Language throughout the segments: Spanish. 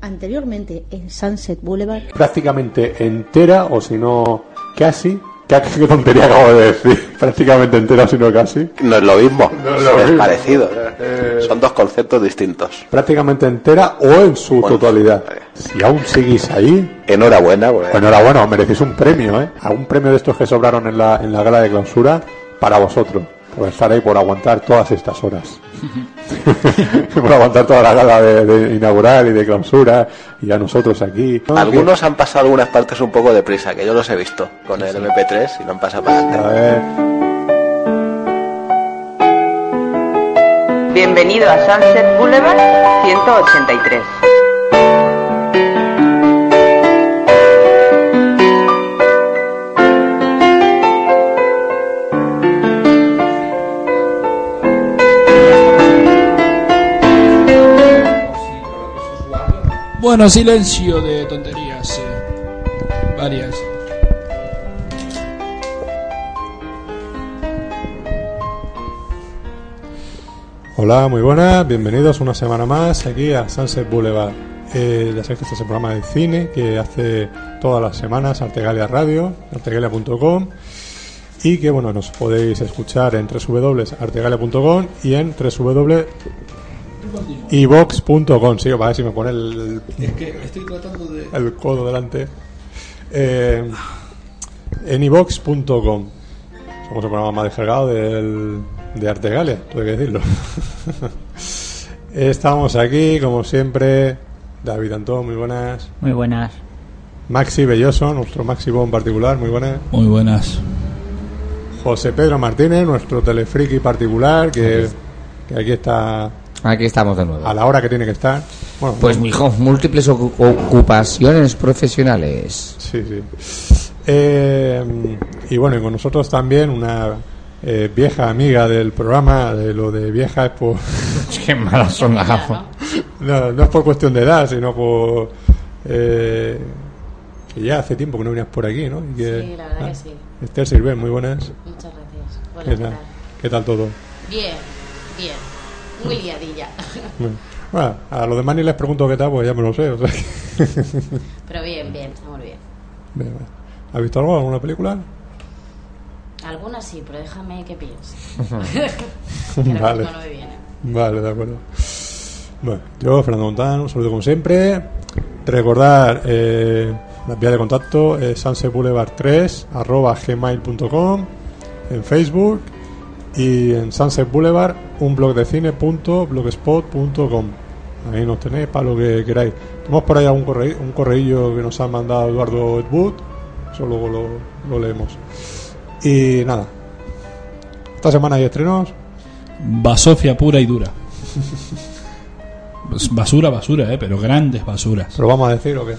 Anteriormente en Sunset Boulevard, prácticamente entera, o si no, casi. Casi, qué tontería acabo de decir. Prácticamente entera, si no casi. No es lo mismo, No es lo mismo. parecido. Eh. Son dos conceptos distintos. Prácticamente entera o en su Bueno, totalidad. vale. Si aún seguís ahí, Enhorabuena, pues. porque- Enhorabuena, os merecéis un premio, ¿eh? Algún premio de estos que sobraron en la, en la gala de clausura para vosotros. Por estar ahí, por aguantar todas estas horas. por aguantar toda la gala de, de inaugural y de clausura. Y a nosotros aquí. ¿no? Algunos han pasado algunas partes un poco deprisa, que yo los he visto con el MP3 y lo han pasado para Que- a adelante. ver, Bienvenido a Sunset Boulevard 183. Bueno, silencio de tonterías. eh, varias. Hola, muy buenas, bienvenidos una semana más aquí a Sunset Boulevard. Eh, ya sabéis que este es el programa de cine que hace todas las semanas Artegalia Radio, artegalia.com y que bueno, nos podéis escuchar en www.artegalia.com y en www.ivox.com. Sí, vale, si me pone el, Es que estoy tratando de. el codo delante. Eh, en ivox.com. Somos el programa más descargado del, de Artegalia, tuve que decirlo. Estamos aquí, como siempre, David Antón, muy buenas. Muy buenas. Maxi Belloso, nuestro Maxi Bo en particular, muy buenas. Muy buenas. José Pedro Martínez, nuestro telefriki particular, que, que aquí está Aquí estamos de nuevo. a la hora que tiene que estar. Bueno, Pues mijo, múltiples ocu- ocupaciones profesionales. Sí, sí. Eh, y bueno, y con nosotros también una eh, vieja amiga del programa, de lo de vieja es por... Qué malas son las gafas. No, no es por cuestión de edad, sino por... eh, que ya hace tiempo que no venías por aquí, ¿no? Y que- ¿eh? Sí, la verdad que sí. Esther Silvén, muy buenas. Muchas gracias. Hola, ¿Qué ¿qué tal? tal? ¿Qué tal todo? Bien, bien. Muy liadilla. Bueno, a los demás ni les pregunto qué tal, pues ya me lo sé. O sea que- Pero bien, bien, estamos bien. Bien, bueno. ¿Has visto algo, alguna película? Algunas sí, pero déjame que piense. que ahora Vale. mismo no me viene. Vale, de acuerdo. Bueno, yo, Fernando Montán, un saludo como siempre. Recordar eh, las vías de contacto, eh, sunsetboulevard3 arroba gmail.com en Facebook y en Sunset Boulevard, un blog de cine punto blogspot punto com. Ahí nos tenéis para lo que queráis. Tenemos por ahí algún correo, un correillo que nos ha mandado Eduardo Edwood, eso luego lo, lo leemos. Y nada, esta semana hay estrenos. Basofia pura y dura. Bas- Basura, basura, eh, pero grandes basuras. ¿Pero vamos a decir o qué?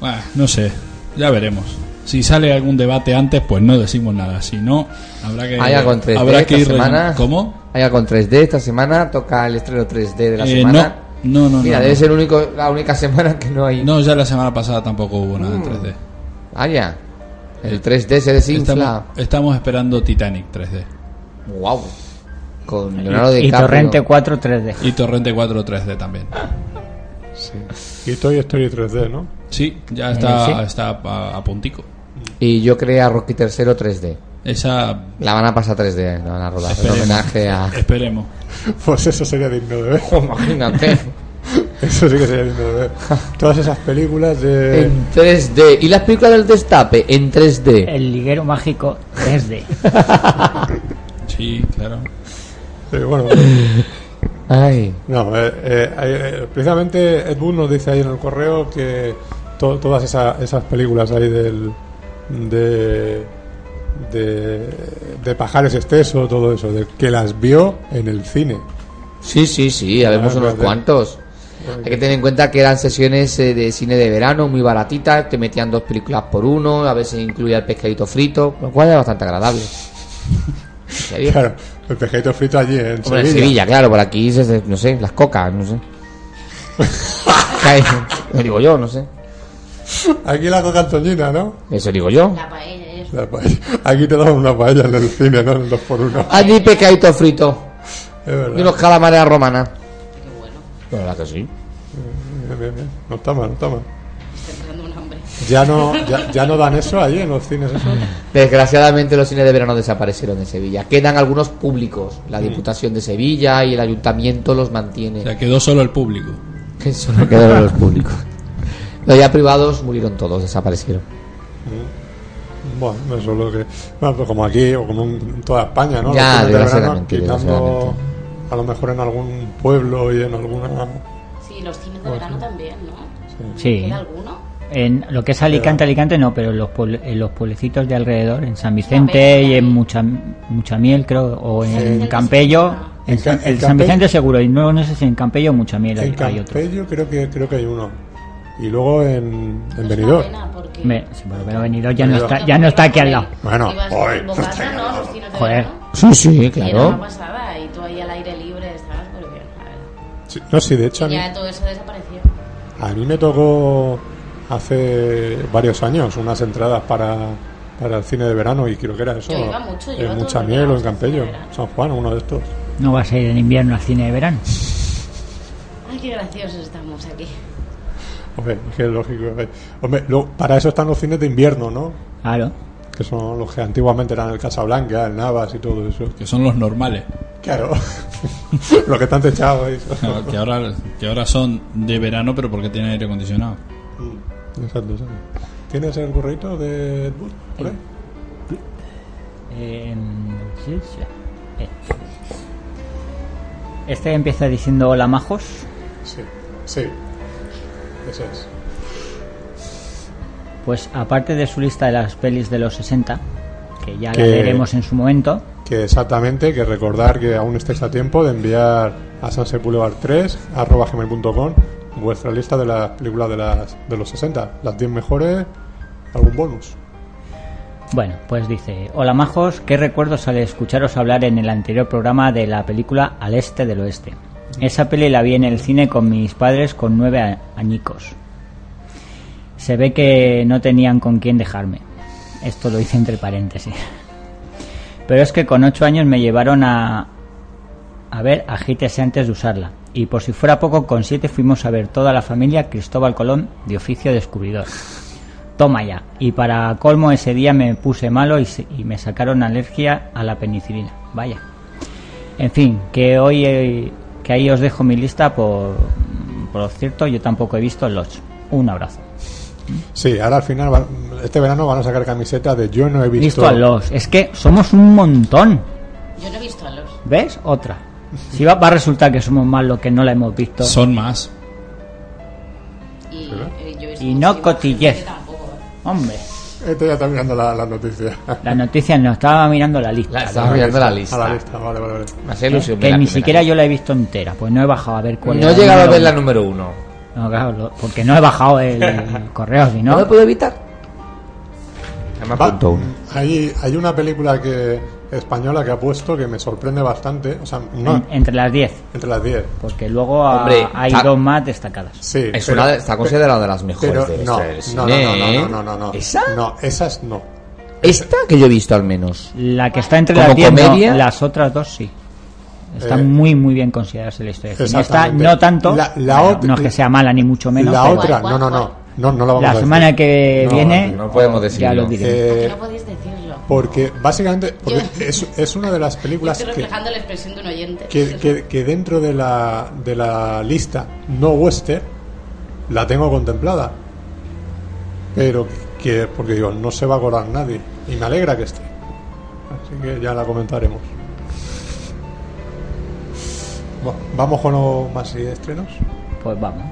Bah, no sé, ya veremos. Si sale algún debate antes, pues no decimos nada. Si no, habrá que, Hay algo en 3D habrá esta que ir semana. rellenando. ¿Cómo? Hay algo en 3D esta semana. Toca el estreno 3D de la Eh, semana. no, no, no, Mira, no, debe no. ser único, la única semana que no hay. No, ya la semana pasada tampoco hubo nada en 3D. Ah, ya. El 3D Mm, se desinfla. Estamos, estamos esperando Titanic 3D Wow. Con Leonardo Y, y DiCaprio. Torrente 4 3D. y Torrente 4 3D también. Y Toy Story 3D, ¿no? Sí, ya está, sí. está a, a puntico. Y yo creé a Rocky III 3D. Esa La van a pasar 3D, la van a rodar. En Esperemos. homenaje a. esperemos. Pues eso sería digno de ver. Imagínate. Eso sí que sería digno de ver. Todas esas películas de... En 3D. ¿Y las películas del Destape? En 3D. El liguero mágico 3D. Sí, claro. Sí, bueno, Ay. no, eh, eh, eh, precisamente Ed Boon nos dice ahí en el correo que to- todas esa- esas películas ahí del... De, de, de Pajares Exceso, todo eso, de que las vio en el cine. Sí, sí, sí, ya vemos Ah, unos vale. cuantos. Hay que tener en cuenta que eran sesiones eh, de cine de verano muy baratitas, te metían dos películas por uno, a veces incluía el pescadito frito, lo cual era bastante agradable. Sería- Claro, el pejito frito allí en Hombre, en Sevilla. Sevilla, claro, por aquí, se- se- no sé, las cocas, no sé. Cae- Lo digo yo, no sé. Aquí la coca antoñina, ¿no? Eso digo yo. La paella es... La paella. Aquí te dan una paella en el cine, ¿no? En el 2x1. Allí pescadito frito Es verdad. y unos calamares a romana. Qué bueno. La verdad que sí. Bien, bien, bien. No está mal, no está mal. Estoy entrando un hambre. Ya no, ya, ya no dan eso ahí en los cines esos. Desgraciadamente los cines de verano desaparecieron de Sevilla. Quedan algunos públicos. La Diputación de Sevilla y el Ayuntamiento los mantiene. O sea, quedó solo el público. Que solo quedaron los públicos. Los ya privados murieron todos, desaparecieron. Bueno, eso es lo que. Bueno, pues como aquí o como en- en toda España, ¿no? Ya, Los cines de verano, desgraciadamente, quitando desgraciadamente. a lo mejor en algún pueblo y en alguna. Sí, los cines de verano también, ¿no? Sí. ¿Queda alguno? En lo que es Alicante, Alicante no, pero en los, pueble- en los pueblecitos de alrededor, en San Vicente Campello y en también. mucha, Muchamiel, creo, o en Vicente Campello. sí. En, En Ca- San- en en San Campello- Vicente seguro, y no, no sé si en Campello o Muchamiel hay, En hay otro. Campello creo que, creo que hay uno. Y luego en, en Es una Benidorm. pena porque- Me- sí, pero- pero Benidorm ya no Benidorm. está, ya no está aquí al lado. Bueno, pues Ibas hoy. con bocata, ¿no? Los cines de Joder. verano. Sí, sí, Y era una claro. pasada, y tú ahí al aire libre estabas muy bien, la verdad. Sí, no, sí, de hecho a Y mí, ya todo eso desapareció. a mí me tocó hace varios años unas entradas para, para el cine de verano y creo que era eso. Yo iba mucho, yo iba en todos Mucha los Miel o en veranos al cine Campello. de verano. San Juan, uno de estos. No vas a ir en invierno al cine de verano. Ay, qué graciosos estamos aquí. Hombre, es que es lógico. eh. Hombre, lo- para eso están los cines de invierno, ¿no? Claro. Que son los que antiguamente eran el Casablanca, el Navas y todo eso. Que son los normales. Claro. los que están techados. Eso. Claro, Ah, que, ahora, que ahora son de verano, pero porque tienen aire acondicionado. Exacto, exacto. ¿Tienes el burrito de Ed Wood por ahí? Eh, sí, sí. Eh. Este empieza diciendo hola majos. Sí. Sí. Ese es. Pues aparte de su lista de las pelis de los 60, que ya Que- la leeremos en su momento, Que exactamente, que recordar que aún estáis a tiempo de enviar a sansepulevar3 arroba gmail.com vuestra lista de las películas de, las, de los 60, las 10 mejores, algún bonus. bueno, pues dice, hola majos, qué recuerdo sale escucharos hablar en el anterior programa de la película Al Este del Oeste. Esa peli la vi en el cine con mis padres con nueve a- añicos. Se ve que no tenían con quién dejarme. Esto lo hice entre paréntesis. Pero es que con ocho años me llevaron a, a ver agítese antes de usarla. Y por si fuera poco, con siete fuimos a ver toda la familia Cristóbal Colón de oficio descubridor. Toma ya. Y para colmo ese día me puse malo y, se- y me sacaron alergia a la penicilina. Vaya. En fin, que hoy eh, que ahí os dejo mi lista por por cierto, yo tampoco he visto Lodge. Un abrazo. Sí, ahora al final, va- este verano van a sacar camisetas de Yo no he visto. Visto a Lodge. Es que somos un montón. Yo no he visto a los. ¿Ves? Otra. Si va, va a resultar que somos más los que no la hemos visto. Son más. Y, eh, yo he visto Y no muchísima cotillez. gente que tampoco, ¿eh? Hombre, Este ya está mirando la- las noticias. las noticias no estaba mirando la lista. La- Estaba mirando la lista. A la lista, vale, vale, vale. Me hacía ilusión ver que la ni primera. siquiera yo la he visto entera, pues no he bajado a ver cuál No he era llegado a ver la número número uno. uno. No, claro, lo- porque no he bajado el, el correo, si No, no. lo puedo evitar. Además, Va, punto uno. hay, hay una película que española que ha puesto que me sorprende bastante. O sea, no, en- entre las 10, entre las 10. porque luego ah, Hombre, hay ta- dos más destacadas. Sí, Es pero- una de- está considerada de las mejores pero de no, esta del no, no, cine, no, ¿eh? no, no, no, no. ¿Esa? No, esas no. Esta que yo he visto al menos. La que está entre Como las 10, no, comedia- las otras dos sí. Están Eh, muy, muy bien consideradas en la historia. del cine. Esta exactamente. no tanto, La- la bueno, ot- no es que sea mala ni mucho menos. la pero otra, ¿Cuál, no, no, cuál, no, cuál? no, no la vamos a la decir. semana que No, viene No podemos ya lo decirlo. diré. ¿Por qué Eh, no podéis decirlo? porque básicamente porque Yo- es, es una de las Yo películas estoy que, reflejando la expresión de un oyente. que, que- que dentro de la, de la lista no western la tengo contemplada. Pero que, porque digo, no se va a acordar nadie. Y me alegra que esté. Así que ya la comentaremos. Bueno, Vamos con los más estrenos. Pues vamos.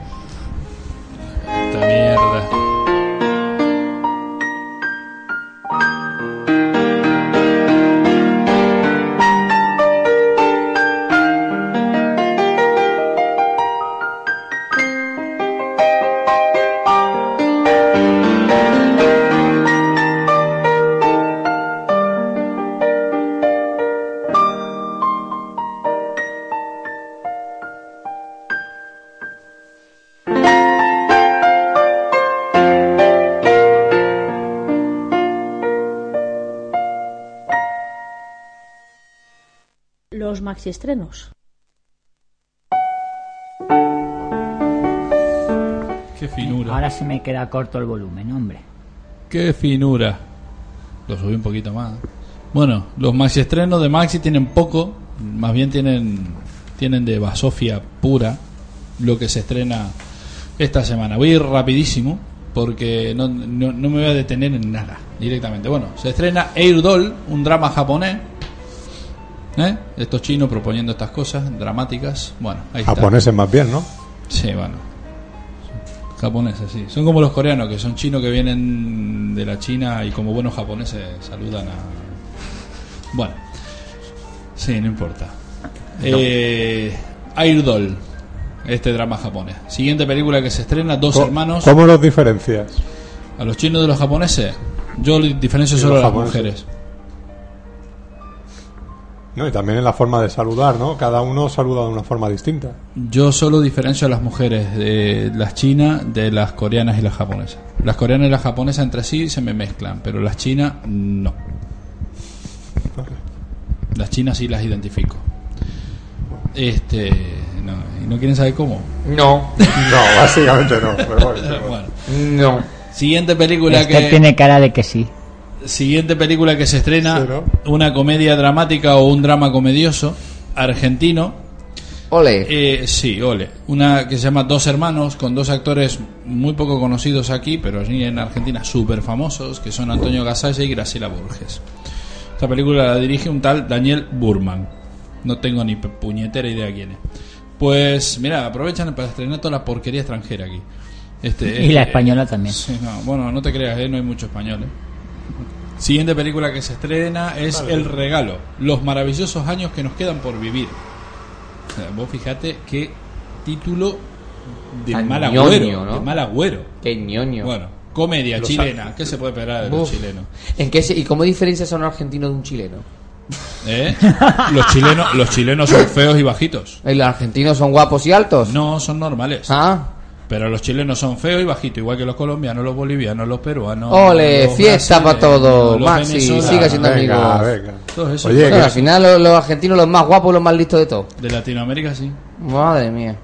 Esta mierda. Los maxi estrenos. Qué finura. Ahora se me queda corto el volumen, hombre. Qué finura. Lo subí un poquito más. Bueno, los maxi estrenos de Maxi tienen poco, más bien tienen tienen de basofia pura lo que se estrena esta semana. Voy a ir rapidísimo porque no, no, no me voy a detener en nada directamente. Bueno, se estrena Air Doll, un drama japonés. ¿Eh? Estos chinos proponiendo estas cosas dramáticas. Bueno, ahí está. Japoneses más bien, ¿no? Sí, bueno. Japoneses, sí. Son como los coreanos, que son chinos que vienen de la China y como buenos japoneses saludan a... Bueno. Sí, no importa. Eh, Air Doll, este drama japonés. Siguiente película que se estrena, Dos Co- Hermanos. ¿Cómo los diferencias? ¿A los chinos de los japoneses? Yo les diferencio Y solo a los las japoneses. mujeres. No, y también en la forma de saludar, ¿no? Cada uno saluda de una forma distinta. Yo solo diferencio a las mujeres de las chinas de las coreanas y las japonesas. Las coreanas y las japonesas entre sí se me mezclan, pero las chinas no. Las chinas sí las identifico. Este, no, ¿y no quieren saber cómo? No, No, básicamente no. pero bueno, pero bueno. Bueno, no. siguiente película Usted que Este tiene cara de que sí. siguiente película que se estrena, Sí, ¿no? una comedia dramática o un drama comedioso argentino Ole. Eh, sí, ole. Una que se llama Dos Hermanos, con dos actores muy poco conocidos aquí, pero allí en Argentina súper famosos, que son Antonio Gasalla y Graciela Borges. Esta película la dirige un tal Daniel Burman. No tengo ni pe- puñetera idea quién es. Pues, mira, aprovechan para estrenar toda la porquería extranjera aquí. Este, Y la eh, española también. sí, no, bueno, no te creas, eh, no hay mucho español. eh. Siguiente película que se estrena es El Regalo, los maravillosos años que nos quedan por vivir. O sea, vos fijate qué título de Tan mal ñoño, agüero, ¿no? de mal agüero. Qué ñoño. Bueno, comedia Los chilena, ¿qué se puede esperar de los Uf. chilenos? ¿En qué se- ¿Y cómo diferencias a un argentino de un chileno? ¿Eh? Los chilenos, los chilenos son feos y bajitos. ¿Y ¿Los argentinos son guapos y altos? No, son normales. Ah, Pero los chilenos son feos y bajitos, igual que los colombianos, los bolivianos, los peruanos. ole, los fiesta brasileños, para todo. los Maxi, venezolanos. siga siendo amigo. venga, venga. Todos esos. Oye, Claro, al que, final los, los argentinos los más guapos, los más listos de todos. De Latinoamérica sí. Madre mía.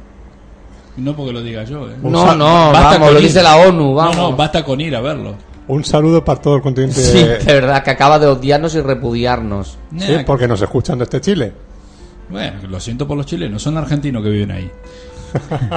No porque lo diga yo, ¿eh? No, sa- no, vamos, con lo ir. dice la ONU, vamos. No, no, basta con ir a verlo. un saludo para todo el continente. Sí, de verdad, que acaba de odiarnos y repudiarnos. Sí, Nah, porque nos escuchan desde Chile. Bueno, lo siento por los chilenos, son argentinos que viven ahí.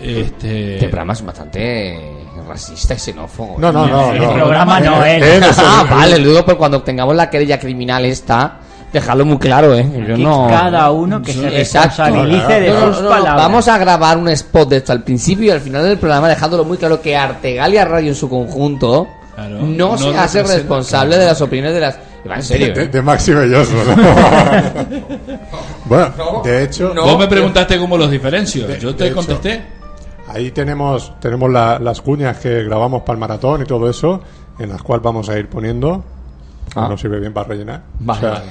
este. Este programa es bastante racista y xenófobo. ¿eh? No, no, no. El no. programa no Eh, es. eh, no sé. Ah, vale, lo digo por cuando tengamos la querella criminal esta, dejarlo muy claro, ¿eh. Yo Aquí no... Cada uno que se Exacto. responsabilice de No, no, sus no, no, palabras. Vamos a grabar un spot de esto al principio y al final del programa, dejándolo muy claro que Artegalia Radio en su conjunto Claro, no, no se hace representa- responsable de las opiniones de las. Y va en serio. De, ¿eh? de Maxi Belloso. ¿no? bueno, de hecho, no. Vos me preguntaste cómo los diferencio. De- Yo de te hecho. contesté. ahí tenemos, tenemos la- las cuñas que grabamos para el maratón y todo eso, en las cuales vamos a ir poniendo. Ah. Nos sirve bien para rellenar. Vale, vale.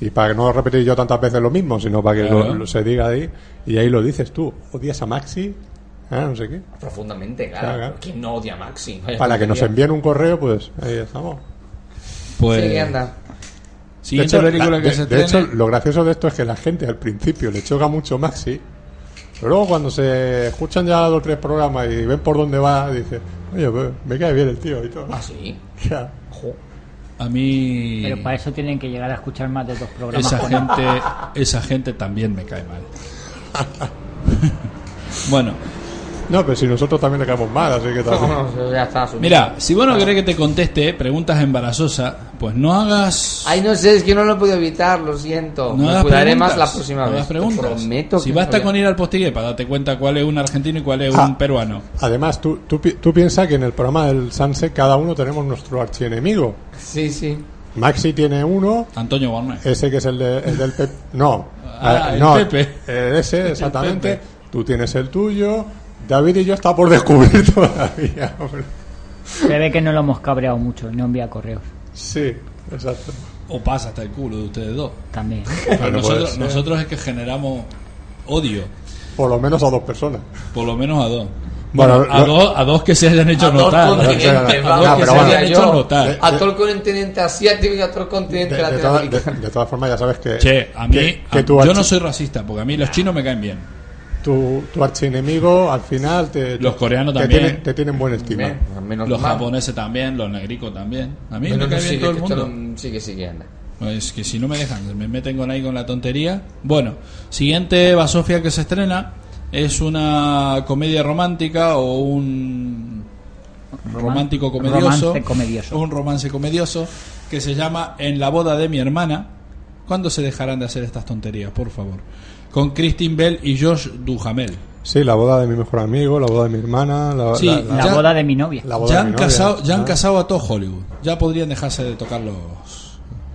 Y para que no repetir yo tantas veces lo mismo, sino para que lo- Claro. lo se diga ahí. Y ahí lo dices tú. Odias a Maxi, ah, no sé qué. Profundamente, Claro, claro. ¿Quién no odia a Maxi? Para que nos envíen un correo, pues ahí estamos. Pues. Sí, anda. De Siguiente hecho, película la- que de- se de estrena. hecho, lo gracioso de esto es que la gente al principio le choca mucho Maxi, pero luego cuando se escuchan ya dos o tres programas y ven por dónde va, dice, oye, pues, me cae bien el tío y todo. Ah, sí. Ya. Jo. A mí. Pero para eso tienen que llegar a escuchar más de dos programas. Esa juntos. gente, esa gente también me cae mal. bueno, No, pero si nosotros también le caemos mal, así que también. No, no, ya está. mira, si vos no querés que te conteste preguntas embarazosas, pues no hagas. Ay, no sé, es que no lo he podido evitar, lo siento. No me hagas cuidaré preguntas, más la próxima no vez. hagas preguntas. Te prometo si que basta no voy con a- ir al postigué para darte cuenta cuál es un argentino y cuál es Ah. un peruano. Además, tú, tú, pi- tú piensas que en el programa del Sanse cada uno tenemos nuestro archienemigo. Sí, sí. Maxi tiene uno, Antonio Warner. ese que es el, de- el del Pepe. No, Ah, Ah, el no, Pepe. eh, ese, exactamente. Pepe. Tú tienes el tuyo. David y yo está por descubrir todavía. hombre. Se ve que no lo hemos cabreado mucho, no envía correos. Sí, exacto. O pasa hasta el culo de ustedes dos. También. ¿eh? Pero Bueno, puede nosotros, ser. nosotros es que generamos odio, Por lo menos a dos personas. por lo menos a dos. Bueno, Bueno, a, lo- dos a dos que se hayan hecho A todo notar. el continente, no, pero vamos, bueno, que se bueno, eh, haya yo- hecho de- A todo el continente asiático y a todo el continente De, de todas- latinoamericano. de- de todas formas, ya sabes que. Che, a mí, que- que a- tu yo no archi- Ah. soy racista, porque a mí los chinos me caen bien. tu, tu archienemigo al final te, Los coreanos te también. tienen, te tienen buena estima. Bien, al menos los mal. japoneses también, los negricos también. A mí Menos me cae que bien sigue, todo el que mundo. esto- Sigue, sigue, anda. Es que si no me dejan, me meten con ahí con la tontería. Bueno, siguiente Basofia que se estrena es una comedia romántica o un romántico comedioso, romance comedioso. un romance comedioso que se llama En la boda de mi hermana. ¿Cuándo se dejarán de hacer estas tonterías, por favor? Con Christine Bell y Josh Duhamel. Sí, la boda de mi mejor amigo, la boda de mi hermana, la, Sí, la- La Ya- boda de mi novia. la boda de Ya mi han, novia, casado, ya han ¿no? casado a todo Hollywood. Ya podrían dejarse de tocar los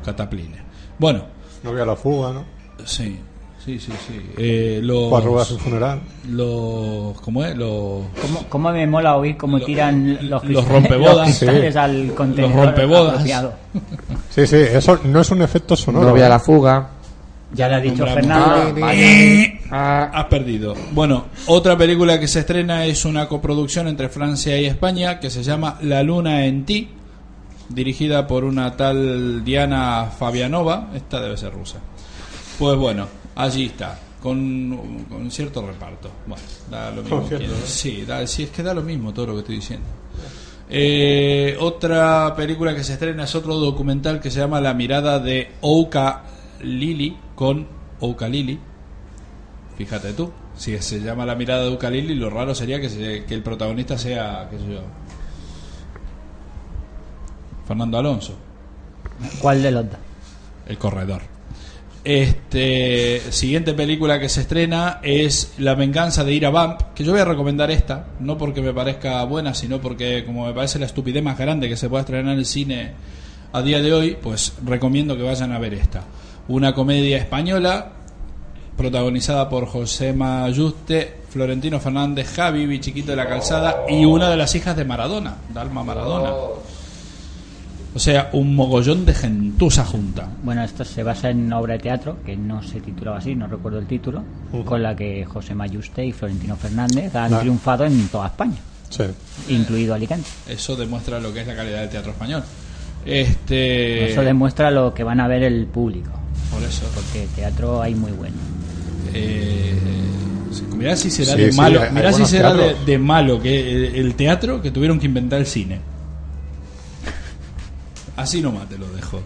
cataplines. Bueno, Novia a la fuga, ¿no? sí, sí, sí, sí. Eh, los, Cuatro bodas en funeral. los cómo es los ¿Cómo, cómo me mola oír cómo Lo- tiran los, los rompebodas. los cristales Sí. al contenedor rompebodas. apropiado. Sí, sí, eso no es un efecto sonoro. ¿eh? Novia a la fuga. Ya lo ha dicho Nombramos. Fernando. Ah, has perdido bueno otra película que se estrena es una coproducción entre Francia y España que se llama La Luna en ti dirigida por una tal Diana Fabianova esta debe ser rusa pues bueno allí está con, con cierto reparto bueno da lo mismo Con cierto, quién. ¿no? sí da- sí, es que da lo mismo todo lo que estoy diciendo Eh, otra película que se estrena es otro documental que se llama La mirada de Ouka Lili con Ouka Lili. Fíjate tú, si se llama La mirada de Ouka Lili, lo raro sería que, se- que el protagonista sea, qué sé yo, Fernando Alonso, ¿Cuál de los dos? el corredor. Este siguiente película que se estrena es La venganza de Ira Bump, que yo voy a recomendar esta, no porque me parezca buena, sino porque como me parece la estupidez más grande que se puede estrenar en el cine a día de hoy, pues recomiendo que vayan a ver esta. Una comedia española protagonizada por José Mayuste, Florentino Fernández, Javi, Bichiquito de la Calzada y una de las hijas de Maradona, Dalma Maradona. O sea, un mogollón de gentuza junta. Bueno, esto se basa en una obra de teatro que no se titulaba así, no recuerdo el título, con la que José Mayuste y Florentino Fernández han Vale. triunfado en toda España, Sí. incluido Alicante. Eso demuestra lo que es la calidad del teatro español. Este, Eso demuestra lo que van a ver el público, por eso. porque teatro hay muy bueno. Eh, mirá si será Sí, de sí, malo, hay- hay mirá si buenos será de, teatros. de malo que eh, el teatro que tuvieron que inventar el cine. Así nomás te lo dejo.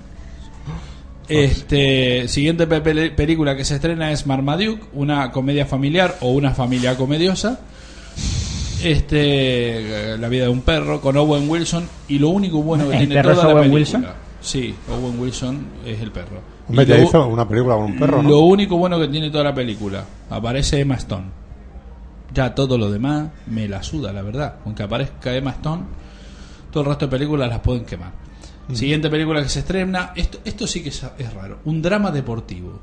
Este siguiente pe- pe- película que se estrena es Marmaduke, una comedia familiar o una familia comediosa. Este eh, la vida de un perro con Owen Wilson y lo único bueno que ¿El tiene perro toda es la Owen película. Wilson? Sí, Owen Wilson es el perro. Hombre, Y ya lo- hizo una película con un perro, lo ¿no? único bueno que tiene toda la película, aparece Emma Stone. Ya todo lo demás me la suda, la verdad. Aunque aparezca Emma Stone, todo el resto de películas las pueden quemar. Mm. Siguiente película que se estrena, esto, esto sí que es, es raro, un drama deportivo.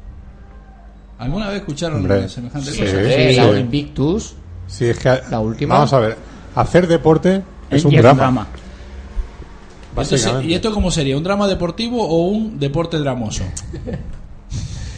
¿Alguna vez escucharon Hombre, de semejante sí. cosa? eh, sí, la sí. Invictus. Sí, es que La última. Vamos a ver. Hacer deporte es Y un drama. Entonces, básicamente. ¿Y esto cómo sería? ¿Un drama deportivo o un deporte dramoso?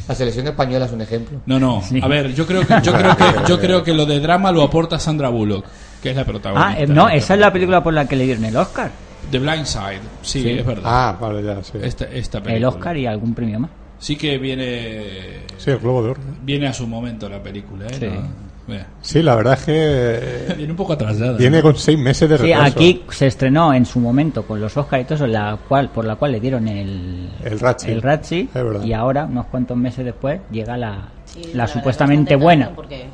La selección española es un ejemplo. No, no. Sí. A ver, yo creo que yo creo que yo creo que lo de drama lo aporta Sandra Bullock, que es la protagonista. Ah, eh, no, esa es la película por la que le dieron el Oscar. The Blind Side, sí, es verdad. Ah, vale, ya, sí. Esta, esta El película. Oscar y algún premio más. Sí que viene Sí, el Globo de Oro. viene a su momento la película, ¿eh? Sí. No, mira. Sí, la verdad es que eh, Viene un poco atrasada. viene con seis meses de Sí, retraso. aquí se estrenó en su momento con los Oscar y todo eso, la cual, por la cual le dieron el, El Razzie. el Razzie, Es verdad. y ahora, unos cuantos meses después, llega la, Sí, la verdad, supuestamente bastante buena. tarde Porque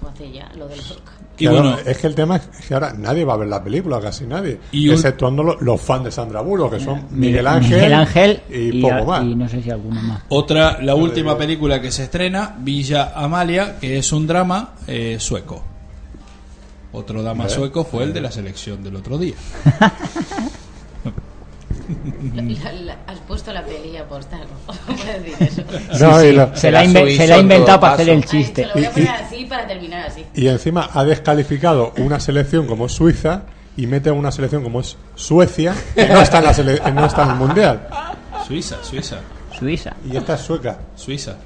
fue hace ya lo del rock. Y Claro, bueno, es que el tema es que ahora nadie va a ver la película, casi nadie. Y un- Exceptuando lo- los, fans de Sandra Bullock, que son Miguel Miguel Ángel, Ángel y, poco a- más. y no sé si alguno más. otra la última película que se estrena, Villa Amalia, que es un drama eh, sueco. Otro drama sueco fue el de la selección del otro día. La- la- has puesto la peli a postar, ¿no? Puedes decir eso. No, y, la- Se Se la, la inve- suizo se la ha en todo inventado para hacer caso. el Ay, te chiste. lo voy Y- a y- poner así para terminar así. y encima ha descalificado una selección como Suiza y mete a una selección como es Suecia, que no está en, la sele- no está en el mundial. Suiza, Suiza, Suiza, Y esta es sueca. Suiza.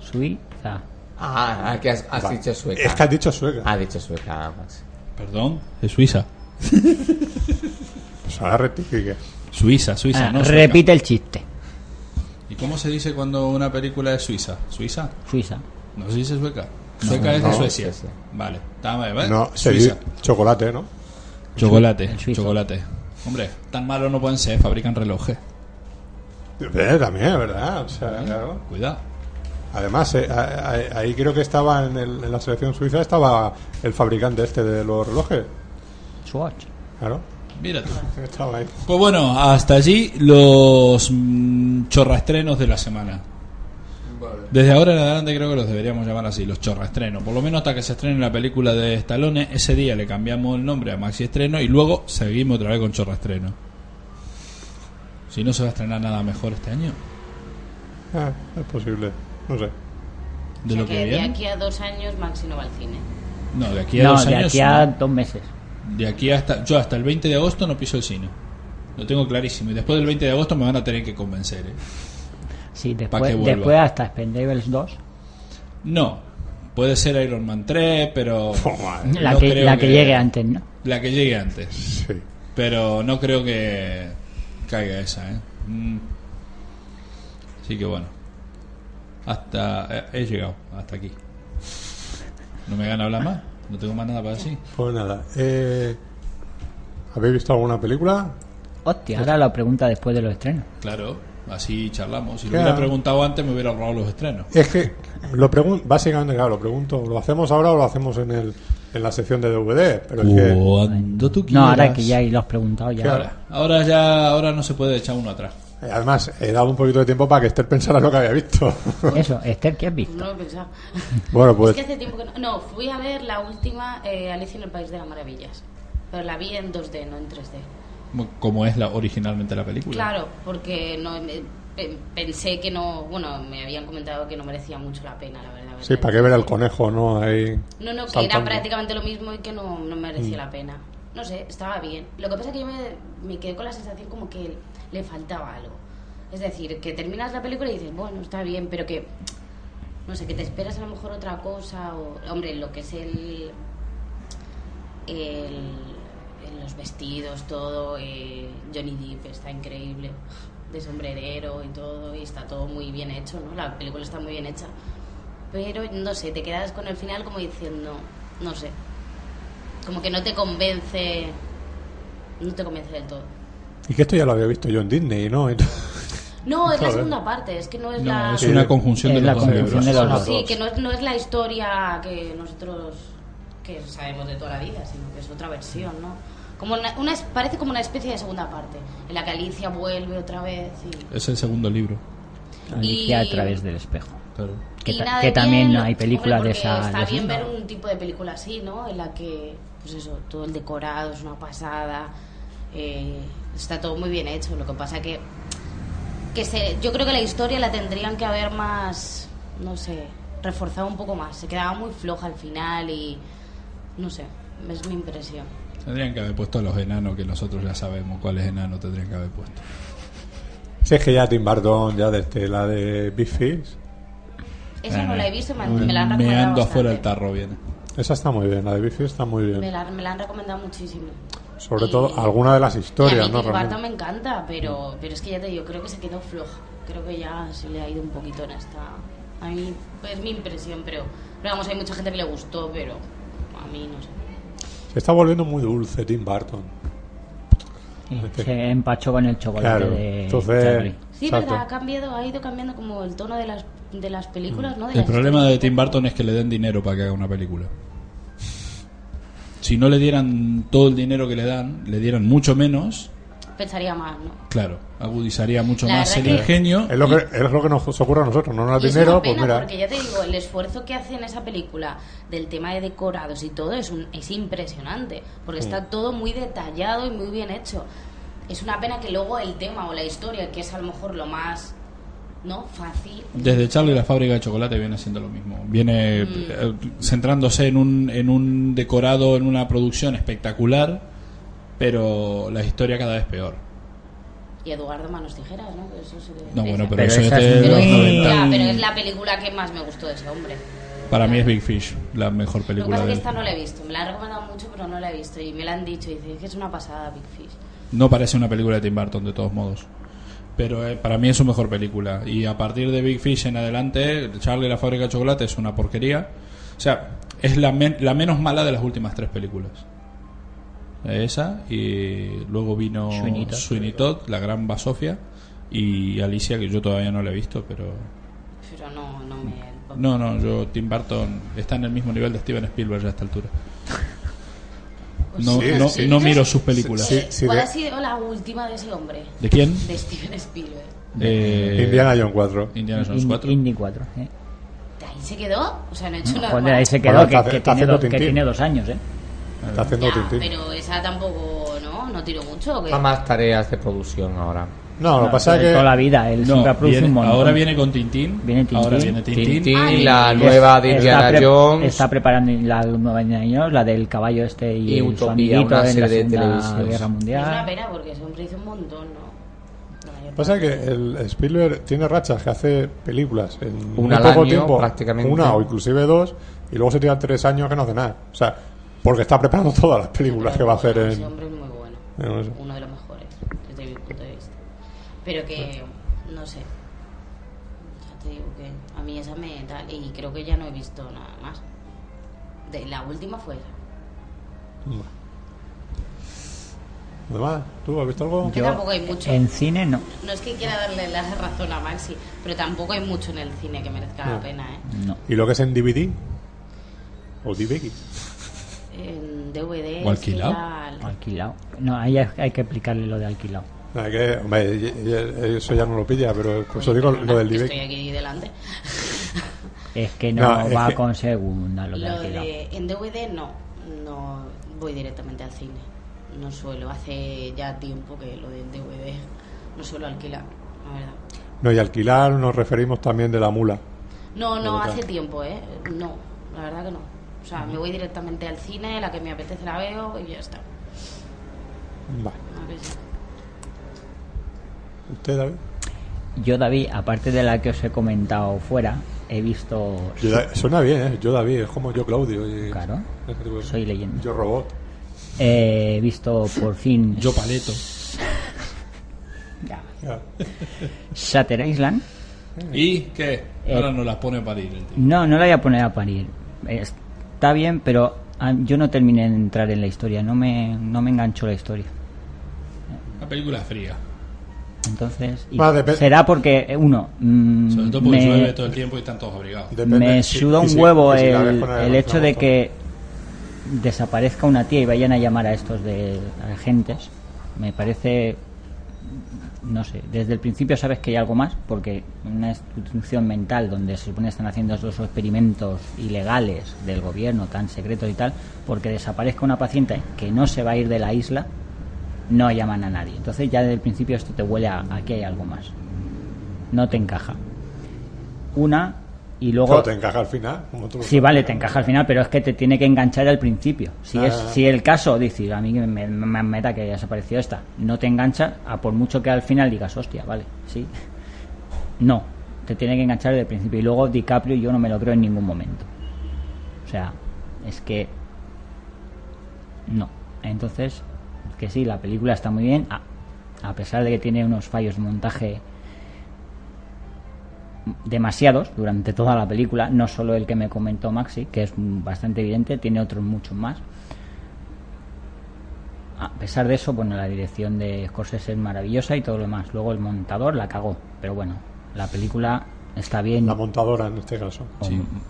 Suiza. Ah, ah, que has, has dicho sueca. Ah, Es que has dicho sueca. Has dicho sueca, Max. Perdón, es Suiza. Pues ahora rectifique. Suiza, Suiza, Ah, no. sueca. repite el chiste. ¿Y cómo se dice cuando una película es suiza? ¿Suiza? Suiza. ¿No se dice sueca? Sueca es de no, Suecia. Suecia. Vale. Está mal, ¿vale? No, se Suiza. dice chocolate, ¿no? Chocolate, El suizo. chocolate. Hombre, tan malos no pueden ser, fabrican relojes. Eh, también, es ¿verdad? O sea, claro. Cuidado. Además, eh, a- a- ahí creo que estaba en, el- en la selección suiza estaba el fabricante este de los relojes. Swatch. Claro, Mira tú. estaba ahí. Pues bueno, hasta allí los mm, chorraestrenos de la semana. Desde ahora en adelante creo que los deberíamos llamar así, los chorraestrenos. Por lo menos hasta que se estrene la película de Stallone, ese día le cambiamos el nombre a Maxi Estreno y luego seguimos otra vez con chorraestreno. Si no se va a estrenar nada mejor este año Ah, es posible. No sé. de o sea lo que, que de viene. aquí a dos años Maxi no va al cine. No, de aquí a No, dos de años. aquí a no. dos meses. De aquí hasta. Yo hasta el 20 de agosto no piso el cine. Lo tengo clarísimo. Y después del 20 de agosto me van a tener que convencer. ¿eh? Sí, Pa' que después, vuelva. después hasta Spendables 2. No. Puede ser Iron Man 3, pero. Oh, madre. La, no que, creo la que llegue antes, ¿no? La que llegue antes. Sí. Pero no creo que caiga esa, ¿eh? Mm. Así que bueno. Hasta. eh, He he llegado. Hasta aquí. No me gana hablar más. No tengo más nada para decir. Pues nada. eh, ¿Habéis visto alguna película? Hostia, ahora la pregunta después de los estrenos. Claro. Así charlamos. Si lo Claro. hubiera preguntado antes, me hubiera ahorrado los estrenos. Es que lo pregunto, básicamente, claro, lo pregunto, ¿lo hacemos ahora o lo hacemos en, el, en la sección de DVD? Pero es Uh, que, Cuando tú No, ahora quieras. que ya lo has preguntado, ya. Ahora, ahora ya ahora no se puede echar uno atrás. eh, además, he dado un poquito de tiempo para que Esther pensara lo que había visto. Eso, Esther, ¿qué has visto? No lo he pensado. bueno, Es pues que hace tiempo que no. No, fui a ver la última eh, Alicia en el País de las Maravillas. Pero la vi en 2D, no en 3D. Como- Como es la originalmente la película. Claro, porque no me- pe- pensé que no. Bueno, me habían comentado que no merecía mucho la pena, la verdad. sí, verla. ¿para qué ver al conejo, no? Ahí No, no, que saltando. era prácticamente lo mismo y que no, no merecía la pena. No sé, estaba bien. Lo que pasa es que yo me, me quedé con la sensación como que le faltaba algo. Es decir, que terminas la película y dices, bueno, está bien, pero que. No sé, que te esperas a lo mejor otra cosa. O, hombre, lo que es el. el en los vestidos, todo. eh, Johnny Depp está increíble. De sombrerero y todo. Y está todo muy bien hecho, ¿no? La película está muy bien hecha pero no sé, te quedas con el final como diciendo, no sé, como que no te convence, no te convence del todo. Y que esto ya lo había visto yo en Disney, ¿no? No, es la Joder. segunda parte, es que no es No, la... es una conjunción Es de la los dos conjunción libros. de los dos. Sí, que no es, no es la historia que nosotros que sabemos de toda la vida, sino que es otra versión, ¿no? Como una, una es- parece como una especie de segunda parte, en la que Alicia vuelve otra vez y... Es el segundo libro. Alicia Y- a través del espejo. Claro. Que, y ta- nada que de también bien, hay películas hombre, de porque esa. Está de bien esa- ver un tipo de película así, ¿no? En la que, pues eso, todo el decorado es una pasada, eh, está todo muy bien hecho. Lo que pasa que, que se, yo creo que la historia la tendrían que haber más, no sé, reforzado un poco más. Se quedaba muy floja al final y, no sé, es mi impresión. Tendrían que haber puesto a los enanos que nosotros ya sabemos cuáles enanos tendrían que haber puesto. Si es que ya Tim Burton, ya desde la de Big Fish, Esa no la he visto, me, me la han Me recomendado ando afuera del bastante. tarro viene. esa está muy bien, la de Big Fish está muy Me bien. la, me la han recomendado muchísimo. Sobre Y- todo alguna de las Y a historias, mí ¿no? Tim Burton Realmente. me encanta, pero, pero es que ya te digo, creo que se quedó floja. Creo que ya se le ha ido un poquito en esta. A mí es mi impresión, pero, pero vamos, hay mucha gente que le gustó, pero a mí no sé. Se está volviendo muy dulce Tim Burton. Sí, Se empachó con el chocolate Claro, de entonces... Charlie. Sí, exacto. verdad, ha cambiado, ha ido cambiando como el tono de las, de las películas, ¿no? De El las problema de historias. Tim Burton es que le den dinero para que haga una película. Si no le dieran todo el dinero que le dan, le dieran mucho menos, Pensaría más, ¿no? claro, agudizaría mucho La más el verdad que- ingenio. Es lo, que, es lo que nos ocurre a nosotros, no nos Y da es una dinero, pues pena mira. porque ya te digo, el esfuerzo que hace en esa película del tema de decorados y todo es, un- es impresionante, porque está todo muy detallado y muy bien hecho. Es una pena que luego el tema o la historia, que es a lo mejor lo más no fácil, Desde Charlie la fábrica de chocolate viene haciendo lo mismo. Viene Mm. eh, centrándose en un, en un decorado, en una producción espectacular, pero la historia cada vez peor. y Eduardo Manos Tijeras, ¿no? Que eso se le- No, bueno, pero, Pero eso es esa es de muy- los Pero- 90. Ya, pero es la película que más me gustó de ese hombre. Para mí es Big Fish, la mejor Lo que película pasa es de que él. esta no la he visto, me la han recomendado mucho, pero no la he visto y me la han dicho y dicen que es una pasada Big Fish. No parece una película de Tim Burton, de todos modos. Pero eh, para mí es su mejor película. Y a partir de Big Fish en adelante, Charlie y la fábrica de chocolate es una porquería. O sea, es la, men- la menos mala de las últimas tres películas. Esa, y luego vino Sweeney Todd. Sweeney Todd, la gran Basofia, y Alicia, que yo todavía no la he visto, pero Pero no, no me. no, no, yo, Tim Burton está en el mismo nivel de Steven Spielberg a esta altura. No, Sí, no, sí. no miro sus películas. Sí, sí, ¿Cuál de- ha sido la última de ese hombre? ¿De quién? De Steven Spielberg. Eh, Indiana Jones 4. Indiana Jones Indy- 4. Indy 4. ¿eh? ¿De ahí se quedó? O sea, no he hecho nada. Ah, Joder, ahí se Bueno, quedó, está- que, que está tiene haciendo dos, que Tintín. tiene dos años, ¿eh? Está haciendo Ya, Tintín. pero esa tampoco, ¿no? No tiró mucho. ¿o qué? Hay más tareas de producción ahora. No, lo que No, pasa es de Toda la que. vida, él No, siempre ha producido viene- un montón. ahora viene con Tintín. Viene Tintín. Ahora viene Tintín. Tintín, Ay. la Es- nueva de Indiana pre- Jones. Está preparando la nueva de Indiana Jones, la del caballo este y, Y el su Utopía, amiguito una en la serie de Segunda televisión. Guerra Es una Mundial. pena porque ese hombre hizo un montón, ¿no? La mayor Pasa que parte. el Spielberg tiene rachas que hace películas en muy al poco año, tiempo, prácticamente. una o inclusive dos, y luego se tira tres años que no hace nada. O sea, porque está preparando todas las películas que va a hacer en. Eh, Ese hombre es muy bueno. en eso. Uno de los mejores, desde mi punto de vista. Pero que, no sé. Ya te digo que a mí esa me tal. Y creo que ya no he visto nada más. De, la última fue esa. Además, ¿tú has visto algo? Que tampoco hay mucho. En cine no. No es que quiera darle la razón a Maxi, pero tampoco hay mucho en el cine que merezca la No. pena, ¿eh? No. ¿Y lo que es en DVD? ¿O DVX? En DVD. ¿O es que alquilado? ya la- Alquilado. No, ahí hay, hay que explicarle lo de alquilado. Nada, que, hombre, y- y- eso ya no lo pilla, pero por pues eso Oye, digo perdona, lo del que DVX. Estoy aquí delante. Es que no, No, es va que- con segunda lo de Lo alquilado. de, en DVD no, no voy directamente al cine. No suelo, hace ya tiempo que lo de DVD no suelo alquilar, la verdad. No, y alquilar nos referimos también de la mula. No, no, Pero hace claro. tiempo, ¿eh? No, la verdad que no. O sea, me voy directamente al cine, la que me apetece la veo y ya está. Vale. ¿A que sí? ¿Usted, David? Yo, David, aparte de la que os he comentado fuera, he visto. Yo da- suena bien, ¿eh? Yo, David, es como yo, Claudio. y- Claro. ese tipo de- Soy leyenda. Yo, robot. eh, He visto por fin. Yo paleto. Ya. Ya. Shutter Island. ¿Y qué? Ahora no las pone para ir el tío. No, no la voy a poner a parir. Está bien, pero ah, yo no terminé de entrar en la historia. No me, no me enganchó la historia. Una película fría. Entonces, y Vale, pe- será porque, eh, uno, mm, Sobre todo porque me- llueve todo el tiempo y están todos abrigados. Depende me si- suda y un si- huevo y si la ves el, con el hecho de altavoz. que desaparezca una tía y vayan a llamar a estos de agentes. Me parece, no sé, desde el principio sabes que hay algo más, porque una institución mental donde se supone que están haciendo esos experimentos ilegales del gobierno tan secretos y tal, porque desaparezca una paciente que no se va a ir de la isla, no llaman a nadie. Entonces ya desde el principio esto te huele a, a que hay algo más. No te encaja. Una y luego... Claro, te encaja al final. como tú lo Sí, sabes. vale, te encaja al final, pero es que te tiene que enganchar al principio. Si Ah. es si el caso, decir, a mí que me, me meta que haya desaparecido esta, no te engancha, a por mucho que al final digas, hostia, vale, sí. No, te tiene que enganchar desde el principio. Y luego DiCaprio yo no me lo creo en ningún momento. O sea, es que... No. Entonces, que sí, la película está muy bien, a, a pesar de que tiene unos fallos de montaje demasiados durante toda la película, no solo el que me comentó Maxi, que es mm, bastante evidente, tiene otros muchos más. A pesar de eso, bueno, la dirección de Scorsese es maravillosa y todo lo demás. Luego el montador la cagó, pero bueno, la película está bien. La montadora en este caso. o-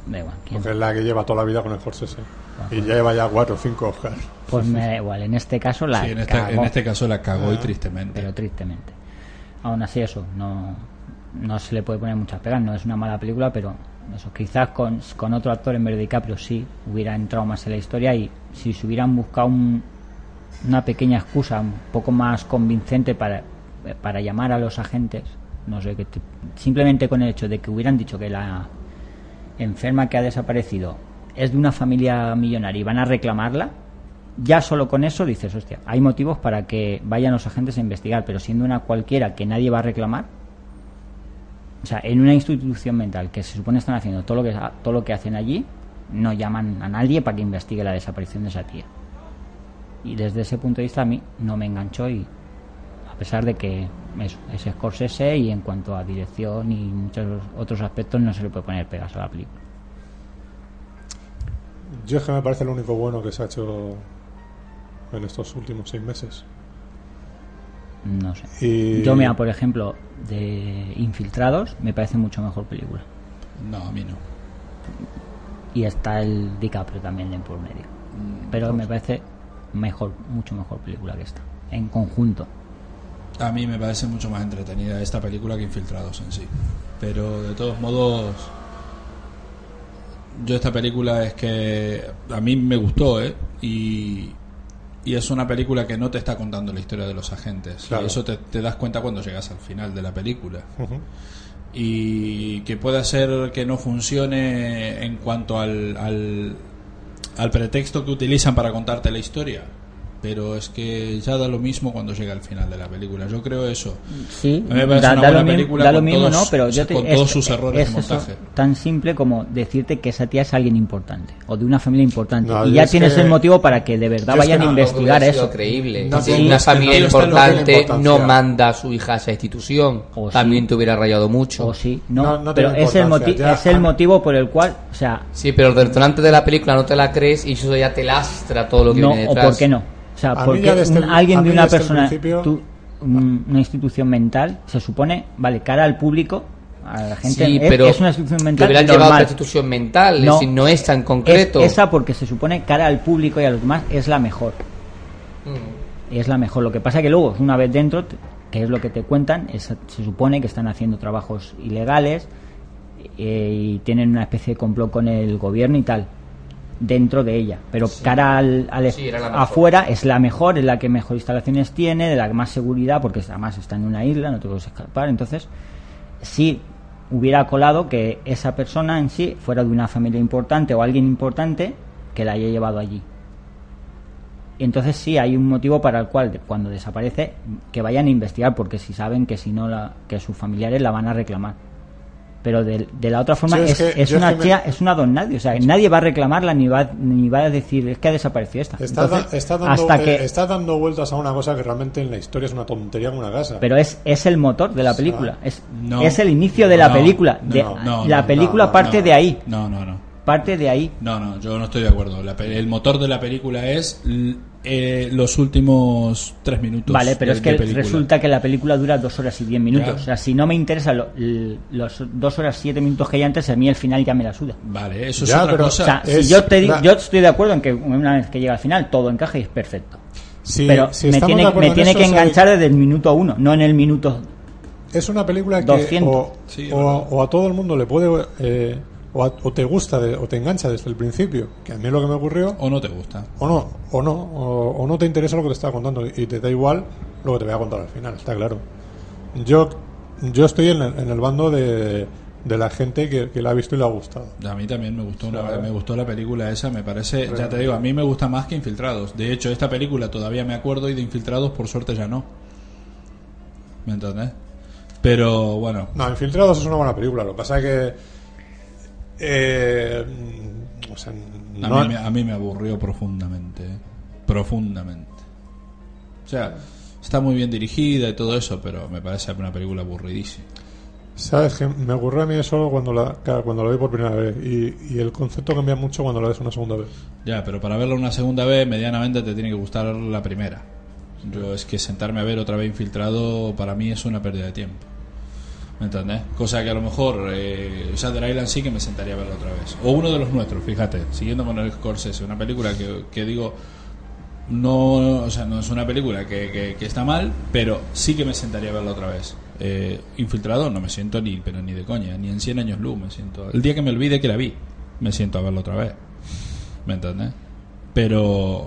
da igual, ¿quién? Porque es la que lleva toda la vida con el Scorsese. Ah, Y ya lleva ya cuatro o cinco Oscars. Pues me da igual, en este caso la Sí, en este, cagó. Ah, en este caso la cagó y tristemente. pero tristemente. Aún así, eso, no, no se le puede poner muchas pegas, no es una mala película, pero eso, quizás con, con otro actor en vez de DiCaprio sí hubiera entrado más en la historia y si se hubieran buscado un- una pequeña excusa un poco más convincente para, para llamar a los agentes, no sé, que te- simplemente con el hecho de que hubieran dicho que la enferma que ha desaparecido es de una familia millonaria y van a reclamarla, ya solo con eso dices, hostia, hay motivos para que vayan los agentes a investigar, pero siendo una cualquiera que nadie va a reclamar, o sea, en una institución mental que se supone están haciendo todo lo que, todo lo que hacen allí, no llaman a nadie para que investigue la desaparición de esa tía. Y desde ese punto de vista a mí no me enganchó y a pesar de que eso, es Scorsese y en cuanto a dirección y muchos otros aspectos no se le puede poner pegas a la película. Yo es que me parece lo único bueno que se ha hecho en estos últimos seis meses. No sé. Eh, Y... Yo, mira, por ejemplo, de Infiltrados, me parece mucho mejor película. No, a mí no. Y está el DiCaprio también de por medio. Mm, Pero me parece mejor, mucho mejor película que esta. En conjunto. A mí me parece mucho más entretenida esta película que Infiltrados en sí. Pero de todos modos, yo esta película es que a mí me gustó, ¿eh? Y, y es una película que no te está contando la historia de los agentes. Claro. Y eso te, te das cuenta cuando llegas al final de la película. Ujú. Y que pueda ser que no funcione en cuanto al, al, al pretexto que utilizan para contarte la historia. Pero es que ya da lo mismo cuando llega al final de la película. Yo creo eso. Sí, A mí me parece da, una da buena lo, mismo- película da lo con mismo, todos- ¿no? Pero yo te, con todos sus errores de eso montaje. tan simple como decirte que esa tía es alguien importante o de una familia importante. No, y yo ya es tienes que- el motivo para que de verdad yo es que vayan no- a no investigar hubiera sido eso. creíble. No, si sí, una es que no familia tiene importante importancia. no manda a su hija a esa institución, O sí. también te hubiera rayado mucho. O sí, no, No, no tiene pero es el, importancia, moti- ya es el han- motivo por el cual, o sea, Sí, pero el detonante de la película no te la crees y eso ya te lastra todo lo que no viene o detrás. por qué no. O sea, A mí porque ya desde un- el- a alguien de mí una desde el persona, principio- tú, un- una institución mental, se supone, vale, cara al público, a la gente, Sí, es- pero es una institución mental Te hubieran llevado a otra normal. institución mental, es No. decir, no es tan concreto. Es- esa porque se supone cara al público y a los demás es la mejor. Es la mejor. Lo que pasa que luego, una vez dentro, te- que es lo que te cuentan, es- se supone que están haciendo trabajos ilegales eh, y tienen una especie de complot con el gobierno y tal dentro de ella, pero cara al, al Sí, era la mejor. afuera es la mejor, es la que mejor instalaciones tiene, de la que más seguridad, porque además está en una isla, no te puedes escapar, entonces si hubiera colado que esa persona en sí fuera de una familia importante o alguien importante que la haya llevado allí. Entonces sí hay un motivo para el cual de- cuando desaparece que vayan a investigar porque si saben que si no la, que sus familiares la van a reclamar. Pero de, de la otra forma Yo es es, que- es yo es una que me- tía- es una don nadie, o sea, nadie va a reclamarla ni va ni va a decir es que ha desaparecido esta. Está, da- Entonces, está dando, hasta eh, que está dando vueltas a una cosa que realmente en la historia es una tontería como una casa. pero es, es el motor de la película, es, No. es el inicio de la No, película, no, de- no, la no, película no, parte No, de ahí. No, no, no. parte de ahí. No, no, yo no estoy de acuerdo. La pe- el motor de la película es l- eh, los últimos tres minutos. Vale, pero eh, de- es que de película. resulta que la película dura dos horas y diez minutos. Ya. O sea, si no me interesa lo- l- los dos horas siete minutos que hay antes, a mí el final ya me la suda. Vale, eso es Ya, otra pero- cosa. O sea, es si yo te di- la- yo estoy de acuerdo en que una vez que llega al final todo encaja y es perfecto. Si- pero si me estamos tiene, de acuerdo me en tiene eso, que es el- enganchar desde el minuto uno, no en el minuto. Es una película que 200. O, Sí, es o- verdad. o a todo el mundo le puede... eh, o, a- o te gusta de- o te engancha desde el principio, que a mí es lo que me ocurrió, ¿O no te gusta? o no, o no, o, o no te interesa lo que te estaba contando y te da igual lo que te voy a contar al final, está claro. Yo, yo estoy en el, en el bando de, de la gente que, que la ha visto y le ha gustado. A mí también me gustó, una- Claro. me gustó la película esa, me parece, ya te digo, a mí me gusta más que Infiltrados. De hecho, esta película todavía me acuerdo y de Infiltrados por suerte ya no. ¿Me entendés? Pero bueno, No, Infiltrados es una buena película, lo que pasa es que... eh, mm, o sea, a, no- mí, me- a mí me aburrió profundamente, ¿eh? profundamente. O sea, está muy bien dirigida y todo eso, pero me parece una película aburridísima. Sabes que me ocurrió a mí eso cuando la, claro, cuando la vi por primera vez y, y el concepto cambia mucho cuando la ves una segunda vez. Ya, pero para verla una segunda vez, medianamente te tiene que gustar la primera. Yo es que sentarme a ver otra vez infiltrado para mí es una pérdida de tiempo. ¿Me entendés? Cosa que a lo mejor eh, Shutter Island sí que me sentaría a verla otra vez. O uno de los nuestros, fíjate, siguiendo con el Scorsese, una película que, que digo, no, o sea, no es una película que, que- que está mal, pero sí que me sentaría a verla otra vez. Eh, infiltrado no me siento ni, pero ni de coña, ni en 100 años luz me siento. El día que me olvide que la vi, me siento a verla otra vez. ¿Me entendés? Pero.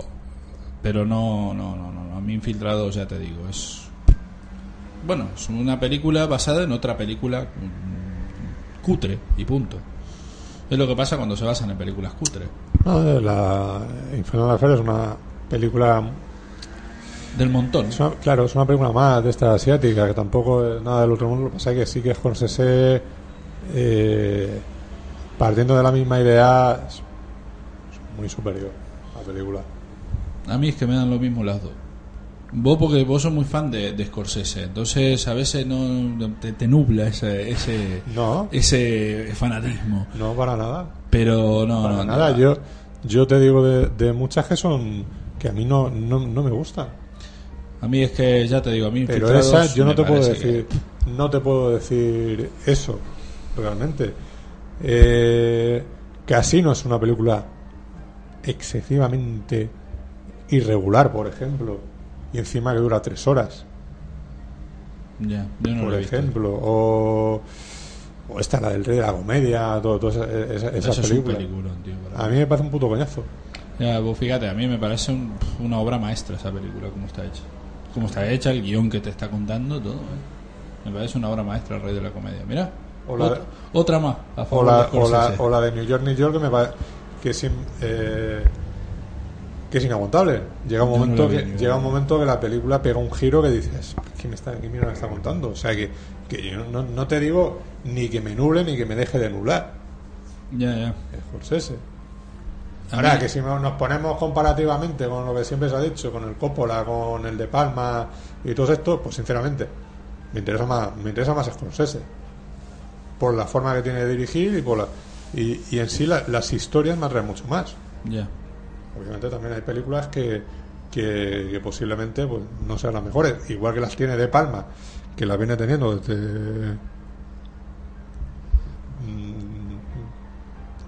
Pero no, no, no, no. no. A mí Infiltrados, ya te digo, es. Bueno, es una película basada en otra película mm, cutre y punto. Es lo que pasa cuando se basan en películas cutre. No, eh, la Infernal Affair es una película... Del montón. es una- claro, es una película más de esta asiática, que tampoco es nada del otro mundo, lo que pasa es que sí que Scorsese, eh, partiendo de la misma idea, es es muy superior a la película. A mí es que me dan lo mismo las dos. Vos, porque vos sos muy fan de, de Scorsese, entonces a veces no te, te nubla ese, ese, No, ese fanatismo. no para nada. Pero no, Para no, nada, no. yo, Yo te digo de, de muchas que son que a mí no, no, no me gustan. A mí es que, ya te digo, a mí Pero Infiltrados esa yo no me te puedo parece que- decir, no te puedo decir eso realmente. Eh, Casino es una película excesivamente irregular, por ejemplo, y encima que dura tres horas, Ya, yo no por lo he visto. ejemplo, o, o esta la del rey de la comedia, todo, todo esa, esa- esa Eso es un película. peliculón, tío. para A mí. mí me parece un puto coñazo. Ya, vos fíjate, a mí me parece un- una obra maestra esa película, como está hecha. Como está hecha, el guión que te está contando, todo. ¿eh? Me parece una obra maestra, el rey de la comedia. Mira, O la- otra, otra más. A O favor de la, o, la, Scorsese. o la de New York, New York, que me pa- que es, in- eh, que es inaguantable. Llega un, Yo no momento la vi, que, yo no llega la un vi. momento que la película pega un giro que dices, ¿qué me está, qué mierda me está contando? O sea, que, que yo no, no te digo ni que me nuble ni que me deje de eh, nublar. Ya, ya. Es Scorsese. A Ahora, mí- que si no- nos ponemos comparativamente con lo que siempre se ha dicho, con el Coppola, con el de Palma y todo esto, pues sinceramente, me interesa más, me interesa más Scorsese. Por la forma que tiene de dirigir y por la, y, y en sí la- las historias me atraen mucho más. Ya. Obviamente también hay películas que, que, que posiblemente pues, no sean las mejores, igual que las tiene de Palma, que las viene teniendo desde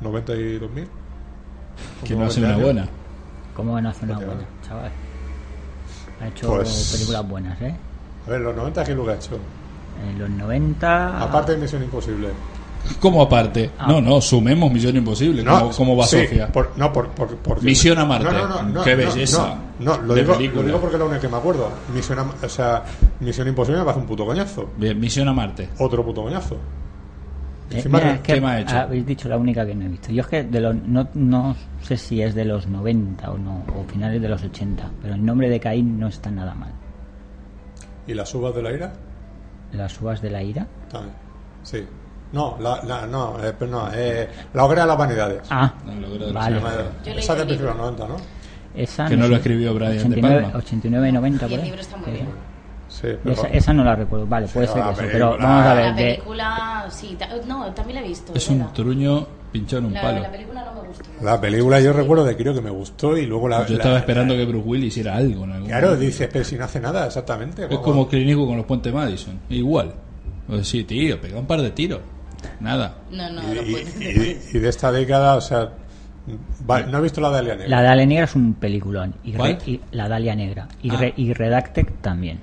mm, 92.000. Que no hace 90 una años. buena. ¿Cómo van a hacer una Joder. buena, chaval? Ha hecho Pues- películas buenas, ¿eh? A ver, los 90 que lo que ha hecho. En los 90. Aparte de Misión Imposible. Como aparte. Ah. No, no, sumemos Misión Imposible. como, como va sí, Sofía. por- no, por, por- porque- Misión a Marte. No, no, no, no, Qué no, belleza No, no, lo, de digo, película. lo digo porque es la única que me acuerdo. Misión, a- o sea, Misión Imposible me parece un puto coñazo. Bien, Misión a Marte. Otro puto coñazo. Eh, Encima mira, que- es que ¿qué me ha hecho? Habéis dicho la única que no he visto. Yo es que de los, no, no sé si es de los 90 o no, o finales de los 80, pero el nombre de Caín no está nada mal. ¿Y las uvas de la ira? Las uvas de la ira. También. Sí. No, la, la- no, eh, pero no eh, la hoguera de las vanidades. Ah, No, lo creo que Se vale. llama- Yo leí Esa de el principios libro. de los 90, ¿no? Esa Que no sé. lo escribió Brian De 89, Palma. 89, 90 Y por el ahí. libro está muy bien. Sí, pero, Esa, esa no la recuerdo. Vale, puede Sí, ser la eso, pero película. vamos a La ver. de- película, sí, ta- no, también la he visto. Ah. Es ¿verdad? un truño pinchado en un la, palo. la película no me gustó. La película yo recuerdo de creo que me gustó y luego la... Yo Ah, la- estaba esperando que Bruce Willis hiciera algo. en algún Claro, momento. dices, pero si no hace nada, exactamente. Es como Clint Eastwood con los puentes Madison. Igual. Pues sí, tío, pega un par de tiros. Nada. No, no, Y, no y- puedo. y- y de esta década, o sea, va- no he visto la de Alien. La Dalia Negra es un peliculón. Y, re- ¿Cuál? y- la Dalia Negra. Y, Ah. re- y Redacted también.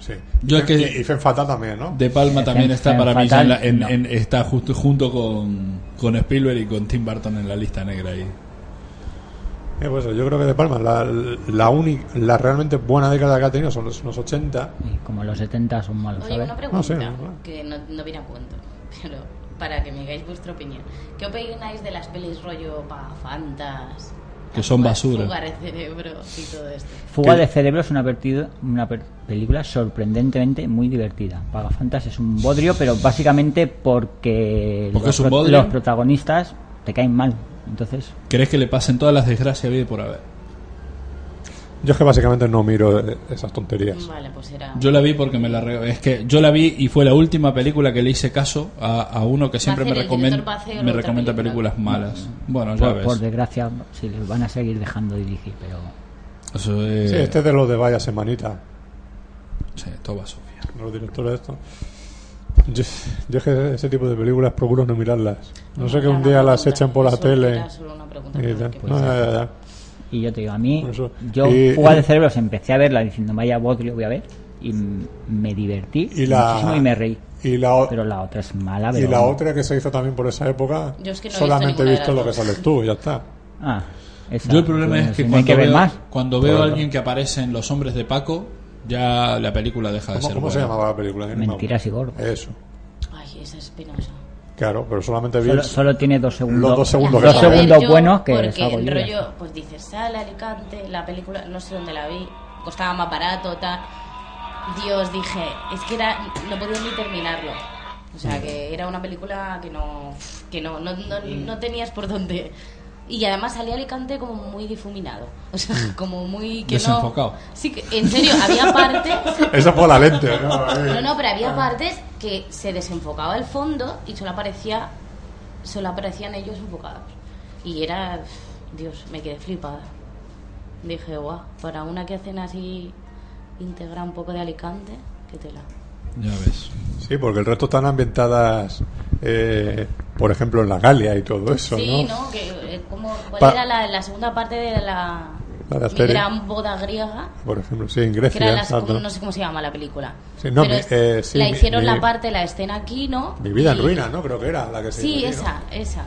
Sí. Yo y, es que- y- y Fen Fatal también, ¿no? De Palma también está para mí ya en la- en- Fatal, en- está justo junto con, con Spielberg y con Tim Burton en la lista negra ahí. Eh, pues yo creo que De Palma, la, la, uni- la realmente buena década que ha tenido son los, los 80. Y como los 70 son malos, Oye, ¿sabes? una No pregunta sé, no. que no, no viene a cuento, pero para que me digáis vuestra opinión. ¿Qué opináis de las pelis rollo Pagafantas? Que son Fuga- basura. Fugar el cerebro y todo esto. Fuga Que- de Cerebro es una, vertido- una per- película sorprendentemente muy divertida. Pagafantas es un bodrio, pero básicamente porque ¿Por qué es un pro- bodrio? los protagonistas te caen mal. Entonces, ¿Crees que le pasen todas las desgracias bien por haber? Yo es que básicamente no miro eh, esas tonterías. Vale, pues era. Yo la vi porque me la re- es que yo la vi y fue la última película que le hice caso a, a uno que siempre Va a me, hacer el recomen- director, va a hacer me otra recomienda película. películas malas. Bueno, ya por, ves. por desgracia, si les van a seguir dejando dirigir, pero Eso es- Sí, este es de los de Vaya Semanita, sí, todo va Sofía. los directores de esto. Yo, yo es que ese tipo de películas procuro no mirarlas. No sé que un Era día una las pregunta, echen por la solo tele. era solo una pregunta, y pero tal. Pues que- No, ya, ya, ya. y yo te digo, a mí, Eso. yo Y- Fuga de Cerebros empecé a verla diciendo, vaya bodrio voy a ver, y m- me divertí Y la- muchísimo y me reí. Y la, o- Pero la otra es mala, y pero- la otra que se hizo también por esa época, Yo es que no he solamente visto he ninguna de visto las lo que dos. sales tú, y ya está. Ah, esa. Yo el problema es Si que no hay cuando ver veo, más. cuando veo a Problema. alguien que aparece en Los Hombres de Paco, ya la película deja de ¿Cómo, ser cómo se buena. llamaba la película? Yo no me Mentiras y acuerdo. gordos. Eso. Ay, esa es penosa. Claro, pero solamente vi. Solo, el- solo tiene dos segundos. Los dos segundos La dos que fui a ver segundos yo buenos que Porque salgo el libre. rollo, pues dices, sale Alicante, la película, no sé dónde la vi, costaba más barato, tal. Dios, dije, es que era, no podía ni terminarlo. O Mm. sea, que era una película que no, que no, no, no, no tenías por dónde. Y además salía Alicante como muy difuminado. O sea, Mm. como muy. Que no- Desenfocado. sí, que, en serio, había partes. Esa fue la lente. ¿no? No, no, pero Ah. había partes que se desenfocaba el fondo y solo aparecía solo aparecían ellos enfocados. Y era, Dios, me quedé flipada. Dije, guau, para una que hacen así, integra un poco de Alicante, qué tela. Ya ves. Sí, porque el resto están ambientadas, eh, por ejemplo, en la Galia y todo Pues eso, sí, ¿no? ¿no? Que, eh, como, ¿Cuál Pa- era la, la segunda parte de la, La de mi Asteria. gran boda griega? Por ejemplo, sí, en Que Grecia. era las- exacto. como- no sé cómo se llama la película. Sí, no, Pero mi- es- eh, sí, la mi- hicieron mi- la parte, la escena aquí, ¿no? Mi vida en Y- ruina, ¿no? Creo que era la que se Sí, hizo, ¿no? Ah, esa, esa.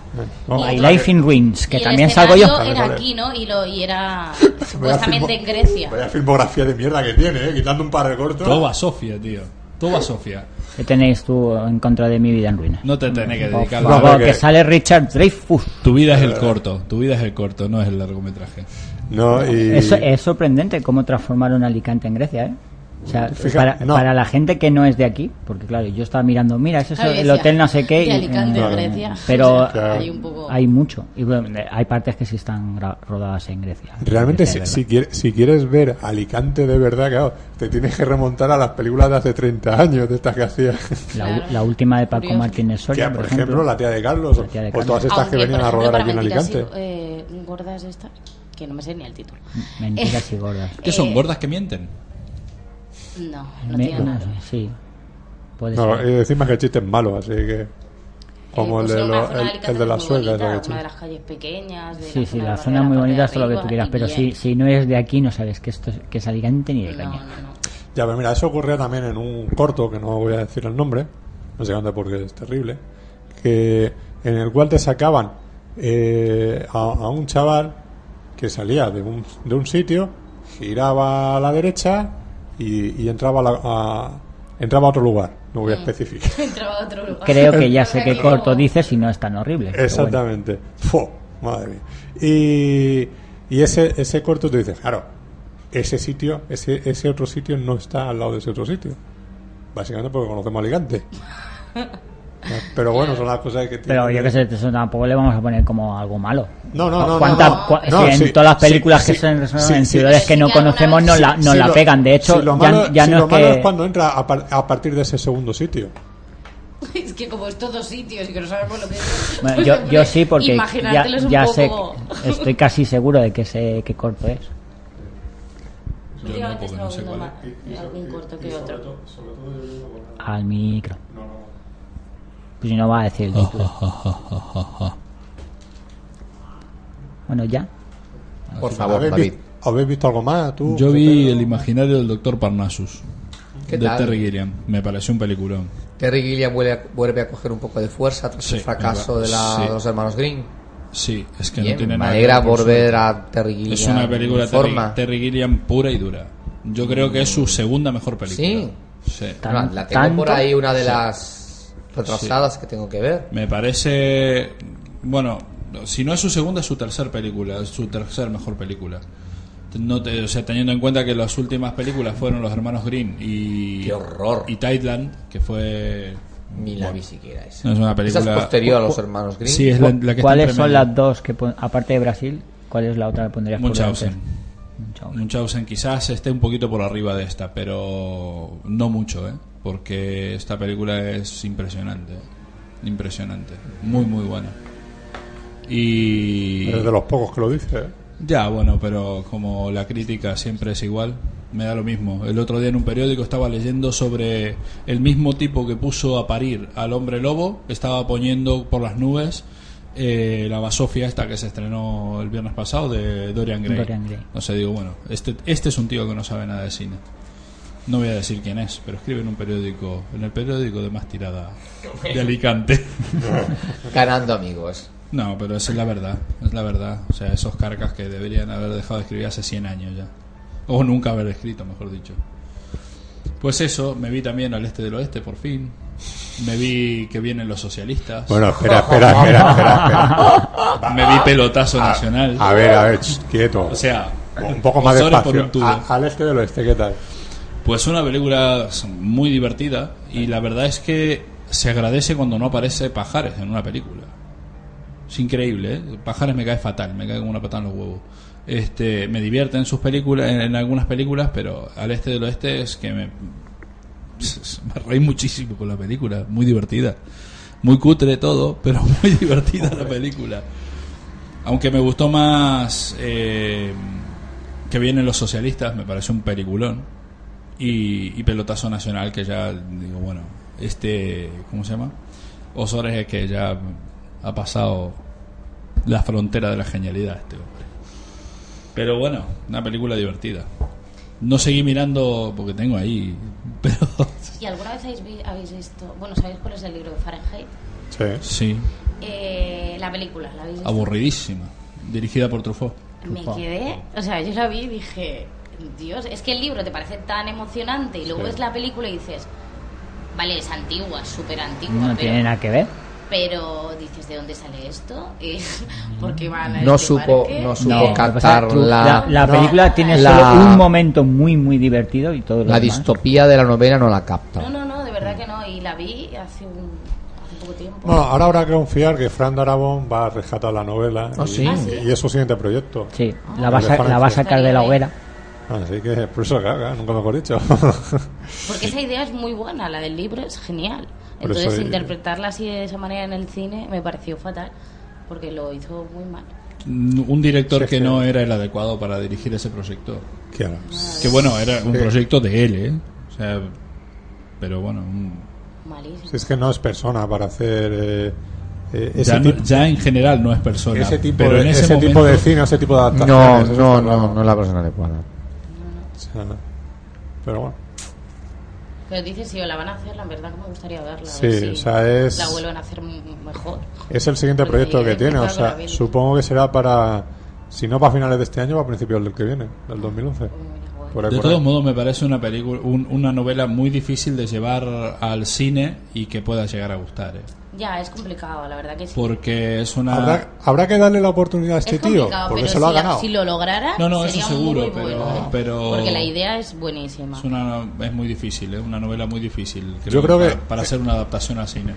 No, Y My otra- Life in Ruins, que y el también salgo yo. escenario Vale, era vale. aquí, ¿no? Y, lo, y era Vaya supuestamente en filmo- Pues Grecia. Vaya filmografía de mierda que tiene, ¿eh? Quitando un par de cortos. Toba Sofía, tío. Toba Sofía. ¿Qué ¿eh? tenéis tú en contra de mi vida en ruinas? No te tenés que dedicar Luego la... favor. Mm, que... que- sale Richard Dreyfus. Tu vida es el corto. Tu vida es el corto, no es el largometraje. No, y... Eso es sorprendente cómo transformaron Alicante en Grecia, ¿eh? O sea, Fija- para, no. para la gente que no es de aquí, porque claro, yo estaba mirando, mira, ese es Claro, el decía, hotel no sé qué. De y- Alicante, eh, Claro. Grecia. Pero O sea, Claro. hay un poco... hay mucho. Y bueno, hay partes que sí están gra- rodadas en Grecia. Realmente, Sí, si, de si, verdad. quieres, si quieres ver Alicante de verdad, claro, te tienes que remontar a las películas de hace 30 años, de estas que hacía. La, Claro. la última de Paco Curioso. Martínez Que, Soria, por ejemplo, la tía de Carlos, La tía de o- Carlos. o todas estas Aunque, que venían Ah, por a rodar ejemplo, aquí en para mentiras Alicante. y- eh, gordas estas, que no me sé ni el título. Mentiras y gordas. ¿Qué son? Eh, ¿Gordas que mienten? No, no Me- tiene nada. sí. Puede No, eh, ser. y decimos que el chiste es malo, así que. Como Eh, el pues de, era una lo- zona el- Alicante el de muy las suegras. bonita, ¿no? Una de las calles pequeñas. de Sí, sí, de la Barrera, zona muy parte de bonita, todo lo que arriba, tú quieras, pero si, Guillén. si no eres de aquí no sabes que esto es- que es Alicante ni de No, caña. no, no. Ya, pero mira, eso ocurría también en un corto, que no voy a decir el nombre, básicamente porque es terrible, que en el cual te sacaban eh, a, a un chaval que salía de un, de un sitio, giraba a la derecha y, y entraba, a la- a- entraba a otro lugar, no voy a especificar. Entraba a otro lugar. Creo que ya sé Ahora qué que corto como- dices y no es tan horrible. pero bueno. Exactamente. Fo, madre mía. Y, y ese, ese corto tú dices, claro, ese sitio, ese, ese otro sitio no está al lado de ese otro sitio. Básicamente porque conocemos Alicante. Pero bueno, son las cosas que tienen- Pero yo que sé, eso tampoco le vamos a poner como algo malo. No, no, no. ¿Cuánta- no, no. cua- No, si en sí, todas las sí, películas que sí, son son sí, en sí, ciudades que sí, no alguna conocemos vez no sí, la, no sí, la lo- pegan. De hecho, sí, lo ya, malo- ya sí, no lo es malo que... cuando entra a, par- a partir de ese segundo sitio. Es que como es todos sitios y que no sabemos lo que es. Pues Bueno, yo, yo sí, porque ya, Imaginártelos un ya poco- sé, este- estoy casi seguro de que sé qué corto es. Yo no, Últimamente porque no sé estaba cuál. viendo más eh, algún corto que otro. Al micro. Pues si no va a decir el es. título. Uh, Bueno, ya. Por favor, ¿Habéis, David. vi- habéis visto algo más? ¿Tú? Yo vi Pedro? El imaginario del doctor Parnassus. ¿Qué de tal? Terry Gilliam. Me pareció un peliculón. Terry Gilliam vuelve, vuelve a coger un poco de fuerza tras Sí, el fracaso me de, va- la- sí. de los hermanos Green. Sí, es que Bien, no tiene me nada. que alegra ver con volver su- a Terry Gilliam. Es una película en Terry, forma. Terry Gilliam pura y dura. Yo creo que es su segunda mejor película. Sí. Tan- No, la tengo por tanto. ahí una de las retrasadas que tengo que ver. Me parece. Bueno, si no es su segunda, es su tercer película. Es su tercer mejor película. No te- o sea, teniendo en cuenta que las últimas películas fueron Los Hermanos Green y. ¡Qué horror! Y Thailand, que fue. Ni la Bueno, vi siquiera esa. No es una Esa es película. posterior a los hermanos Green. Sí, es la, la que ¿Cuáles está son entre las medio. dos que, pon- aparte de Brasil, cuál es la otra que pondrías por Munchausen. delante? Munchausen. Munchausen quizás esté un poquito por arriba de esta, pero no mucho, ¿eh? Porque esta película es impresionante. Impresionante. Muy, muy buena. Y. Eres de los pocos que lo dice. ¿eh? Ya, bueno, pero como la crítica siempre es igual, me da lo mismo. El otro día en un periódico estaba leyendo sobre el mismo tipo que puso a parir al hombre lobo, estaba poniendo por las nubes eh, la basofia esta que se estrenó el viernes pasado de Dorian Gray. Dorian Gray. No sé, digo, bueno, este, este es un tío que no sabe nada de cine. No voy a decir quién es, pero escribe en un periódico, en el periódico de más tirada de Alicante. Ganando amigos. No, pero esa es la verdad, es la verdad. O sea, esos carcas que deberían haber dejado de escribir hace 100 años ya. O nunca haber escrito, mejor dicho. Pues eso, me vi también al este del oeste, por fin. Me vi que vienen los socialistas. Bueno, espera, espera, espera, espera. espera. me vi pelotazo nacional. A ver, a ver, ch, quieto. o sea, un poco más Ozores por despacio. un tubo. A- al este del oeste, ¿qué tal? Pues una película muy divertida y la verdad es que se agradece cuando no aparece Pajares en una película. Es increíble, ¿eh? Pajares me cae fatal, me cae como una patada en los huevos. Este, me divierte en sus películas, en, en algunas películas, pero al este del oeste es que me, me reí muchísimo con la película, muy divertida. Muy cutre todo, pero muy divertida la película. Aunque me gustó más eh, que vienen los socialistas, me parece un peliculón. Y, y Pelotazo Nacional, que ya, digo, bueno, este, ¿cómo se llama? Osores es que ya ha pasado la frontera de la genialidad este hombre. Pero bueno, una película divertida. No seguí mirando porque tengo ahí, pero ¿Y alguna vez habéis, vi- habéis visto, bueno, sabéis cuál es el libro de Fahrenheit? Sí. sí, Eh, la película, ¿la habéis visto? aburridísima. Dirigida por Truffaut. Me Truffaut. quedé, o sea, yo la vi y dije, Dios, es que el libro te parece tan emocionante y luego Sí. ves la película y dices, vale, es antigua, súper antigua, No tiene pero, nada que ver. pero dices, ¿de dónde sale esto? Eh, Porque van a No este supo- parque. no supo No, lo que pasa es que captar tú- la- la no, película tiene la- solo un momento muy, muy divertido y todo lo La demás. distopía de la novela no la capta. No, no, no, de verdad que no, y la vi hace un, hace poco tiempo. Bueno, ahora habrá que confiar que Fran Darabont va a rescatar la novela Ah, y, sí. Ah, sí. y es su siguiente proyecto. Sí, la El va, a de sa- la va a Francia. sacar de la hoguera. Así que por eso caga, nunca mejor dicho. Porque esa idea es muy buena, la del libro es genial. Por eso Entonces hay- interpretarla así de esa manera en el cine me pareció fatal, porque lo hizo muy mal. Un director Sí, que sí. no era el adecuado para dirigir ese proyecto. ¿Qué hará? Que bueno, era un Sí. proyecto de él, ¿eh? O sea, pero bueno, un- Malísimo. Si es que no es persona para hacer eh, eh, ese, ya, no- tip- ya en general no es persona. ese tipo, pero de, en ese, ese tipo momento- de cine, ese tipo de No, adaptaciones. eso no, está claro. no, no es la persona adecuada. O sea, pero bueno. Pero dices, si la van a hacer, la verdad que me gustaría verla. a Sí, ver si o sea, es- La vuelven a hacer m- mejor. Es el siguiente Porque proyecto que empieza tiene, o con sea, Avengers. supongo que será para, si no para finales de este año, para principios del que viene, del 2011. Mira, guay. Por ahí, De por todos ahí. modos, me parece una película, un- una novela muy difícil de llevar al cine y que pueda llegar a gustar. ¿eh? Ya, es complicado, la verdad que sí. Porque es una. ¿Habrá, habrá que darle la oportunidad a este es tío, complicado, porque pero se lo ha si, la- ganado. si lo lograra, No, no, eso sería seguro, muy pero- bueno, ¿eh? pero- Porque la idea es buenísima. Es, una, es muy difícil, es una novela muy difícil. Yo creo que- Para, para hacer una adaptación al cine.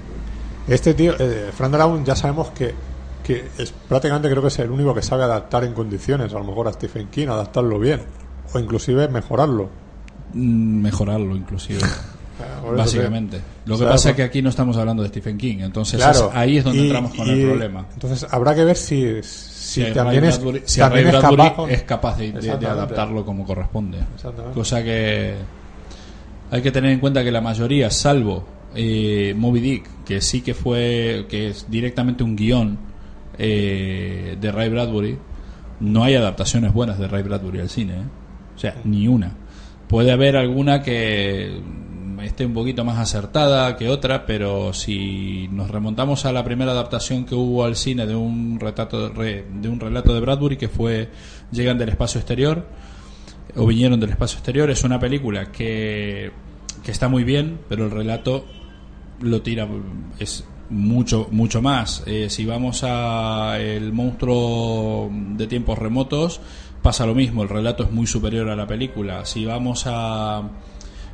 Este tío, eh, Fran Darabont, ya sabemos que, que es, prácticamente creo que es el único que sabe adaptar en condiciones, a lo mejor a Stephen King, adaptarlo bien, o inclusive mejorarlo. Mm, Mejorarlo, inclusive. Ah, por eso básicamente. Lo que Claro. pasa es que aquí no estamos hablando de Stephen King, entonces Claro, es- ahí es donde y- entramos con y el problema. Entonces habrá que ver si, si, Ray también, es, Bradbury- si también Ray es Bradbury capaz, es capaz de, de- de Exactamente. adaptarlo como corresponde. Exactamente. Cosa que hay que tener en cuenta que la mayoría, salvo eh, Moby Dick, que sí que fue, que es directamente un guión eh, de Ray Bradbury, no hay adaptaciones buenas de Ray Bradbury al cine. ¿eh? O sea, ni una. Puede haber alguna que mm, esté un poquito más acertada que otra, pero si nos remontamos a la primera adaptación que hubo al cine de un retrato re- de un relato de Bradbury que fue Llegan del espacio exterior o vinieron del espacio exterior, es una película que que está muy bien, pero el relato lo tira es mucho mucho más Eh, si vamos a el monstruo de tiempos remotos pasa lo mismo el relato es muy superior a la película si vamos a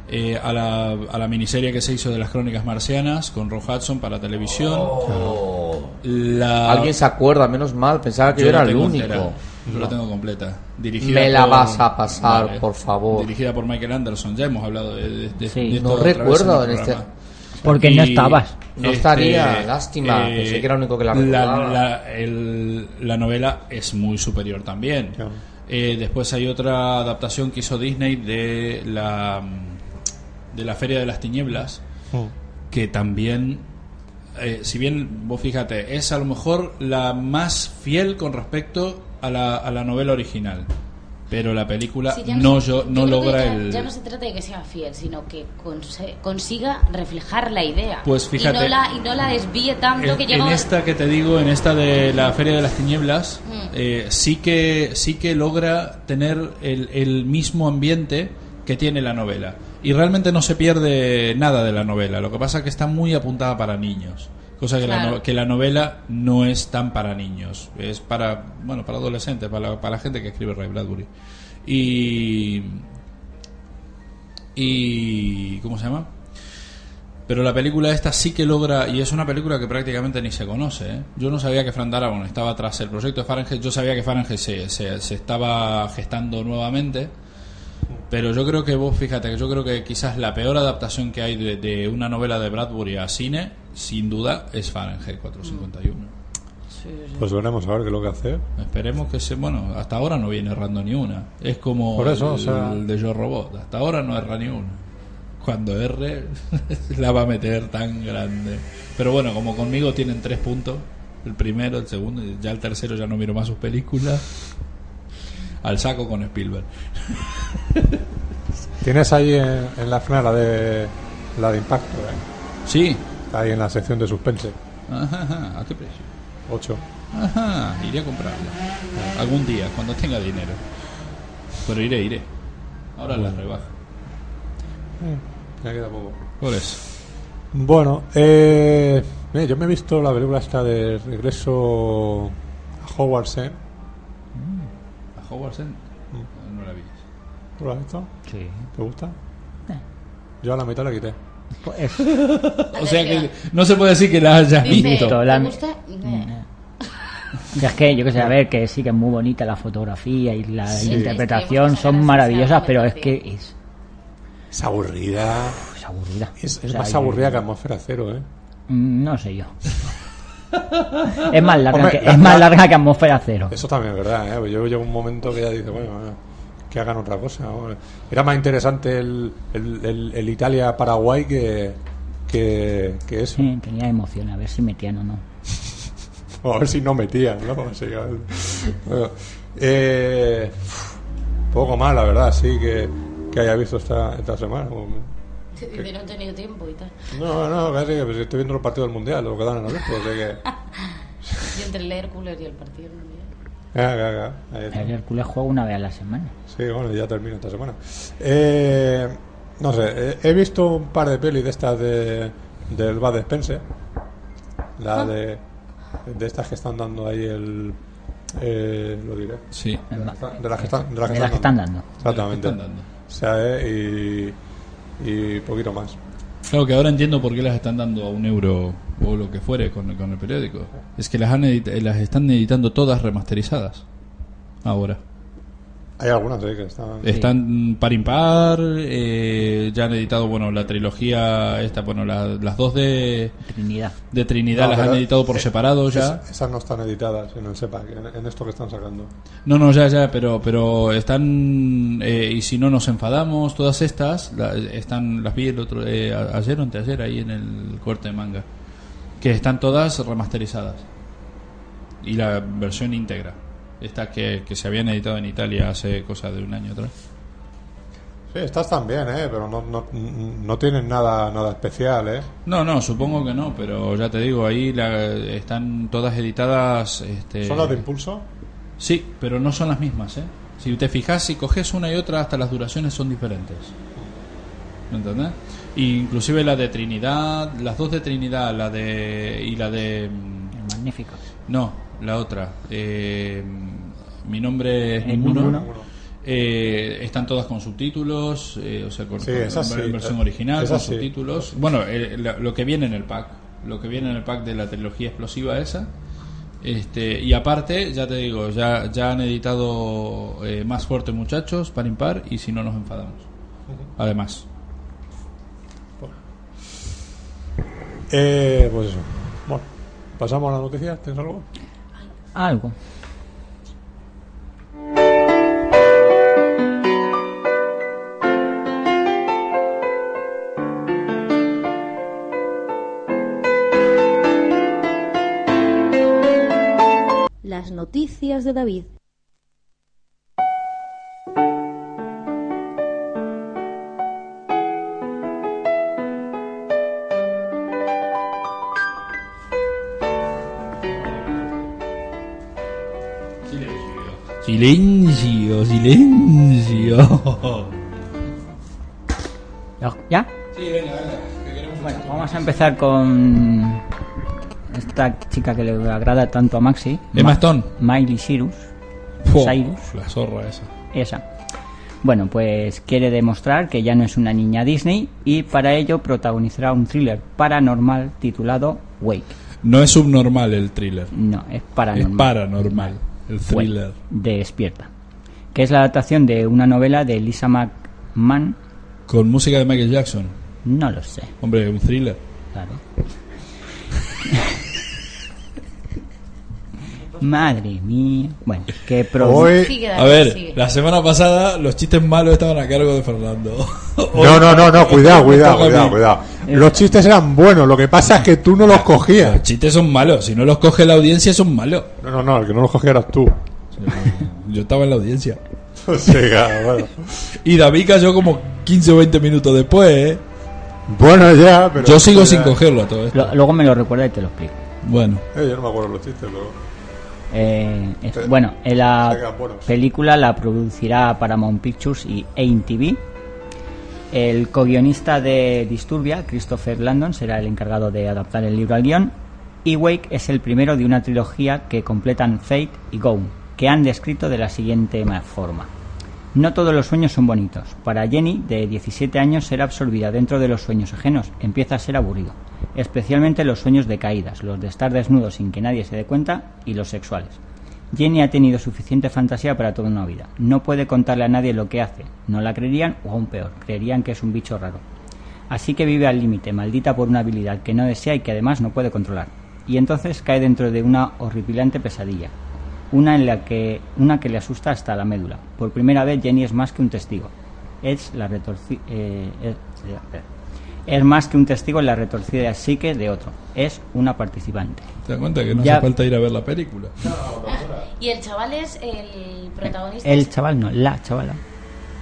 eh, a, la, a la miniserie que se hizo de las crónicas marcianas con Ron Hudson para televisión la, Alguien se acuerda, menos mal, pensaba que yo, Ah, yo la era el tengo único. entera. Yo la tengo completa. Dirigida Me la por- vas a pasar, por favor. Dirigida por Michael Anderson. Ya hemos hablado de, de- de- Sí. de No otra vez recuerdo el en este- programa. Porque no Y, este, eh, estabas. No estaría, lástima, pensé que era el único que la recordaba. la- el- la novela es muy superior también. Claro. Eh, después hay otra adaptación que hizo Disney de la, mm, de la Feria de las Tinieblas Mm. que también, eh, si bien vos fíjate, es a lo mejor la más fiel con respecto a la, a la novela original, pero la película Sí, ya no, se- yo, no creo que logra ya, el... ya no se trata de que sea fiel, sino que conse- consiga reflejar la idea. Pues Y no fíjate. la, y no la desvíe tanto que en, llega en a- esta que te digo, en esta de la Feria de las Tinieblas, Mm. eh, sí, que, sí que logra tener el, el mismo ambiente que tiene la novela. Y realmente no se pierde nada de la novela. Lo que pasa es que está muy apuntada para niños. Cosa que, la, Claro. no- que la novela no es tan para niños. Es para, bueno, para adolescentes, para la, para la gente que escribe Ray Bradbury. Y... Y... ¿Cómo se llama? Pero la película esta sí que logra, y es una película que prácticamente ni se conoce. ¿eh? Yo no sabía que Fran Darabont estaba tras el proyecto de Fahrenheit, yo sabía que Fahrenheit se, se, se estaba gestando nuevamente. Pero yo creo que vos, fíjate, que yo creo que quizás la peor adaptación que hay de, de una novela de Bradbury a cine, sin duda, es Fahrenheit 451. Pues veremos a ver qué es lo que hace. Esperemos que se. Bueno, hasta ahora no viene errando ni una. Es como Por eso, el, o sea- el de Yo Robot. Hasta ahora no erra ni una. Cuando erre, la va a meter tan grande. Pero bueno, como conmigo tienen tres puntos: el primero, el segundo, y ya el tercero ya no miro más sus películas. Al saco con Spielberg. Tienes ahí en, en la FNA la de, la de impacto, eh, Sí. ahí en la sección de suspense. Ajá, ajá. ¿A qué precio? 8. Ajá. Iré a comprarla. Algún día, cuando tenga dinero. Pero iré, iré. Ahora la rebaja. Ya queda poco. Por eso. Bueno, eh, mira, yo me he visto la película esta de Regreso a Hogwarts, ¿eh? ¿A Hogwarts End? No la vi. ¿Tú la has visto? Sí. ¿Te gusta? Yo a la mitad la quité. Pues, O sea que no se puede decir que la hayas Dice, visto. Mm. Visto, ¿te la- gusta? Meh. o sea, es que yo que sé, a ver, que sí que es muy bonita la fotografía y la Sí. interpretación, Tenemos que sacar son esa maravillosas, pero es argumentación. que es, Es aburrida. pues, aburrida. Es, O sea, más yo- aburrida que Atmósfera Cero, ¿eh? Mm, No sé yo. es más larga, Hombre, que, la- es más larga que Atmósfera Cero. Eso también es verdad, ¿eh? Pues Yo llevo un momento que ya dice, bueno, eh, que hagan otra cosa. ¿no? Era más interesante el, el- el- el Italia-Paraguay que, que, que eso. Sí, tenía emoción, a ver si metían o no. O a ver si no metían, ¿no? O sea, bueno, eh, poco más, la verdad, sí, que, que haya visto esta, esta semana. Dice, no he tenido tiempo y tal. No, no, casi que pues, estoy viendo los partidos del Mundial, lo que dan en el resto, o sea que... Ah, Y entre el Hércules y el partido del Mundial. ah, ah, ahí está. El Hércules juega una vez a la semana. Sí, bueno, ya termino esta semana. Eh, no sé, eh, he visto un par de pelis de estas de, del Bad Spencer. La de, de estas que están dando ahí el... eh, lo diré. Sí. De las que están- de las que están, de las que De las que están dando. Exactamente. De las que están dando. O sea, eh, y, y poquito más. Claro que ahora entiendo por qué las están dando a un euro o lo que fuere con, con el periódico. Es que las, han edit- eh, las están editando todas remasterizadas. Ahora. Hay algunas eh, que están. Están par impar, eh, ya han editado, bueno, la trilogía esta, bueno, la- las dos de, Trinidad. de Trinidad No, las han pero- editado por separado ya. Es- esas no están editadas en el SEPA, en, en esto que están sacando. No, no, ya, ya, pero, pero están, eh, y si no nos enfadamos, todas estas, la- están, las vi el otro, eh, a- ayer o anteayer ahí en el corte de manga, que están todas remasterizadas. Y la versión íntegra, estas que, que se habían editado en Italia hace cosa de un año atrás. Sí, estas también, eh, pero no, no, no tienen nada, nada especial, eh. No, no, supongo que no, pero ya te digo, ahí la- están todas editadas. Este, Son las de impulso. Sí, pero no son las mismas, ¿eh? Si te fijas, si coges una y otra, hasta las duraciones son diferentes. ¿Me entendés? Y inclusive la de Trinidad, las dos de Trinidad, la de... y la de... mm, Es magnífico. No, la otra. eh, mi nombre es Es Ninguno. Ninguno. Eh, están todas con subtítulos, eh, o sea, con, Sí, con- esas en sí, versión eh, original, con esas sí. subtítulos. Bueno, eh, la- lo que viene en el pack, lo que viene en el pack de la trilogía explosiva esa. Este, y aparte, ya te digo, ya, ya han editado eh, Más Fuerte Muchachos, Par Impar y Si No Nos Enfadamos. Además. Eh, pues eso. Bueno, pasamos a las noticias. ¿Tienes algo? Algo. Las noticias de David. Silencio, silencio. ¿Ya? ¿Ya? Bueno, vamos a empezar con esta chica que le agrada tanto a Maxi. Emma Ma- Stone. Miley Cyrus. Fua, Cyrus. La zorra esa. Esa. Bueno, pues quiere demostrar que ya no es una niña Disney y para ello protagonizará un thriller paranormal titulado Wake. No es subnormal el thriller. No, es paranormal. Es paranormal. El thriller. Wake, de Despierta. Que es la adaptación de una novela de Lisa McMahon. Con música de Michael Jackson. No lo sé, Hombre, un thriller. claro. Madre mía. Bueno, que pro- Hoy- Sigue, Dani, Eh, A ver, sigue. la semana pasada los chistes malos estaban a cargo de Fernando. Hoy- No, no, no, no, cuidado, Me toca cuidado, a mí. cuidado, cuidado. Los chistes eran buenos, lo que pasa es que tú no los Los cogías. chistes son malos, si no los coge la audiencia son malos. No, no, no, el que no los cogías eras tú. Yo estaba en la audiencia. O sea, bueno. Y David cayó como 15 o 20 minutos después, ¿eh? Bueno, ya, pero. Yo sigo sin Ya. cogerlo a todo esto. lo- luego me lo recuerda y te lo explico. Bueno, Eh, yo no me acuerdo los chistes, pero. Eh, es- Te- bueno, eh, te la quedan buenos. película la producirá Paramount Pictures y AIM-TV. El co-guionista de Disturbia, Christopher Landon, será el encargado de adaptar el libro al guión. Y Wake es el primero de una trilogía que completan Fate y Go, que han descrito de la siguiente ma- forma. No todos los sueños son bonitos. Para Jenny, de 17 años, ser absorbida dentro de los sueños ajenos empieza a ser aburrido, especialmente los sueños de caídas, los de estar desnudo sin que nadie se dé cuenta y los sexuales. Jenny ha tenido suficiente fantasía para toda una vida. No puede contarle a nadie lo que hace. No la creerían o aún peor, creerían que es un bicho raro. Así que vive al límite, maldita por una habilidad que no desea y que además no puede controlar. Y entonces cae dentro de una horripilante pesadilla, una en la que una que le asusta hasta la médula. Por primera vez Jenny es más que un testigo. Es la retorci- eh, es- es más que un testigo en la retorcida psique de otro. Es una participante. ¿te das cuenta que no Ya. hace falta ir a ver la película? Y el chaval es el protagonista. El chaval no, la chavala.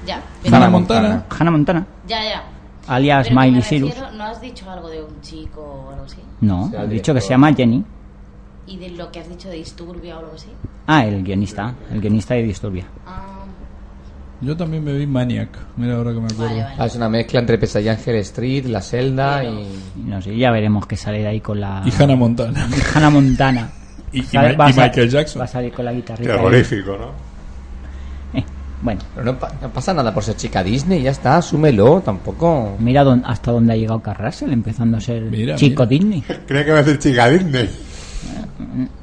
Ya, pero- Hannah Hannah Montana. Montana. Hannah Montana, ya, ya. alias Pero que me Miley refiero, Cyrus. ¿No has dicho algo de un chico o algo así? No, Sea he el dicho que director. se llama Jenny. ¿Y de lo que has dicho de disturbia o algo así? Ah, el guionista, el guionista de Disturbia. Ah, Yo también me vi Maniac, mira ahora que me acuerdo. vale, Ah, vale. es una mezcla entre Pesaya Ángel Street, La Celda y. Y No sé, ya veremos qué sale de ahí con la Y Hannah Montana. Hannah Montana. Y- y Sale- Ma- va a y sal- Michael Jackson. Va a salir con la guitarrita. ahí. Terrorífico, ¿no? Eh, bueno, Pero no, pa- no pasa nada por ser chica Disney, ya está, asúmelo, tampoco. mira dón- hasta dónde ha llegado Carrasel empezando a ser Mira, chico mira. Disney. Creía que iba a decir chica Disney.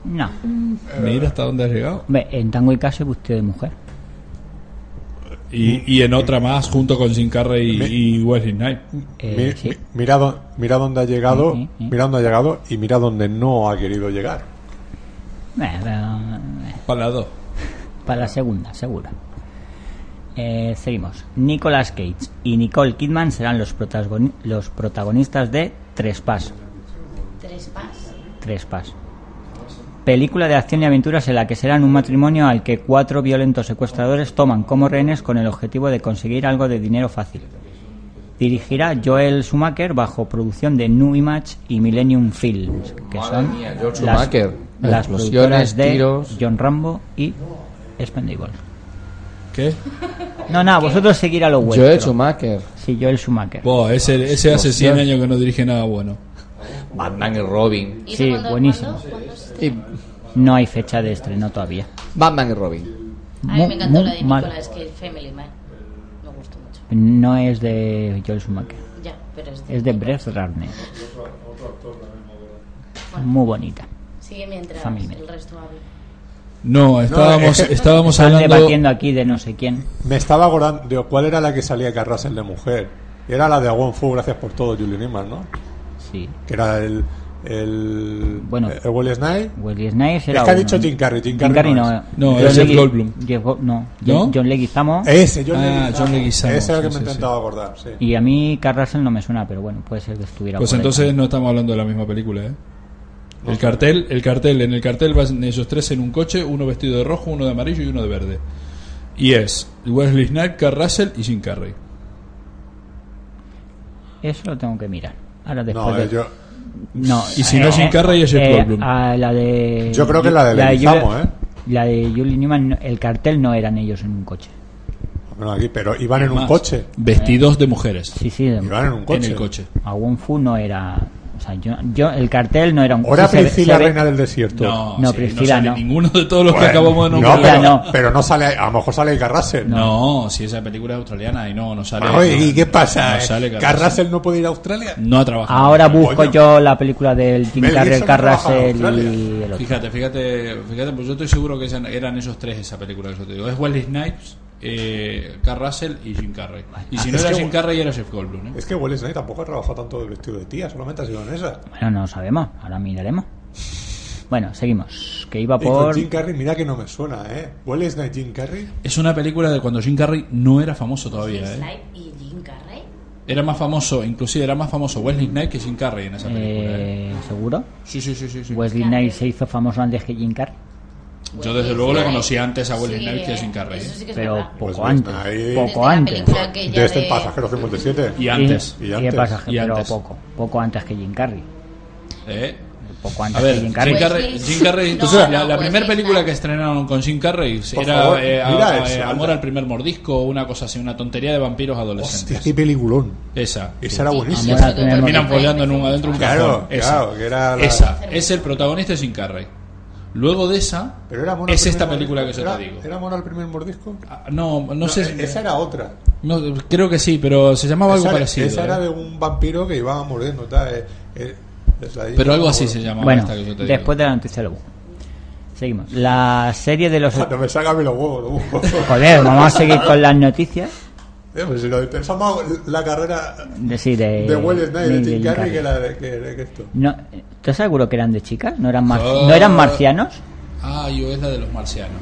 No, Eh, Mira hasta dónde has llegado. Ve, en Tango y Cash se vistió de mujer. Y, y en otra más, junto con Jim Carrey y, y Wesley Snipes. Eh, Mi- sí. mi- mira, dó- mira dónde ha llegado, Sí, sí, sí. mira dónde ha llegado y mira dónde no ha querido llegar. Eh, eh, Para las dos. Para la segunda, segura. Eh, seguimos. Nicolas Cage y Nicole Kidman serán los, protagoni- los protagonistas de Trespass. Tres más. Trespass. Película de acción y aventuras en la que serán un matrimonio al que cuatro violentos secuestradores toman como rehenes con el objetivo de conseguir algo de dinero fácil. Dirigirá Joel Schumacher bajo producción de New Image y Millennium Films, que Madre son mía, Joel las, Schumacher. las Explosiones, productoras de tiros. John Rambo y Spendables. ¿Qué? No, nada, vosotros seguir a lo vuestro. Joel Schumacher, Sí, Joel Schumacher. Buah, ese, ese hace 100 Hostia. años que no dirige nada bueno. Batman y Robin. ¿Y Sí, eso cuándo- buenísimo. cuándo- cuándo se- Y No hay fecha de estreno todavía. Batman y Robin. A mí Mu- me encantó mu- la de mal. Nicolas Cage, Family Man. Me gustó mucho. No es de Joel Schumacher. Ya, pero es de... Es de Brett Ratner. Muy bonita. Sigue mientras Family Man. el resto habla. No, eh, estábamos, es que- estábamos Están debatiendo hablando. aquí de no sé quién. Me estaba acordando de cuál era la que salía Carrasel de mujer. Y era la de Aguan Fu, gracias por todo, Julian Newman, ¿no? Sí. Que era el. El. eh, Bueno. el Wesley Snipes. Wesley Snipes era Es que ha uno, dicho ¿no? Jim Carrey, Jim Jim Carrey Carrey no no. es. No, John es el Legui- Goldblum. Jeff Go- no. ¿No? John- John Leguizamo. Ese, John Ah, Leguizamo. John Leguizamo, Ese era el que sí, me sí, intentaba acordar, sí. Y a mí Carrasel no me suena, pero bueno, puede ser que estuviera. Pues por ahí entonces también. no estamos hablando de la misma película, ¿eh? El cartel, el cartel, en el cartel van ellos tres en un coche, uno vestido de rojo, uno de amarillo y uno de verde. Y es Wesley Snipes, Kurt Russell y Jim Carrey. Eso lo tengo que mirar. Ahora después. No, de- eh, yo, No, Eh, Y si no es Jim Carrey, es Jeff Goldblum. a la de, Yo creo que la de Leguizamo, Julia- ¿eh? La de Julie Newman, no- el cartel no eran ellos en un coche. bueno, aquí, pero iban en un Más, coche. Vestidos de mujeres. Sí, sí, de- Iban en un coche. En el coche. a Wong Fu no era. O sea, yo, yo- el cartel no era un Ahora sí, se ve- Priscila, se ve- reina del desierto. No, No, sí, no Priscila, sale no. ninguno de todos los Bueno, que acabamos de no, nombrar. pero, no. pero no sale, a lo mejor sale Carrasel. Ah, No, si esa película es australiana y no, no sale. Oye, no- ¿y qué pasa? No sale eh? Kurt Russell. ¿Carrasel no puede ir a Australia? No ha trabajado. Ahora busco Coño. yo la película del Jim Mel Carrey, el Gibson trabaja en Carrasel y Australia. el otro. Fíjate, fíjate, fíjate, pues yo estoy seguro que eran- eran esos tres esa película que yo te digo. Es Wesley Snipes, eh, Kurt Russell y Jim Carrey. Y si no Ah, es era que- Jim Carrey, era Jeff Goldblum. ¿eh? Es que Will Snake tampoco ha trabajado tanto de vestido de tía, solamente ha sido en esa. Bueno, no lo sabemos, ahora miraremos. Bueno, seguimos. Que iba Y con por. Jim Carrey, mira que no me suena, ¿eh? ¿Hueles de Jim Carrey? Es una película de cuando Jim Carrey no era famoso todavía. ¿eh? Snipe y Jim Carrey. Era más famoso, inclusive era más famoso Wesley Snipes que Jim Carrey en esa película. ¿eh? Eh, ¿Seguro? Sí, sí, sí, sí. sí. Wesley Carrey. Knight se hizo famoso antes que Jim Carrey. Yo desde luego le la conocí antes a Wesley Snipes que a Jim Carrey. ¿eh? Eso sí que es Pero verdad. poco Wesley antes. Snipes. Desde Poco la antes. película que ya De este de- pasajero 57. Y antes. Y Y, antes. de pasaje, Y pero antes. poco. Poco antes que Jim Carrey. ¿eh? Poco antes A ver, que Jim Jim Carrey. Pues- Carrey, Jim Carrey, No, entonces, no, la, pues Wesley primera película Snipes. que estrenaron con Jim Carrey Por era favor, eh, a- mira a- eso, eh, anda. Amor al primer mordisco, una cosa así, una tontería de vampiros adolescentes. Hostia, qué peliculón. Esa. Esa era Sí, buenísima. sí, sí, Terminan Terminan porque- follando en un, adentro de un Claro, cajón. Esa. claro, que era la- Esa. Es el protagonista de Jim Carrey. Luego de esa, Pero era Amor al es primer esta película que mordisco. yo te ¿Era- digo. ¿Era Amor al primer mordisco? e- Ah, No, no, sé. Esa era otra. no, creo que sí, pero se llamaba algo esa, era- parecido. esa era ¿eh? de un vampiro que iba mordiendo. Tal, eh, eh, desladillo, Pero algo no así me se acuerdo. llamaba Bueno, esta que yo te después digo. de la noticia lo busco. Seguimos. La serie de los. Cuando me saca me los huevos, lo busco. Joder, vamos a seguir con las noticias. Eh, pues si lo interesa más la carrera De, sí, de, de Will Snyder y de de Jim Jim Carrey Carrey. que, la, de- que, que esto. No, ¿Estás seguro que eran de chicas? ¿No eran, mar- Ah. ¿No eran marcianos? Ah, yo es la de los marcianos.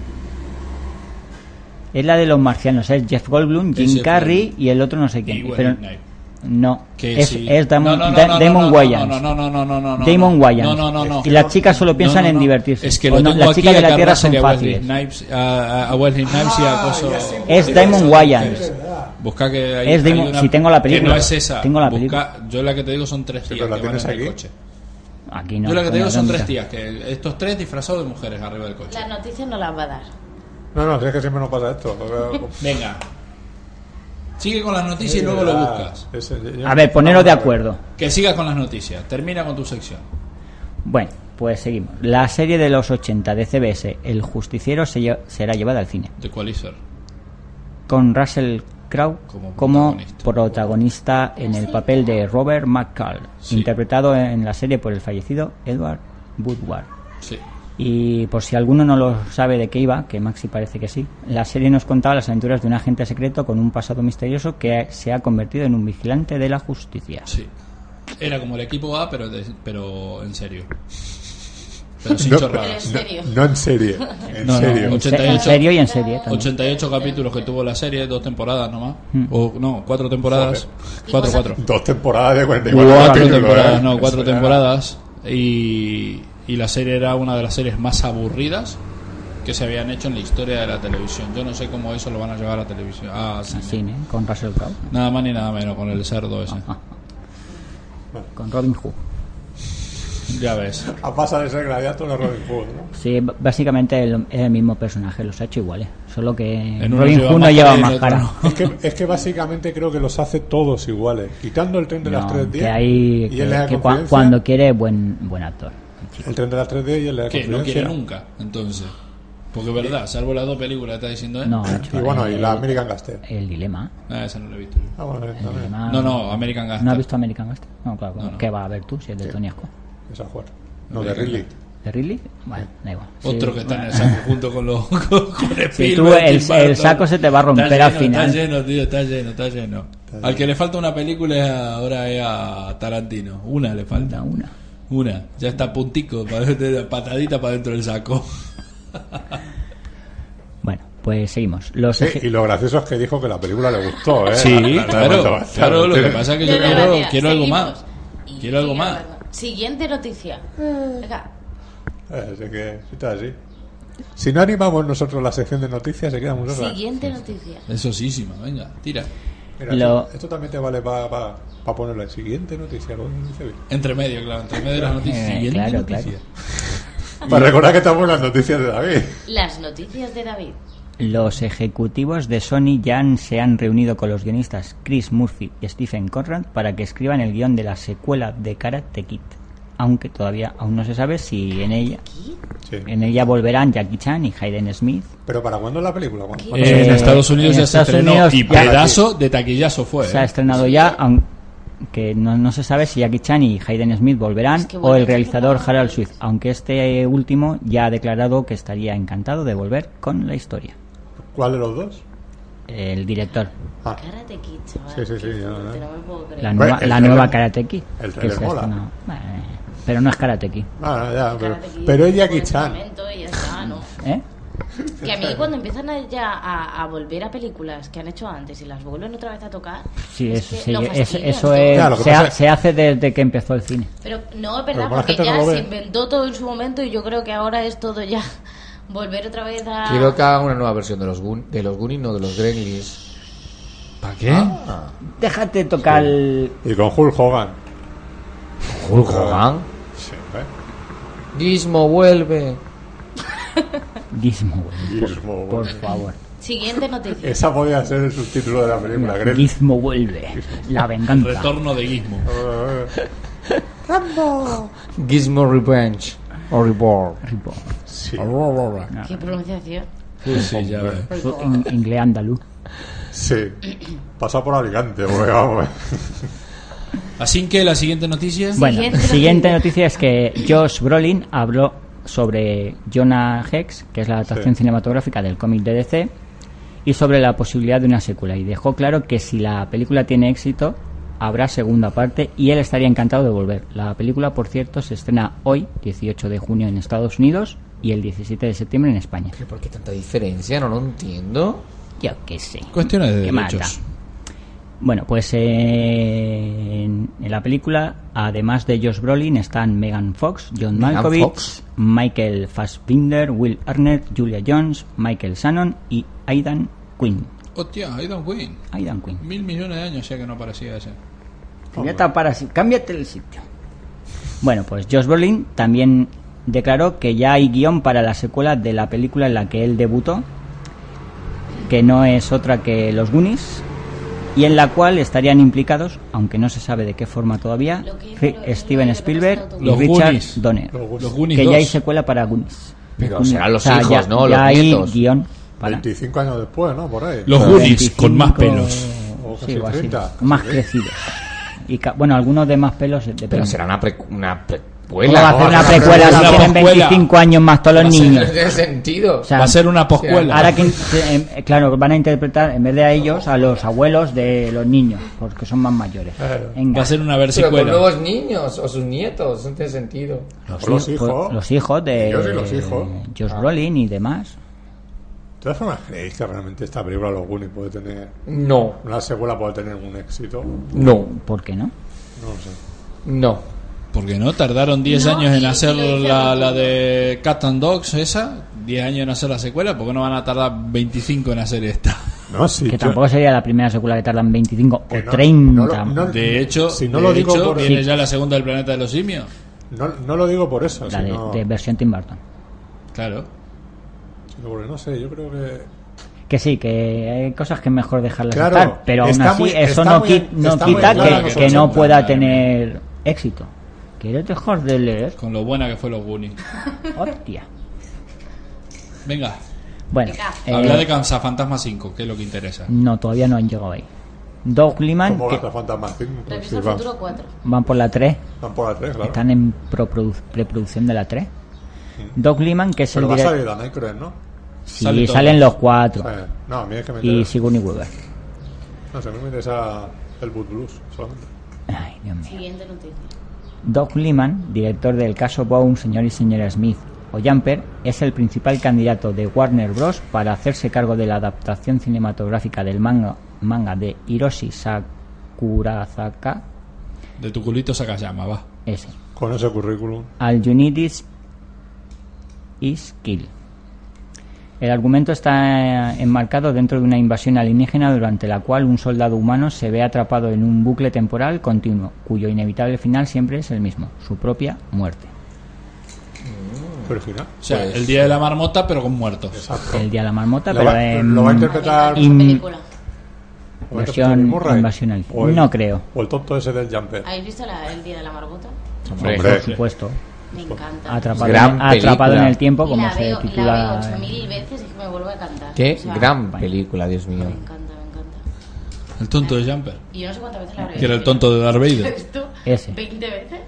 Es la de los marcianos, es Jeff Goldblum, Es Jim Jeff Carrey Goldblum. y el otro no sé Y quién. Wesley pero Snipes. no, Que es, sí. es No, Damon, no, no, Da- no, no, Damon no, Wayans. No, no, no, no, no, no, no. Damon no. Wayans. No, no, no, no. Y las chicas solo piensan No, no, en no. divertirse. Es que O lo no, tengo las aquí chicas de a la Tierra son sería Wesley fáciles. Snipes, a, a- a Wesley Snipes y Ah, a Coso. Es Damon Wayans. Busca que hay, Es hay Damon- una- si tengo la película. Que no es esa. Tengo la Busca- película. yo la que te digo son tres Sí, tías. pero la que van tienes en el aquí. coche. Aquí no. yo la que te digo coño, son ¿dónde tres tías. está? Que estos tres disfrazados de mujeres arriba del coche. Las noticias no las va a dar. No, no, si es que siempre nos pasa esto. Venga. Sigue con las noticias y luego lo buscas. A ver, poneros de acuerdo. Que sigas con las noticias. Termina con tu sección. Bueno, pues seguimos. La serie de los 80 de CBS, El Justiciero, se lle- será llevada al cine. De Qualizer. Con Russell Crowe Como como, protagonista. protagonista. en el papel de Robert McCall, Sí. interpretado en la serie por el fallecido Edward Woodward. Sí. Y por si alguno no lo sabe de qué iba, que Maxi parece que sí, la serie nos contaba las aventuras de un agente secreto con un pasado misterioso que se ha convertido en un vigilante de la justicia. Sí. Era como el equipo A, pero, de- pero en serio. Pero sin No, Pero en chorradas. serio. No, en serie. En No, no, serio. mucho- Se- En 88. serio y en serie. también. 88 capítulos que tuvo la serie, dos temporadas nomás. O no, cuatro temporadas. Y Cuatro, cosas- cuatro. Dos temporadas de 44 Cuatro capítulos, temporadas, ¿eh? no, cuatro Eso ya- temporadas. Y, y la serie era una de las series más aburridas que se habían hecho en la historia de la televisión. Yo no sé cómo eso lo van a llevar a televisión. Ah, sí. Al cine, con Russell Crowe, Nada más ni nada menos con el cerdo ese. con Robin Hood. Ya ves. A pasar de ser gladiator a Robin Hood, ¿no? Sí, b- básicamente el- es el mismo personaje, los ha hecho iguales. Solo que En uno Robin lleva Hood no máscara y lleva en más otro cara. no. Es que, es que básicamente creo que los hace todos iguales. Quitando el tren de las 3D. que hay, y él le da que, que cua- confianza. cuando quiere es buen, buen actor. El tren de las 3D y él le da Que no confianza. quiere nunca, entonces. Porque es verdad, salvo las dos películas, está diciendo. ¿eh? No, ha hecho Y bueno, y el, la American Gaster. el dilema. Ah, esa no la he visto. yo. Ah, bueno, el también. dilema- No, no, American Gangster. ¿No has visto American Gangster? No, claro. No, no. ¿Qué va a ver tú si es de Tony Scott? Esa jugar. No, de Ridley. ¿De Ridley? Bueno, da igual. Sí, Otro que está en bueno. el saco junto con los. Con, con Spielberg, Si tú, el- Tim Burton. el saco se te va a romper Está al lleno, final. Está lleno, tío, está lleno, está lleno. Al que le falta una película es a- ahora es a Tarantino. Una le falta. Una, una. Una. Ya está a puntico, para- de- patadita para dentro del saco. Bueno, pues seguimos. Los Sí, eje- y lo gracioso es que dijo que la película le gustó, ¿eh? La- la- la- claro. la- Claro, lo que pasa es que yo Pero quiero, gracias, quiero algo seguimos. más. Y Quiero algo sigue más. hablando. Siguiente noticia. Venga. Eh, Así que, sí, está así. Si no animamos nosotros la sección de noticias, se queda muy sola. Siguiente noticia. Eso sí, sí, ma, venga, tira. Mira, Lo- esto, esto también te vale para pa, pa ponerlo en siguiente noticia. lo dice bien. Entre medio, claro, entre medio de las noticias. Eh, Siguiente claro, noticia. claro. Para recordar que estamos en las noticias de David. Las noticias de David. Los ejecutivos de Sony ya han- se han reunido con los guionistas Chris Murphy y Stephen Conrad para que escriban el guión de la secuela de Karate Kid, aunque todavía aún no se sabe si en ella Sí. en ella volverán Jackie Chan y Hayden Smith. Pero ¿para cuándo es la película? ¿Cuándo- cuándo Eh, se en estrena? Estados Unidos en ya Estados se estrenó Unidos y ya- pedazo de taquillazo fue. Pues, Se ha eh. estrenado ya, aunque no, no se sabe si Jackie Chan y Hayden Smith volverán Es que o vuelve. el realizador Harold Swift, aunque este último ya ha declarado que estaría encantado de volver con la historia. ¿Cuál de los dos? El director, Ah, Karate Kid, chaval. Sí, sí, sí, Qué ya, fuerte, ya. no me puedo creer. la Bueno, nueva, el la trailer- nueva Karate Kid. el que trailer se ha mola. estrenado. Bueno, Pero no es Karate Kid. Ah, ya, pero, Karate Kid, pero es Jackie buen Chan. momento y ya está, ¿no? ¿Eh? Que a mí cuando empiezan a, ya a, a volver a películas que han hecho antes y las vuelven otra vez a tocar, Sí, es eso, que sí, lo es- fastidian eso todo. es, Ya, lo que se, pasa ha- es- se hace desde que empezó el cine. Pero no, es Pero verdad, como la porque gente no ya lo ve. se inventó todo en su momento y yo creo que ahora es todo ya volver otra vez a... Quiero que hagan una nueva versión de los, Goon- de los Goonies, no de los Gremlins. ¿Para qué? Déjate tocar el... Y con Hulk Hogan. Hulk Hogan. Sí, ¿eh? Gizmo vuelve. Gizmo, güey, Gizmo, por bueno. favor. Siguiente noticia. Esa podía ser el subtítulo de la película, Gremlin. Gizmo vuelve. La venganza. Retorno de Gizmo. Gizmo Revenge. O Reborn. Tipo, Sí. ¿Qué pronunciación? Sí, ya ves. su- in- Inglés andaluz. Sí. Pasa por Alicante, porque vamos. Así que la siguiente noticia. Bueno, Siguiente siguiente noticia es que Josh Brolin habló sobre Jonah Hex, que es la adaptación Sí. cinematográfica del cómic de DC, y sobre la posibilidad de una secuela. Y dejó claro que si la película tiene éxito, habrá segunda parte y él estaría encantado de volver. La película, por cierto, se estrena hoy, 18 de junio, en Estados Unidos y el 17 de septiembre en España. ¿Pero ¿Por qué tanta diferencia? No lo entiendo. Yo qué sé. Cuestiones Eh, de ¿Qué más derechos. da? Bueno, pues eh, en, en la película, además de Josh Brolin, están Megan Fox, John Megan Malkovich, Fox. Michael Fassbinder, Will Arnett, Julia Jones, Michael Shannon y Aidan Quinn. Hostia, Aidan Quinn. Aidan Quinn. Mil millones de años ya que no aparecía ese. Te voy a tapar así. Cámbiate el sitio. Bueno, pues Josh Brolin también declaró que ya hay guión para la secuela de la película en la que él debutó, que no es otra que Los Goonies, y en la cual estarían implicados, aunque no se sabe de qué forma todavía, Lo que- Fe- lo- lo- Steven lo- Spielberg y Los Richard Goonies. Donner. Los Los Goonies Que ya hay 2. secuela para Goonies. Pero Goonies. serán los hijos, ya- ¿no? ya Los hay nietos. guión para- 25 años después, ¿no? Por ahí. Los Goonies, 25 con más pelos. O sí, casi o así, 30. más Sí. crecidos. Y ca- bueno, algunos de más pelos de Pero pelo. será una, pre- una Mm. ¿Cómo va a precuela. hacer no, una no, no, precuela si no, tienen no, precuela. 25 años más todos los No niños? tiene sentido. O sea, Va a ser una poscuela. ahora que, eh, claro, van a interpretar en vez de a ellos a los abuelos de los niños, porque son más mayores. Claro. Venga. Va a ser una Pero con versicuela. nuevos niños o sus nietos. No tiene sentido. Los, los hij- hijos. los hijos de Ellos y los hijos. Josh Brolin y demás. ¿De todas formas creéis que realmente esta película, Los Goonies, puede tener. No. Una secuela puede tener un éxito? No No. ¿Por qué no? lo sé. No. Porque no tardaron 10 No, años en y- hacer y lo hicieron la, la todo. de Cat and Dogs, esa. 10 años en hacer la secuela. ¿Por qué no van a tardar 25 en hacer esta? No, sí. yo- que tampoco sería la primera secuela que tardan 25 que o no- 30. no lo- no- De hecho, si no de lo digo hecho, por- viene Sí. ya la segunda del planeta de los simios. No, no lo digo por eso, la de, sino, de versión Tim Burton. Claro. sino porque no sé, yo creo que. Que sí, que hay cosas que es mejor dejarlas Claro, estar, pero aún está así muy- eso está no, muy- qui- no está muy quita clara que, la que no solución. pueda tener éxito. Quiero dejar de leer. Con lo buena que fue los Goonies. Hostia. Venga, Bueno, eh, habla de Fantasma 5, que es lo que interesa. no, todavía no han llegado ahí. Doug Liman, Como que las fantasmas Pues Regreso al van, futuro 4. van por la 3, pues, van por la 3, claro. están en proprodu- preproducción de la 3. Doug Liman, que es Pero el va a direc- salir Dan Aykroyd, ¿no? Sí, Sale todo. salen los cuatro. O sea, no, a mí es que me Y interesa. Sigourney Weaver. No sé, a mí me interesa el Boot Blues solamente. Ay, Dios mío. Siguiente noticia. Doug Liman, director del caso Bone, señor y señora Smith o Jumper, es el principal candidato de Warner Bros. para hacerse cargo de la adaptación cinematográfica del manga, manga de Hiroshi Sakurazaka, De tu culito Sakayama, va. ese, Con ese currículum. Al Unidis is Kill. El argumento está eh, enmarcado dentro de una invasión alienígena durante la cual un soldado humano se ve atrapado en un bucle temporal continuo, cuyo inevitable final siempre es el mismo, su propia muerte. Original. O sea, Pues- el día de la marmota, pero con muertos. Exacto. El día de la marmota, Lo pero va, en lo va a interpretar. Y- Mm. Película. lo va a interpretar versión Bill Murray. invasión alien. O el- No creo. O el tonto ese del Jumper. ¿Habéis visto la, el día de la marmota? Hombre. por supuesto. Me Pues, encanta. Atrapado, Gran en, atrapado película. en el tiempo, Y como la se veo, la eh, titula. veo 8000 veces y que me vuelve a cantar. Qué O sea, gran bueno. película, Dios mío. Me encanta, me encanta. El tonto de Jumper. Y yo no sé cuántas veces la habré Que era el visto. tonto de Darth ¿Lo he Vader. visto Ese. 20 veces?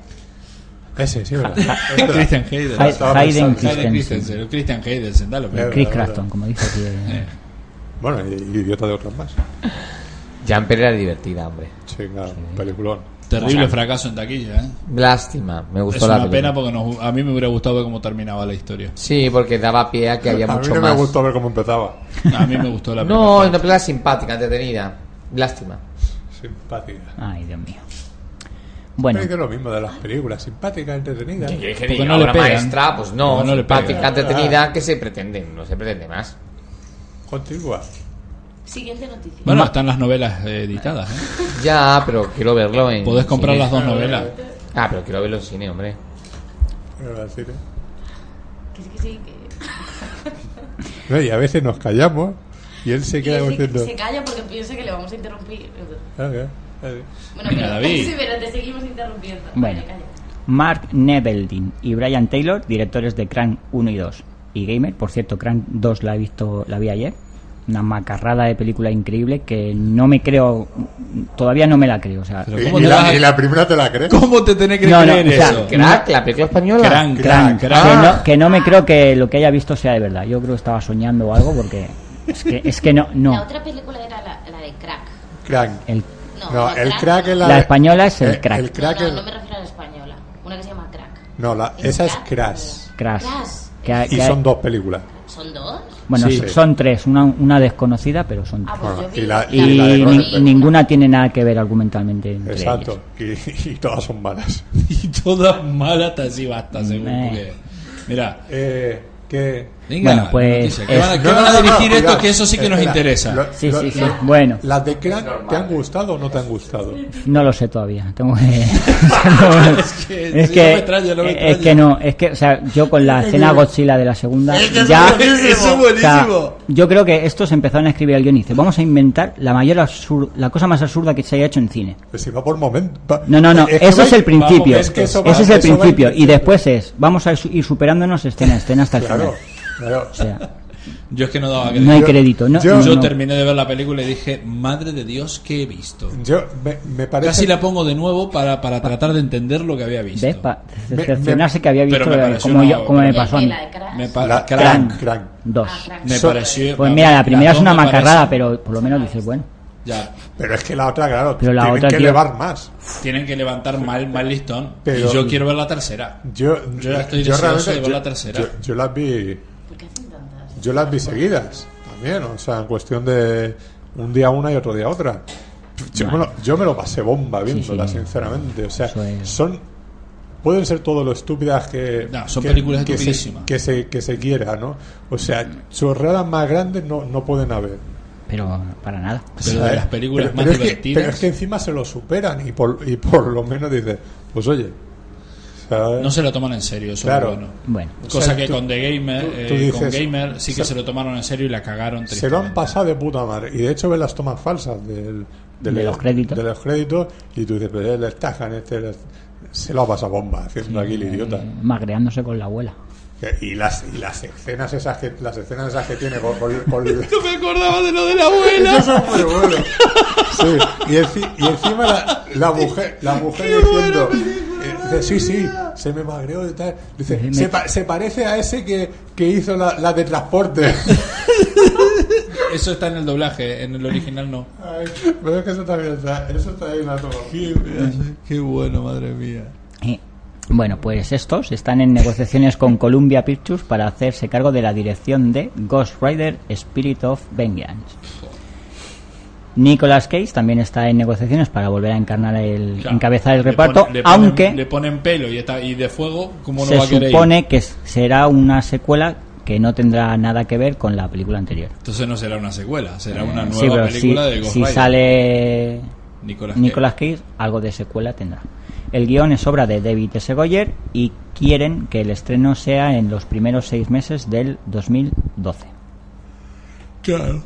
Ese, sí, verdad. Este Es verdad. Christian Hayden. Hay- Estaba Hayden pensando- Hayden Christensen. Eh, Christensen. el Christian pues. Hayden, dalo. pero- Claro. Chris Verdad, Crafton, como dijo aquí. eh. Bueno, y, y idiota de otras más. Jumper era divertida, hombre. Sí, claro, peliculón. Terrible fracaso en taquilla, ¿eh? Lástima, me Es gustó la una película. pena porque nos- a mí me hubiera gustado ver cómo terminaba la historia. Sí, porque daba pie a que había a mí mucho no más. me gustó ver cómo empezaba. A mí me gustó la no, primera una película simpática, entretenida. Lástima. Simpática. Ay, Dios mío. Bueno, Es que es lo mismo de las películas. Simpática, entretenida. Porque diga, no le obra pegan. maestra, pues no, Porque no le simpática, pegan. entretenida, que se pretende, no se pretende más. Continúa. Siguiente noticia. Bueno, están las novelas eh, editadas. ¿eh? Ya, pero quiero verlo en. Podés comprar cine. las dos novelas. Ah, pero quiero verlo en cine, hombre. Me va a decir, ¿eh? Que sí, que sí, que- No, y a veces nos callamos y él se Y queda se- diciendo. se calla porque piensa que le vamos a interrumpir. "Ah, bien, ah, bien". Bueno, Venga, pero, David. sí, pero te seguimos interrumpiendo. Bueno. Vale, calla. Mark Nebeldin y Brian Taylor, directores de Crank 1 y 2. Y Gamer, por cierto, Crank 2 la he visto, la vi ayer. Una macarrada de película increíble que no me creo, todavía no me la creo. O sea, Pero Y, ¿cómo y te la, vas a- y la primera te la crees. ¿Cómo te tenés que No, no, creer o sea, eso? que- Ah. Crack, la película española. Crank, Crank, crank, crank. Que, no, que no me creo que lo que haya visto sea de verdad. Yo creo que estaba soñando o algo porque es que, es que no, La no. otra película era la, la de Crack. Crank. El- No, No, no, el crack crack no. es la. La española es el eh, crack. El crack no, es- no, no me refiero a la española. Una que se llama Crack. No, la- esa es Crash. Crash. Crash. que ha- Y que ha- son dos películas. ¿Son dos? Bueno, Sí. son- son tres, una, una desconocida, pero son Ah, tres. pues Bueno, yo vi. y la- Y, la de ni- Cronenberg. ninguna tiene nada que ver argumentalmente. Entre Exacto. Y, y todas son malas. Y todas malas hasta así basta, según. Eh. porque- Mira, Eh, que. venga, Bueno, la pues, noticia, ¿qué es- van a, No, qué no, van a no, no, dirigir esto? cuidado. que eso sí que nos Espera, interesa. lo- Sí, lo- sí, sí. lo- Bueno, ¿Las de crack te han gustado o no te han gustado? no lo sé todavía. Tengo que... Es que- sí, no me extraña, no me es extraña. que no, es que, o sea, yo con la escena Godzilla de la segunda ya, Eso es o sea, buenísimo. yo creo que estos empezaron a escribir el guion y dice, vamos a inventar la mayor absur- la cosa más absurda que se haya hecho en cine. Pues si va por momento. va- No, no, no, que eso va- es el principio. es que eso va- ese es el eso va- principio y después es, vamos a su- ir superándonos escena a escena hasta el Claro, final. claro. O sea, Yo es que no daba no hay crédito. Yo- crédito, no. yo- no, Yo no. terminé de ver la película y dije, madre de Dios, ¿qué he visto? Yo, me, me parece. Casi la pongo de nuevo para, para tratar de entender lo que había visto. ¿Ves? Pa- Me- decepcionarse que había pero visto me eh, pareció como, una- yo- como me pero- pasó a Y mí. eh, la de Crash. Me, pa- La- Crank. crank. crank. Ah, Dos. Crank. Me So- pareció. Pues mira, la primera es dos una me parece- macarrada, pero por lo menos dices, bueno. Ya, Pero es que la otra, claro, Pero la tienen otra, que tío- elevar más. tienen que levantar mal, mal listón. Pero- y yo quiero ver la tercera. Yo, Yo ya estoy deseoso de ver la tercera. Yo, yo las vi, ¿Por qué hacen tantas? yo las vi seguidas también, o sea, en cuestión de un día una y otro día otra. Yo, me, lo, yo me lo pasé bomba viéndolas, sí. sinceramente. O sea, Eso es. son pueden ser todo lo estúpidas que No, son que- películas que se, estupidísimas. que se que se quiera, ¿no? O sea, chorradas más grandes no, no pueden haber. Pero para nada. Pero O sea, de las películas pero- más pero es que- divertidas. pero es que encima se lo superan y por y por lo menos dices, pues oye, ¿sabes? No se lo toman en serio, eso Claro. es bueno. Bueno. Cosa O sea, que tú- con The Gamer, tú- eh, tú dices- con Gamer sí que se- se, lo tomaron en serio y la cagaron. se lo han tristemente. pasado de puta madre. Y de hecho ves las tomas falsas del, del- De los créditos. de los créditos y tú dices, pero le estajan este... le- se lo ha pasado bomba haciendo aquí el idiota. Mm. eh, magreándose con la abuela. Que- Y las, y las escenas esas que las escenas esas que tiene con, con- con- Eso No me acordaba de lo de la abuela. son muy bueno. Sí, y, enci- y encima la, la mujer, la mujer diciendo eh, dice, sí, sí, se me magreó y tal. Dice, Me- se, pa- se parece a ese que, que hizo la, la de transporte. Eso está en el doblaje, en el original no. Ay, pero es que eso también está, eso está ahí en la tomografía. Qué bueno, madre mía. Eh, Bueno, pues estos están en negociaciones con Columbia Pictures para hacerse cargo de la dirección de Ghost Rider Spirit of Vengeance. Nicolas Cage también está en negociaciones para volver a encarnar el, Claro. encabezar el Le reparto, ponen- le ponen- aunque le ponen pelo y, está, y de fuego, ¿cómo no se va a querer? ir? supone que s- será una secuela que no tendrá nada que ver con la película anterior. Entonces no será una secuela, será una Eh, nueva sí, pero si, película de Ghost si Rider. sale Nicolas Cage. Nicolas Cage, algo de secuela tendrá. El guión es obra de David S. Goyer y quieren que el estreno sea en los primeros seis meses del 2012. Claro.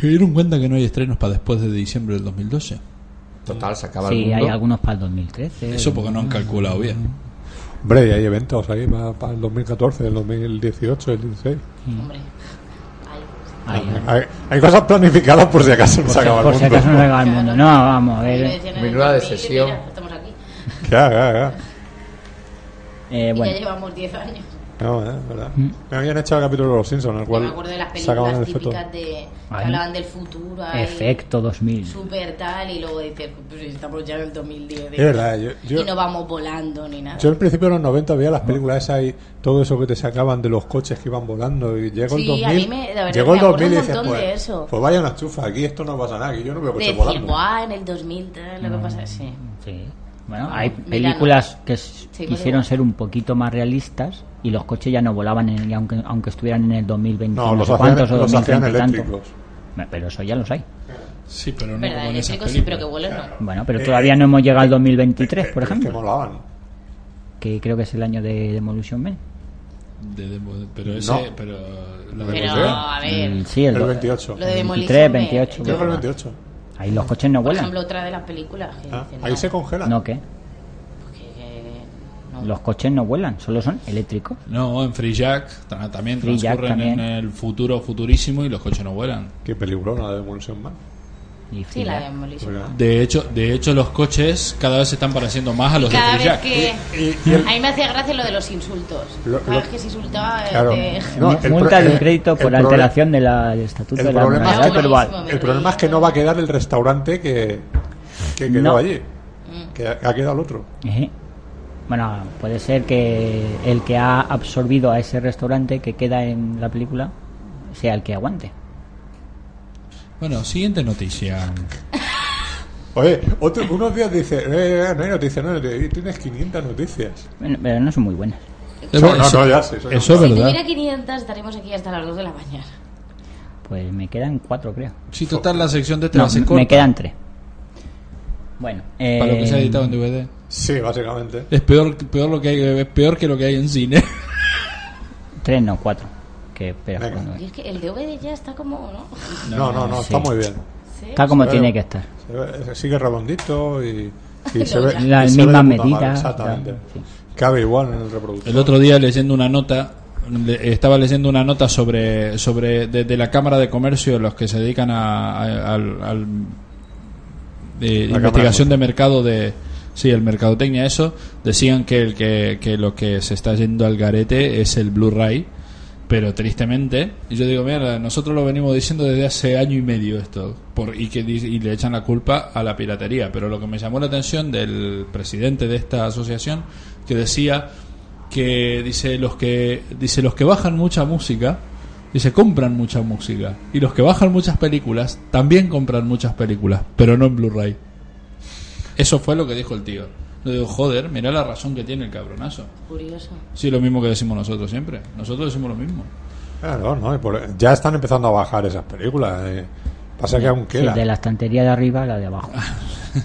Se dieron cuenta que no hay estrenos para después de diciembre del 2012. Total, se acaba el Sí, mundo. hay algunos para el 2013. Eso porque no han calculado bien. Hombre, y hay eventos ahí para, el 2014, el 2018, el 16. Mm. Hombre. Ay, pues Ay, ay. Hay, hay cosas planificadas por si acaso no Ah, Por, se si, acaba por el si mundo. acaso no se acaba el mundo. No, vamos a iba a ver. decir en el Menuda 2000, decepción. mira, Estamos aquí. Ya, ya, ya. Eh, Y ya bueno, llevamos 10 años. No, eh, verdad. Mm. Me habían echado el capítulo de los Simpsons, en el Yo cual me acuerdo de las sacaban películas el efecto. típicas de, que Ahí. hablaban del futuro. ahí, Efecto 2000. Súper tal, y luego dices, pues estamos ya en el 2010. Es verdad, yo- yo- Y no vamos volando ni nada. Yo al principio de los 90 veía las películas esas y todo eso que te sacaban de los coches que iban volando y llegó el Sí, 2000. a mí me- la verdad llegó el me 2000 aburre y un dices, montón pues, de eso. pues vaya una chufa, aquí esto no pasa nada, aquí yo no veo coches Decir, volando. "Buah, "Ah, en el 2000, tal, Mm. lo que pasa es sí. Sí. Bueno, hay Ah, Mira, películas que s- Sí, quisieron vale. ser un poquito más realistas y los coches ya no volaban, en- y aunque, aunque estuvieran en el 2020. No, los sé hacían, cuántos, o los hacían 2030 y tanto. eléctricos. Bueno, Pero eso ya los hay. Sí, pero no Verdad, con esas eléctrico sí, pero que películas. vuelen no. Bueno, Eh, pero todavía no hemos llegado al 2023, por Es que ejemplo, molaban. eh, que creo que es el año de Demolition Man. De- de- pero ese, No. pero la de- Pero, sé. a ver, Mm, Sí, el, El do- 28. lo de Demolition 23, Man, 28, yo- Creo que el 28. Ahí los coches no Por vuelan. ejemplo, otra de las películas que Ah, dicen, ahí no, se congelan. No, ¿qué? que- que- no. Los coches no vuelan, solo son eléctricos. No, en Free Jack ta- también Free Jack transcurren también. en el futuro futurísimo y los coches no vuelan. Qué peliculona de Demolition Man. Y Sí, la de fila. Demolition Man. De hecho, de hecho los coches cada vez se están pareciendo más a los de Cada Free vez Jack. que... Y el- A mí me hacía gracia lo de los insultos. Lo- Cada lo- vez que se insultaba... claro. eh, No, el Multa pro- de un el- crédito el por problema- alteración del del estatuto el de la problema es moralidad que- verbal. Me El problema es que no va a quedar el restaurante que, que quedó No. allí. Que ha ha quedado el otro. Ejé. Bueno, puede ser que el que ha absorbido a ese restaurante que queda en la película sea el que aguante. Bueno, siguiente noticia. Oye, otro- unos días dice, eh, eh, no hay noticias, no hay noticias. Y tienes 500 noticias. Bueno, Pero no son muy buenas. No, no, Eh, no, ya sé, eso eso es Si verdad. tuviera 500 estaremos aquí hasta las 2 de la mañana. Pues me quedan cuatro, creo. Si total la sección de este No, va a ser me- corta, me quedan tres. Bueno, eh, para lo que se ha editado en DVD. Sí, básicamente. Es peor, peor lo que hay, es peor que lo que hay en cine. tres no, cuatro. Que, espera, Venga. cuando- Y es que el DVD ya está como, ¿no? No, no, no, sí. está muy bien. Sí. está como Pero- tiene que estar. Se ve- se sigue redondito y, y se Lo- ve. La y se misma ve de puta madre, medida, Exactamente. tal, sí. Cabe igual en el reproductor. El otro día leyendo una nota, le- estaba leyendo una nota sobre, sobre de, de la Cámara de Comercio, los que se dedican a, a- al, al- de La investigación Cámara de mercado de sí, el mercadotecnia eso, decían que el que, que lo que se está yendo al garete es el Blu-ray, pero tristemente, y yo digo, mira, nosotros lo venimos diciendo desde hace año y medio esto, por, y que dice- y le echan la culpa a la piratería, pero lo que me llamó la atención del presidente de esta asociación que decía que dice los que dice los que bajan mucha música dice compran mucha música y los que bajan muchas películas también compran muchas películas pero no en Blu-ray eso fue lo que dijo el tío yo digo joder mirá la razón que tiene el cabronazo Curioso. sí lo mismo que decimos nosotros siempre nosotros decimos lo mismo Claro, Ah, no, y por- ya están empezando a bajar esas películas. eh. Pasa que aún Sí, queda. de la estantería de arriba a la de abajo.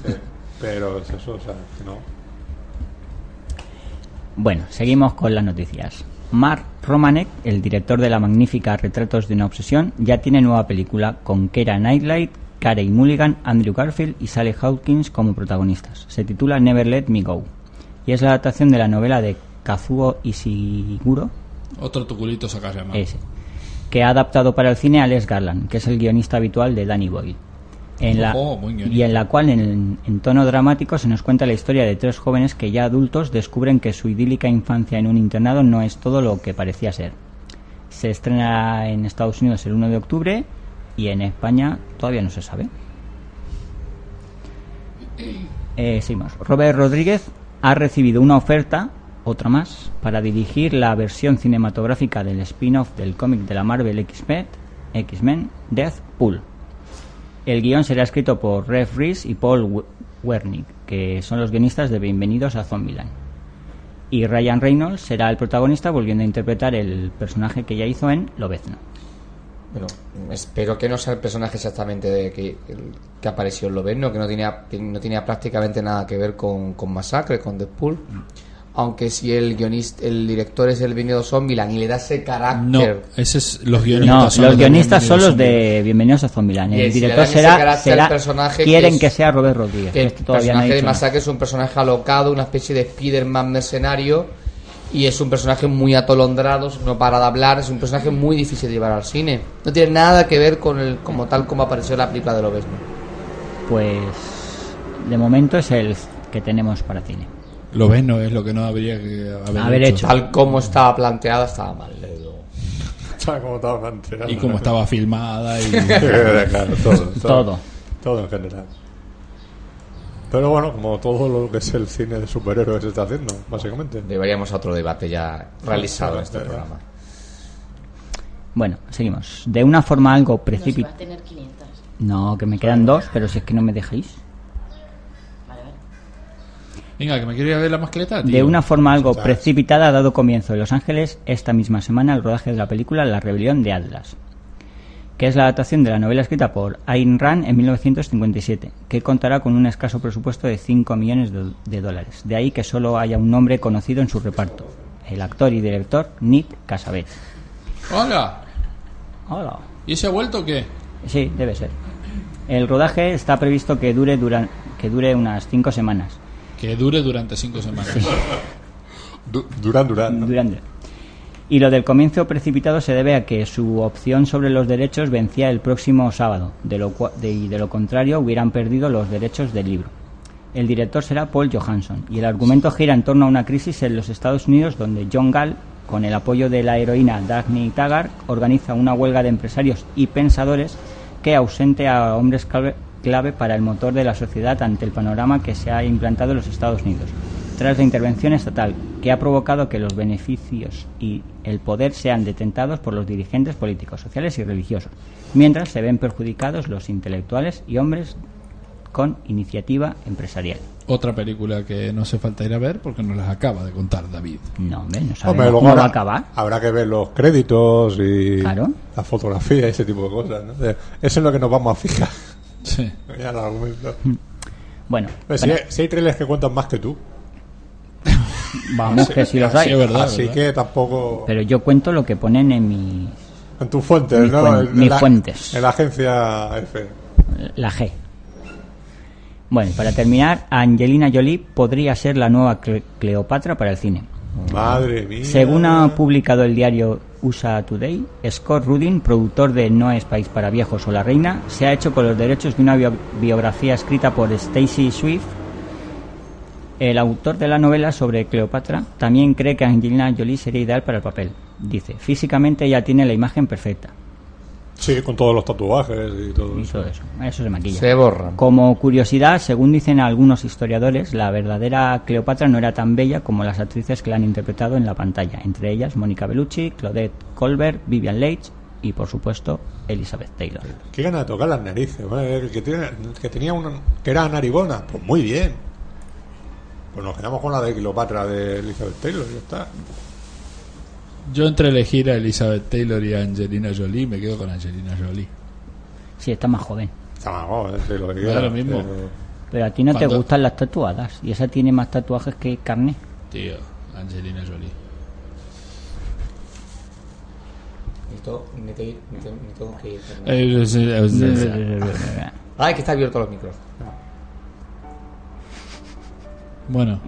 eh, Pero es eso, o sea, que no. Bueno, seguimos con las noticias. Mark Romanek, el director de la magnífica Retratos de una Obsesión, ya tiene nueva película con Kera Knightley, Carey Mulligan, Andrew Garfield y Sally Hawkins como protagonistas. Se titula Never Let Me Go y es la adaptación de la novela de Kazuo Ishiguro, otro tuculito saca llama ese, que ha adaptado para el cine a Les Garland, que es el guionista habitual de Danny Boyle. En la, Ojo, Oh, buen guionista. y en la cual, en, en tono dramático, se nos cuenta la historia de tres jóvenes que ya adultos descubren que su idílica infancia en un internado no es todo lo que parecía ser. Se estrena en Estados Unidos el 1 de octubre y en España todavía no se sabe. Eh, seguimos. Robert Rodríguez ha recibido una oferta, otra más, para dirigir la versión cinematográfica del spin-off del cómic de la Marvel X-Men, X-Men Death Pool. El guión será escrito por Rev Rees y Paul We- Wernick, que son los guionistas de Bienvenidos a Zombieland. Y Ryan Reynolds será el protagonista volviendo a interpretar el personaje que ya hizo en Lobezno. Bueno, espero que no sea el personaje exactamente de que, el que apareció en Lobezno, que no tenía, que no tenía prácticamente nada que ver con, con Masacre, con Deadpool. Aunque si el guionista, el director es el venido Zombieland y le da ese no carácter. ese es los No, guionistas son los de guionistas son los Bienvenidos de Bienvenidos a Zombieland. Y El si le director dan ese será, carácter será al personaje quieren que que es- sea Robert Rodríguez. que el Esto todavía no ha personaje de dicho nada. Masacre es un personaje alocado, una especie de Spider-Man mercenario. Y es un personaje muy atolondrado, no para de hablar, es un personaje muy difícil de llevar al cine. No tiene nada que ver con el como tal como apareció en la película de Lobezno. Pues de momento es el que tenemos para cine. Lo ves, no es lo que no habría que haber, Haber hecho. Tal como estaba planteada, estaba mal. desde luego. Estaba como estaba planteado. Y como estaba filmada y... claro, todo, todo. Todo. Todo en general. Pero bueno, como todo lo que es el cine de superhéroes se está haciendo, básicamente. Deberíamos a otro debate ya realizado en este programa. Bueno, seguimos. De una forma algo No, si va a precipitada. tener 500. No, que me quedan dos, pero si es que no me dejáis. Vale, vale. Venga, que me quería ver la mascleta, tío. De una forma algo Ostras. precipitada ha dado comienzo en Los Ángeles esta misma semana el rodaje de la película La Rebelión de Atlas, que es la adaptación de la novela escrita por Ayn Rand en 1957, que contará con un escaso presupuesto de 5 millones de, de dólares. De ahí que solo haya un nombre conocido en su reparto, el actor y director Nick Cassavetes. Hola, Hola. ¿y ese ha vuelto o qué? Sí, debe ser. El rodaje está previsto que dure, duran- que dure unas 5 semanas. Que dure durante cinco semanas. Du- Durán Durán. ¿no? Durán. Y lo del comienzo precipitado se debe a que su opción sobre los derechos vencía el próximo sábado, de lo cua- de- y de lo contrario hubieran perdido los derechos del libro. El director será Paul Johansson, y el argumento gira en torno a una crisis en los Estados Unidos donde John Gall, con el apoyo de la heroína Daphne Taggart, organiza una huelga de empresarios y pensadores que ausente a hombres clave- clave para el motor de la sociedad ante el panorama que se ha implantado en los Estados Unidos, tras la intervención estatal, que ha provocado que los beneficios y el poder sean detentados por los dirigentes políticos, sociales y religiosos, mientras se ven perjudicados los intelectuales y hombres con iniciativa empresarial. Otra película que no hace falta ir a ver porque nos las acaba de contar David. No, hombre, no sabemos Hombre, luego cómo va habrá, a acabar. habrá que ver los créditos y Claro. la fotografía y ese tipo de cosas. ¿no? Eh, Eso es lo que nos vamos a fijar. Sí. Ya el argumento. Bueno, Pero si, para- hay, si hay trailers que cuentan más que tú. vamos que si los así hay. es verdad. así ¿verdad? que tampoco. Pero yo cuento lo que ponen en mi... en tus fuentes, mis ¿no? fuen- en, en mis la, fuentes. En la agencia F. la G. Bueno, para terminar, Angelina Jolie podría ser la nueva Cle- Cleopatra para el cine. Madre mía. Según ha publicado el diario USA Today, Scott Rudin, productor de No es país para viejos o La Reina, se ha hecho con los derechos de una bio- biografía escrita por Stacy Swift. El autor de la novela sobre Cleopatra también cree que Angelina Jolie sería ideal para el papel. Dice, físicamente ella tiene la imagen perfecta. Sí, con todos los tatuajes y todo Y eso. todo eso. Eso se maquilla. Se borran. Como curiosidad, según dicen algunos historiadores, la verdadera Cleopatra no era tan bella como las actrices que la han interpretado en la pantalla, entre ellas Mónica Bellucci, Claudette Colbert, Vivian Leitch y, por supuesto, Elizabeth Taylor. Qué ganas de tocar las narices. madre, el que, tiene- que tenía una. que era narigona. Pues muy bien. Pues nos quedamos con la de Cleopatra de Elizabeth Taylor. Ya está. Yo entre elegir a Elizabeth Taylor y a Angelina Jolie me quedo con Angelina Jolie. Sí, está más joven. Está más guapo, eh, sí, lo que Da quieras, lo mismo. pero- Pero a ti no te ¿Cuánto? gustan las tatuadas y esa tiene más tatuajes que carne. Tío, Angelina Jolie. Ni to- ni te- ni te- ni tengo que ir, Fernando. Eh, Bueno, Ay, que está abierto los micros. Bueno,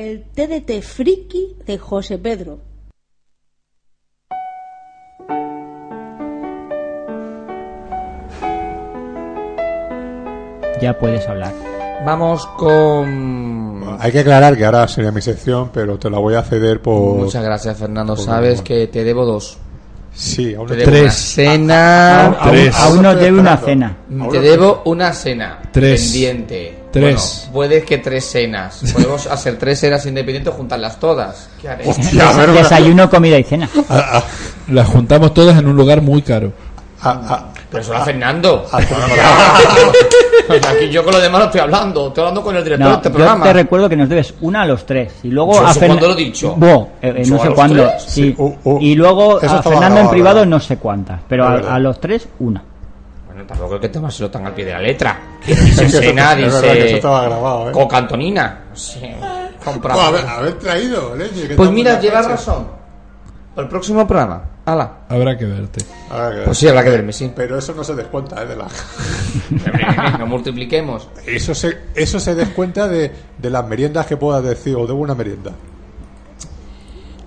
El TDT Friki de José Pedro. ya puedes hablar. Vamos con. Hay que aclarar que ahora sería mi sección, pero te la voy a ceder por. Muchas gracias, Fernando. por- Sabes que te debo dos. Sí, aún Te estoy- debo una cena. aún- aún- Tres. aún Aún nos estoy debe una esperando. cena. Aún Te estoy- debo una cena Tres. pendiente. Tres. Bueno, puedes que tres cenas. Podemos hacer tres cenas independientes, juntarlas todas. ¿Qué haré? Hostia, a ver, Desayuno, comida y cena. las juntamos todas en un lugar muy caro. a- Pero eso lo Ah. hace Fernando. a- a- O sea, Aquí yo con los demás no estoy hablando. Estoy hablando con el director No, de este yo programa. te recuerdo que nos debes una a los tres y luego Yo a sé Fernan- cuándo lo he dicho. Bo, eh, eh, Yo no a sé los cuándo. tres. sí. Sí, uh, uh. y luego Eso a estaba Fernando en grabado, privado ¿verdad? no sé cuántas, pero Es a, verdad. a los tres una. Bueno, tampoco creo que te lo tan al pie de la letra. Dice cena, Es verdad que eso dice. estaba grabado, ¿eh? Coca Antonina. Sí, compra- Pues haber, haber traído, leñe, que Pues estamos en mira, la llevas fecha. razón. Para el próximo programa. Ala. Habrá que verte. Ahora Ah, que- Pues sí, habrá que verme, sí. Pero eso no se descuenta, ¿eh? De la... no multipliquemos. Eso se, eso se descuenta de, de las meriendas que puedas decir, o debo una merienda.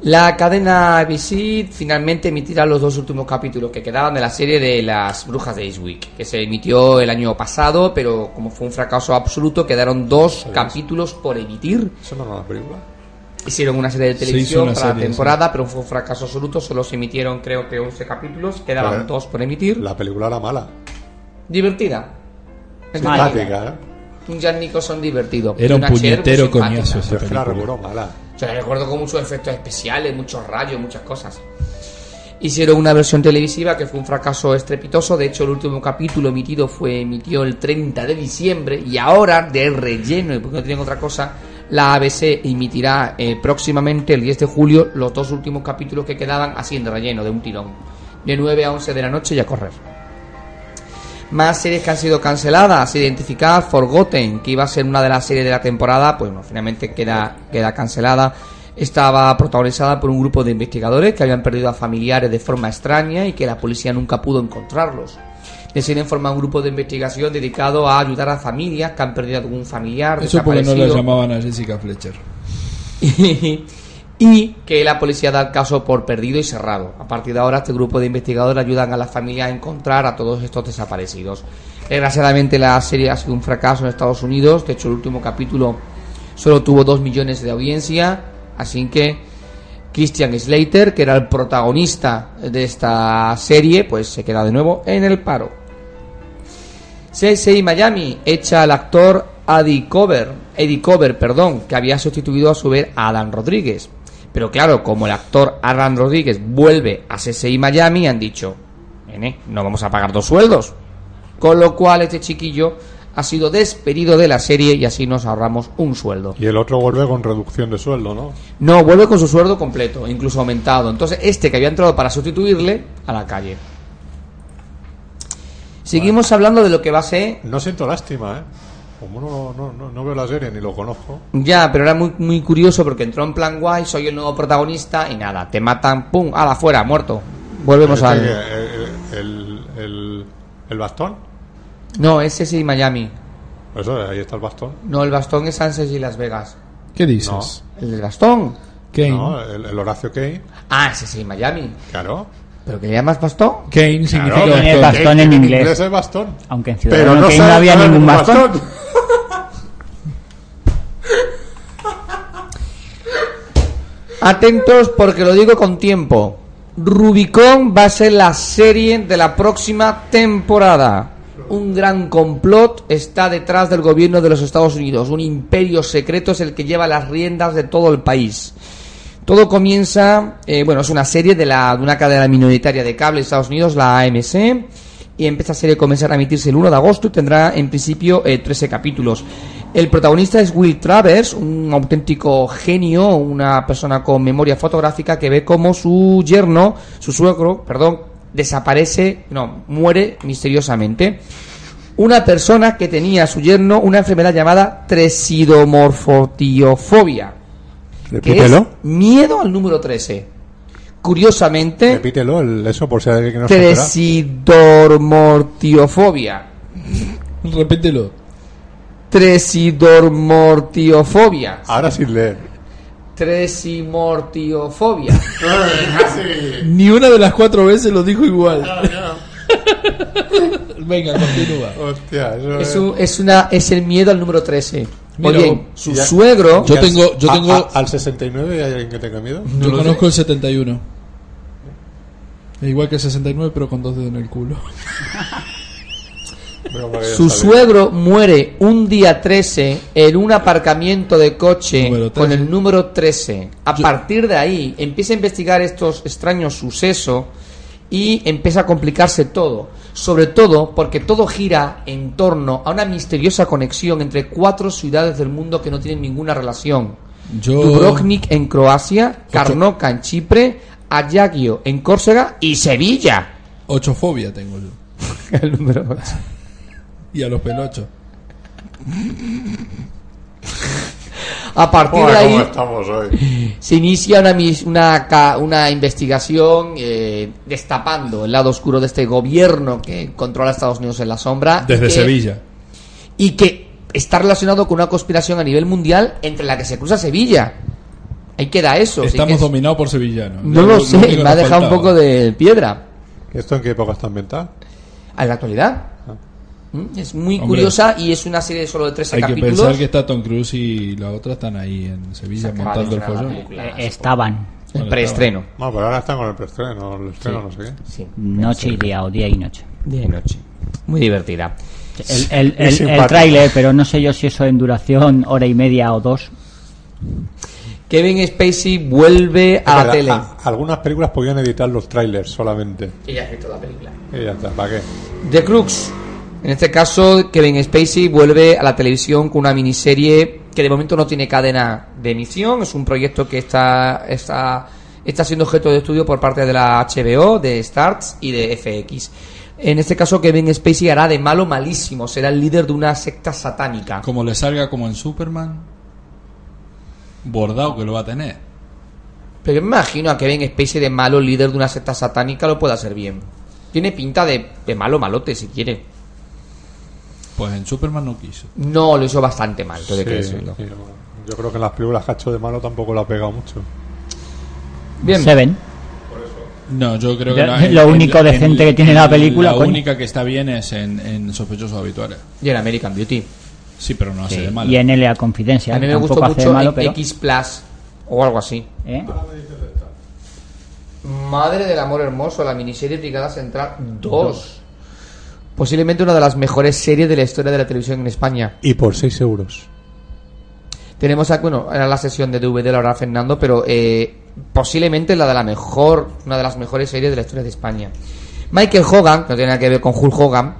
La cadena Visit finalmente emitirá los dos últimos capítulos que quedaban de la serie de Las Brujas de Eastwick, que se emitió el año pasado, pero como fue un fracaso absoluto, quedaron dos capítulos por emitir. Eso no es una película. Hicieron una serie de Se hizo televisión una para la serie, temporada, pero fue un fracaso absoluto. Solo se emitieron, creo que 11 capítulos. Quedaban Claro. dos por emitir. La película era mala. Divertida. Simpática. Simpática, ¿eh? Un Jan Nicholson divertido. Era Y un una Cher, muy puñetero simpática. coñazo esa Yo es que la película. recuerdo mala. Yo la recuerdo con muchos efectos especiales, muchos rayos, muchas cosas. Hicieron una versión televisiva que fue un fracaso estrepitoso. De hecho, el último capítulo emitido fue emitido el 30 de diciembre. Y ahora, de relleno, y porque no tienen otra cosa, la ABC emitirá eh, próximamente, el 10 de julio, los dos últimos capítulos que quedaban así en relleno, de un tirón. De 9 a 11 de la noche y a correr. Más series que han sido canceladas, identificadas, Forgotten, que iba a ser una de las series de la temporada, pues bueno, finalmente queda, queda cancelada. Estaba protagonizada por un grupo de investigadores que habían perdido a familiares de forma extraña y que la policía nunca pudo encontrarlos. Deciden formar un grupo de investigación dedicado a ayudar a familias que han perdido algún familiar. Eso porque no la desaparecido llamaban a Jessica Fletcher. y que la policía da el caso por perdido y cerrado. A partir de ahora, este grupo de investigadores ayudan a las familias a encontrar a todos estos desaparecidos. Desgraciadamente, la serie ha sido un fracaso en Estados Unidos. De hecho, el último capítulo solo tuvo 2 millones de audiencia. Así que Christian Slater, que era el protagonista de esta serie, pues se queda de nuevo en el paro. CSI Miami echa al actor Eddie Cover, Eddie Cover, perdón, que había sustituido a su vez a Adam Rodríguez. Pero claro, como el actor Adam Rodríguez vuelve a CSI Miami, han dicho, "Nene, no vamos a pagar dos sueldos. Con lo cual este chiquillo ha sido despedido de la serie y así nos ahorramos un sueldo. Y el otro vuelve con reducción de sueldo, ¿no? No, vuelve con su sueldo completo, incluso aumentado. Entonces, este que había entrado para sustituirle, a la calle. Seguimos hablando de lo que va a ser. No siento lástima, ¿eh? Como no, no, no, no veo la serie ni lo conozco. Ya, pero era muy, muy curioso porque entró en plan guay, soy el nuevo protagonista y nada, te matan, pum, ala, fuera, muerto. Volvemos Este al. que, eh, el, el- el bastón. No, ese sí, Miami. Eso, ahí está el bastón. No, el bastón es Anses y Las Vegas. ¿Qué dices? El del bastón. Kane. ¿no? El, el Horacio Kane. Ah, ese sí, Miami. Claro. ¿Pero que le llamas bastón? Kane significa Claro, tiene bastón. bastón. en inglés. es bastón. Aunque en Pero Ciudadano no, Kane sabe no había nada de ningún un bastón. Atentos porque lo digo con tiempo. Rubicon va a ser la serie de la próxima temporada. Un gran complot está detrás del gobierno de los Estados Unidos. Un imperio secreto es el que lleva las riendas de todo el país. Todo comienza, eh, bueno, es una serie de, la, de una cadena minoritaria de cable de Estados Unidos, la AMC, y empieza a serie comenzará a emitirse el 1 de agosto y tendrá en principio eh, 13 capítulos. El protagonista es Will Travers, un auténtico genio, una persona con memoria fotográfica que ve cómo su yerno, su suegro, perdón, desaparece, no, muere misteriosamente. Una persona que tenía a su yerno una enfermedad llamada tresidomorfotiofobia que Repítelo. es miedo al número 13. Curiosamente, Repítelo, el- eso por si hay alguien que no se entera. tresidormortiofobia. Repítelo. Tresidormortiofobia. Ahora sin leer. Tresimortiofobia. Ni una de las cuatro veces lo dijo igual. Venga, continúa. Hostia, eso es, un- es una, es el miedo al número 13. Mira, Oye, su ya- suegro. Yo tengo- yo A- tengo- a- al 69 hay alguien que tenga miedo. Yo conozco el 71. Es igual que el 69, pero con dos dedos en el culo. Menos mal que ya Su está suegro muere un día 13 en un aparcamiento de coche Número 13. con el número 13. A partir de ahí empieza a investigar estos extraños sucesos y empieza a complicarse todo. Sobre todo porque todo gira en torno a una misteriosa conexión entre cuatro ciudades del mundo que no tienen ninguna relación. Yo. Dubrovnik en Croacia, Karnoka en Chipre, Ayagio en Córcega y Sevilla. Ochofobia tengo yo. El número 8. Y a los pelochos. A partir de Joder, ahí ¿Cómo estamos hoy? se inicia una, mis- una, ca- una investigación eh, destapando el lado oscuro de este gobierno que controla a Estados Unidos en la sombra. y Desde que- Sevilla. Y que está relacionado con una conspiración a nivel mundial entre la que se cruza Sevilla. Ahí queda eso. así Estamos que- dominados por sevillanos. No Lo- lo lo sé, único que me ha nos dejado un faltaba. poco de piedra. ¿Esto en qué época está ambientada? A la actualidad. Ah. Mm, Es muy Hombre. curiosa y es una serie de solo de 13 Hay que capítulos. pensar que está Tom Cruise y la otra están ahí en Sevilla Acaba de montando el estrenar la follón. película. Eh, Estaban El preestreno. No, pero pues ahora están con el preestreno, el estreno, no sé Sí. noche y día o día y noche. De noche. Muy divertida. El, el, Y el- el simpático. tráiler, pero no sé yo si eso en duración hora y media o dos. Kevin Spacey qué. vuelve a Pero, la tele. a- algunas películas podían editar los trailers solamente. Ella ha escrito la película. Y ya está, ¿para qué? The Crux. En este caso, Kevin Spacey vuelve a la televisión con una miniserie que de momento no tiene cadena de emisión. Es un proyecto que está, está, está siendo objeto de estudio por parte de la HBO, de Starz y de FX. En este caso, Kevin Spacey hará de malo malísimo. Será el líder de una secta satánica. Como le salga como en Superman, bordado que lo va a tener. Pero yo me imagino a Kevin Spacey de malo líder de una secta satánica lo puede hacer bien. Tiene pinta de, de malo malote, si quiere. Pues en Superman no quiso. No, lo hizo bastante mal, todo hay que Sí, decirlo. sí, bueno. Yo creo que en las películas que ha hecho de malo tampoco lo ha pegado mucho. Bien. Seven. No, yo creo que Ya, la- en- lo en- único en- decente que tiene la en- película, La coño. única que está bien es en, en Sospechosos Habituales. Y en American Beauty. Sí, pero no hace de malo. Y en LA Confidencia. a mí me tampoco gustó hace de mucho malo, pero- X Plus o algo así. ¿Eh? Madre del amor hermoso, la miniserie Brigada Central 2. Posiblemente una de las mejores series de la historia de la televisión en España. Y por 6 euros. Tenemos, a- bueno, era la sesión de DVD, la hora Fernando, pero eh, posiblemente la de la mejor, una de las mejores series de la historia de España. Michael Hogan, que no tiene nada que ver con Hulk Hogan,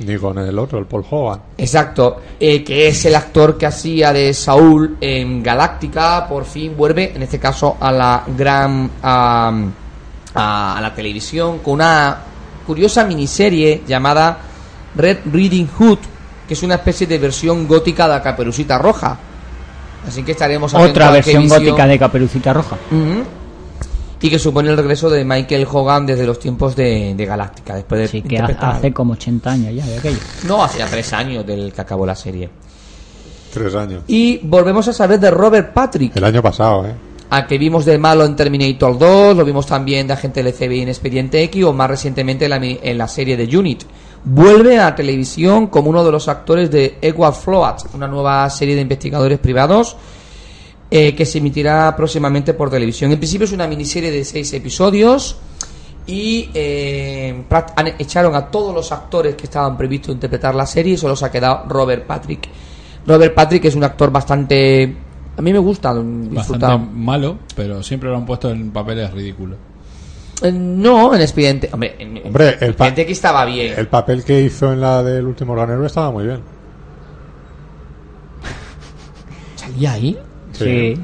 Ni con el otro, el Paul Hogan. Exacto, eh, que es el actor que hacía de Saúl en Galáctica, por fin vuelve, en este caso, a la gran. a, a- a la televisión con una curiosa miniserie llamada Red Reading Hood, que es una especie de versión gótica de la Caperucita Roja. Así que estaremos atentos Otra a qué versión visión- gótica de Caperucita Roja. Ujú. Y que supone el regreso de Michael Hogan desde los tiempos de, de Galáctica, después de Así que ha- interpretar- hace como 80 años ya de aquello. No, hacía tres años del que acabó la serie. Tres años. Y volvemos a saber de Robert Patrick, El año pasado, ¿eh? al que vimos de malo en Terminator 2, lo vimos también de agente del FBI en Expediente X o más recientemente en la, mi- en la serie de Unit. Vuelve a la televisión como uno de los actores de Edward Float, una nueva serie de investigadores privados eh, que se emitirá próximamente por televisión. En principio es una miniserie de seis episodios y eh, prac- han- echaron a todos los actores que estaban previstos interpretar la serie y solo se ha quedado Robert Patrick. Robert Patrick es un actor bastante... A mí me gusta, lo he Bastante disfrutado. malo, pero siempre lo han puesto en papeles ridículos. Eh, No, en Expediente... Hombre, en, en Hombre, el pa- Expediente X estaba bien. El papel que hizo en la del último granero estaba muy bien. ¿Salía ahí? Eh, Sí.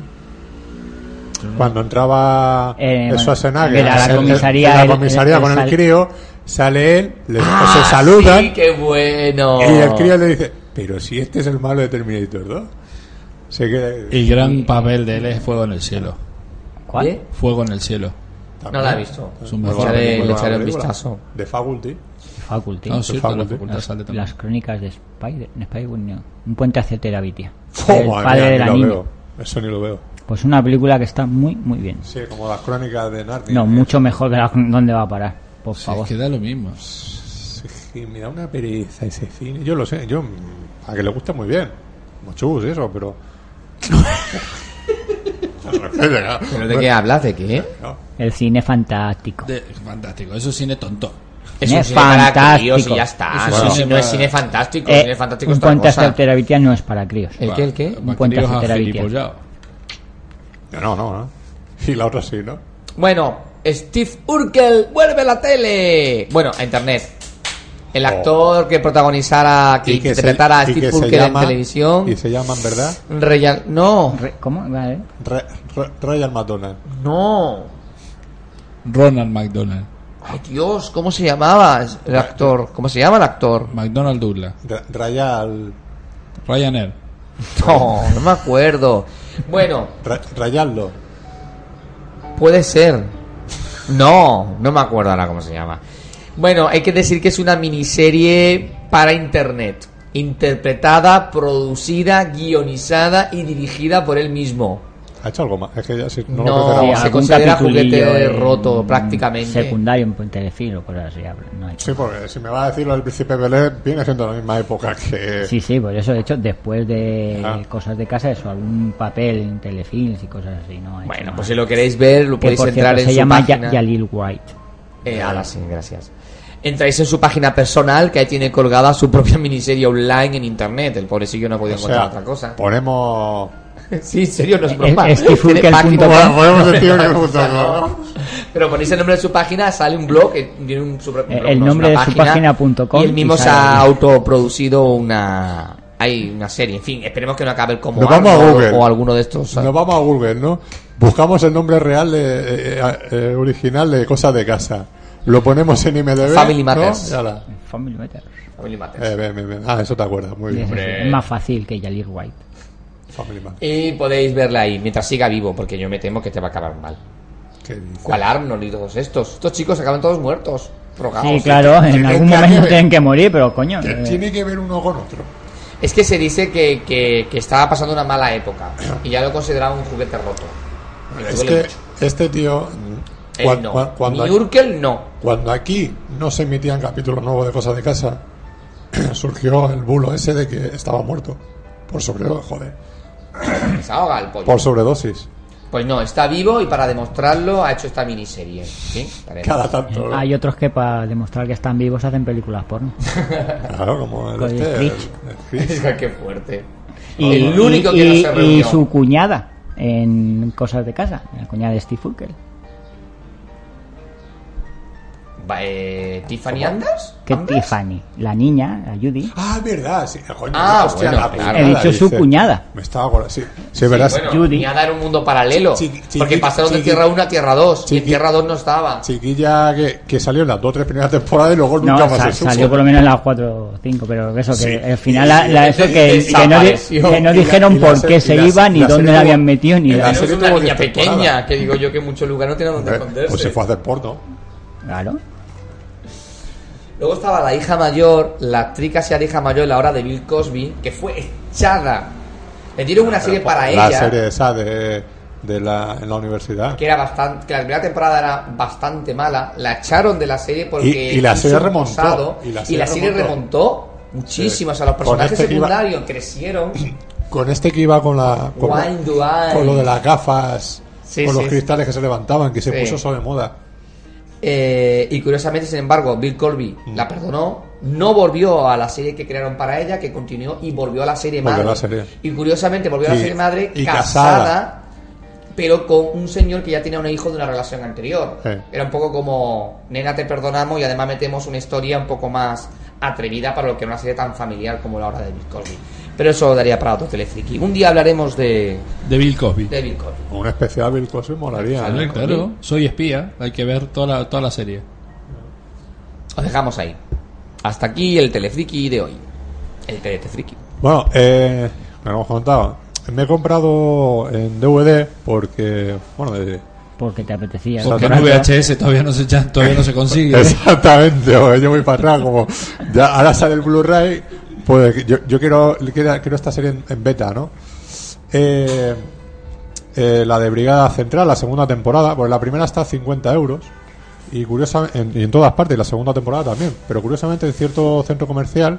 Cuando entraba Eh, bueno, Schwarzenegger era la en- en- comisaría, en la él- comisaría él- él con el sale- crío, sale él, le- Ah, pues se saludan Sí, qué bueno. y el crío le dice, pero si este es el malo de Terminator 2. Se queda- El gran papel de él es Fuego en el Cielo. ¿Cuál? ¿Eh? Fuego en el Cielo. No la he visto. Es un Muy mejor buena Le echaré- película, le echaré un buena película. vistazo. De Faculty. Faculty. No, es cierto, en la Faculty. facultad las, sale también. las crónicas de Spider, Spider-Man, no. Un puente hacia Terabitia. Oh, el madre padre mía, de ni la lo niña. veo. Eso ni lo veo. Pues una película que está muy, muy bien. Sí, como las crónicas de Narnia. No, mucho mejor que la, dónde va a parar. Por Sí, favor. es que da lo mismo. Sí, me da una pereza ese cine. Yo lo sé, yo mm, a que le gusta muy bien. Mochus, eso, pero. ¿Pero de qué hablas? ¿De qué? El cine fantástico. De- fantástico, eso es cine tonto. Es un Es cine para fantástico. críos y ya está. Es un Eso cine no es para- cine fantástico. Eh, cine fantástico un es otra puente hacia cosa. Terabitia no es para críos. ¿El qué? ¿El qué? Va- Un va puente críos hacia a Terabitia. gilipollao. No, no, no. no. Y la otra sí, ¿no? Bueno, Steve Urkel vuelve a la tele. Bueno, a internet. El actor que protagonizara, que Oh. Y se- interpretara a y Steve que se Urkel en llama- Y televisión. se llaman, ¿verdad? Ryan- No, Re- ¿Cómo? Vale. Re- Re- Ryan McDonald. no. Ronald McDonald. Ay, Dios, ¿cómo se llamaba el actor? ¿Cómo se llama el actor? McDonald Douglas. Ra- Ryan. Ryanair. No, no me acuerdo. Bueno, Ra- rayarlo. puede ser. No, no me acuerdo ahora cómo se llama. Bueno, hay que decir que es una miniserie para internet. Interpretada, producida, guionizada y dirigida por él mismo. ¿Ha hecho algo más? Es que ya si no, lo No, preparamos. se algún considera capitulillo juguete en roto, prácticamente. Secundario en Telefilm o cosas así. hablo, No hay Sí, porque si me va a decir lo del príncipe Belén, viene siendo la misma época que. Sí, sí, por eso, de hecho, después de Ah. cosas de casa, eso, algún papel en telefilms y cosas así, ¿no? Ha hecho Bueno, nada. pues si lo querééis ver, lo Que, podéis por entrar cierto, en se su llama Ya- página. Yalil White. Eh, ala, sí, gracias. Entráis en su página personal, que ahí tiene colgada su propia miniserie online en internet. El pobrecillo no ha podido O encontrar sea, otra cosa. ponemos. Sí, en serio, no es broma. es que Tiene Furkel página- punto com. Ponemos el tío en el punto Pero ponéis el nombre de su página, sale un blog, eh, tiene un, su, pro- un Eh, blog, el no, nombre es una de su página punto com Y él mismo y se sale. ha autoproducido una... Hay una serie, en fin, esperemos que no acabe como Nos vamos a Arnold Google. o, o alguno de estos. Nos vamos a Google, ¿no? Buscamos el nombre real de- eh, eh, eh, original de Cosa de Casa. Lo ponemos en IMDB. Family ¿no? Matters. Y ala. Family Matters. Family Matters. Eh, bien, bien, bien. Ah, eso te acuerdas. Muy Sí, sí, bien. sí, Es más fácil que Yalil White. Family Matters. Y podéis verla ahí, mientras siga vivo, porque yo me temo que te va a acabar mal. ¿Qué dices? ¿Cuál Arnold y todos estos? Estos chicos acaban todos muertos. Rogados. Sí, claro, en tiene algún Ah, que momento haber- tienen que morir, pero coño. Que eh, tiene que ver uno con otro. Es que se dice que, que, que estaba pasando una mala época y ya lo consideraba un juguete roto. Me Es duele que mucho. este tío. Él cuan- no. cuan- cuando, Ni aquí- Urkel no. cuando aquí no se emitían capítulos nuevos de Cosas de Casa, surgió el bulo ese de que estaba muerto. Por sobredosis, joder. Se ahoga el pollo. Por sobredosis. Pues no, está vivo y para demostrarlo ha hecho esta miniserie. ¿Sí? Vale. Cada tanto. ¿no? Hay otros que para demostrar que están vivos hacen películas porno. Claro, como el Con el este. el- Fritz. el Fritz. Es que Qué fuerte. Oh, Y, el único y- que y- no se y reunió. su cuñada en Cosas de Casa, la cuñada de Steve Furkel. Va, eh, ¿Tiffany Anders? Que Tiffany, la niña, la Judy, Ah, es verdad, sí. Coño, Ah, hostia, bueno, la claro. puñada, He dicho su dice. cuñada. Me estaba acordando, sí. Sí, es verdad. Sí, bueno, Judy. Judy. a dar un mundo paralelo. Chi- chi- porque chiqui- pasaron de chiqui- Tierra 1 a Tierra 2. Y en chiqui- Tierra 2 no estaba. Chiquilla que, que salió en las dos o tres primeras temporadas y luego No, nunca más sa- se supo. salió por lo menos en las 4 o 5, pero eso, que Sí. al final, la, la- eso Entonces, que, que no, di- desapareció. que no Y la- dijeron y la por se- qué y se la- iban, y ni la dónde serie la tuvo- habían metido, ni en la nada. Tenemos serie una tuvo niña diez pequeña, temporadas. que digo yo que en muchos lugares no tiene donde Hombre, esconderse. Pues se fue a hacer porno. Claro. Luego estaba la hija mayor, la actriz casi la hija mayor, la hora de Bill Cosby, que fue echada. Le dieron una serie para Ah, la ella, serie esa de, de la, en la universidad. que era bastante, que la primera temporada era bastante mala, la echaron de la serie porque Y- y la hizo serie un remontó, pasado, y y la la serie serie, remontó. remontó, muchísimo, Sí. o sea, los Con personajes este que iba- secundarios crecieron. Con este que iba con la con, la- Wine do I. con lo de las gafas, Sí, con los sí. cristales que se levantaban, que se Sí. puso eso de moda. Eh, y curiosamente, sin embargo, Bill Colby Mm. la perdonó, no volvió a la serie que crearon para ella, que continuó y volvió a la serie Volvió a madre. la serie. Y curiosamente volvió a la Y- serie madre y casada, casada. pero con un señor que ya tenía un hijo de una relación anterior. Sí. Era un poco como, nena, te perdonamos y además metemos una historia un poco más atrevida para lo que era una serie tan familiar como la hora de Bill Colby. Pero eso lo daría para otro telefriki. Un día hablaremos de, De Bill Cosby. de Bill Colby. Un especial Bill Cosby molaría. ¿eh? Claro, ¿no? claro, soy espía, hay que ver toda la, toda la serie. Os dejamos ahí. Hasta aquí el telefriki de hoy. El telefriki. Bueno, eh, me lo hemos contado. Me he comprado en DVD porque, bueno, de- Porque te apetecía. Porque Otra en VHS todavía no se, echa- todavía no se consigue. Exactamente, joder, yo voy para atrás, como ya ahora sale el Blu-ray, pues yo, yo quiero, quiero, quiero esta serie en, en beta, ¿no? Eh, eh, la de Brigada Central, la segunda temporada, pues la primera está a 50 euros y curiosamente en, y en todas partes, y la segunda temporada también, pero curiosamente en cierto centro comercial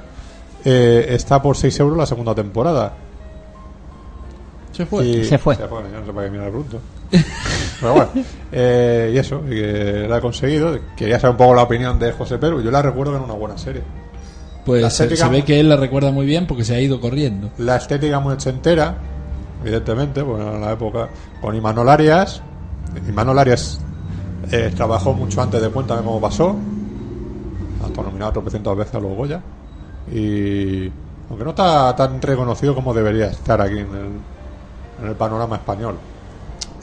eh, está por 6 euros la segunda temporada. Se fue. Y- Se fue. yo no sé para qué mirar el punto. Pero bueno, eh, y eso, y que la he conseguido. Quería saber un poco la opinión de José Pedro. Yo la recuerdo que era una buena serie. la Pues se, estética- se ve que él la recuerda muy bien porque se ha ido corriendo. La estética muy ochentera, evidentemente, bueno, en la época, con Imanol Arias. Imanol Arias eh, trabajó mucho antes de Cuéntame cómo pasó. Hasta nominado 300 veces a los Goya. Y aunque no está tan reconocido como debería estar aquí en el, en el panorama español.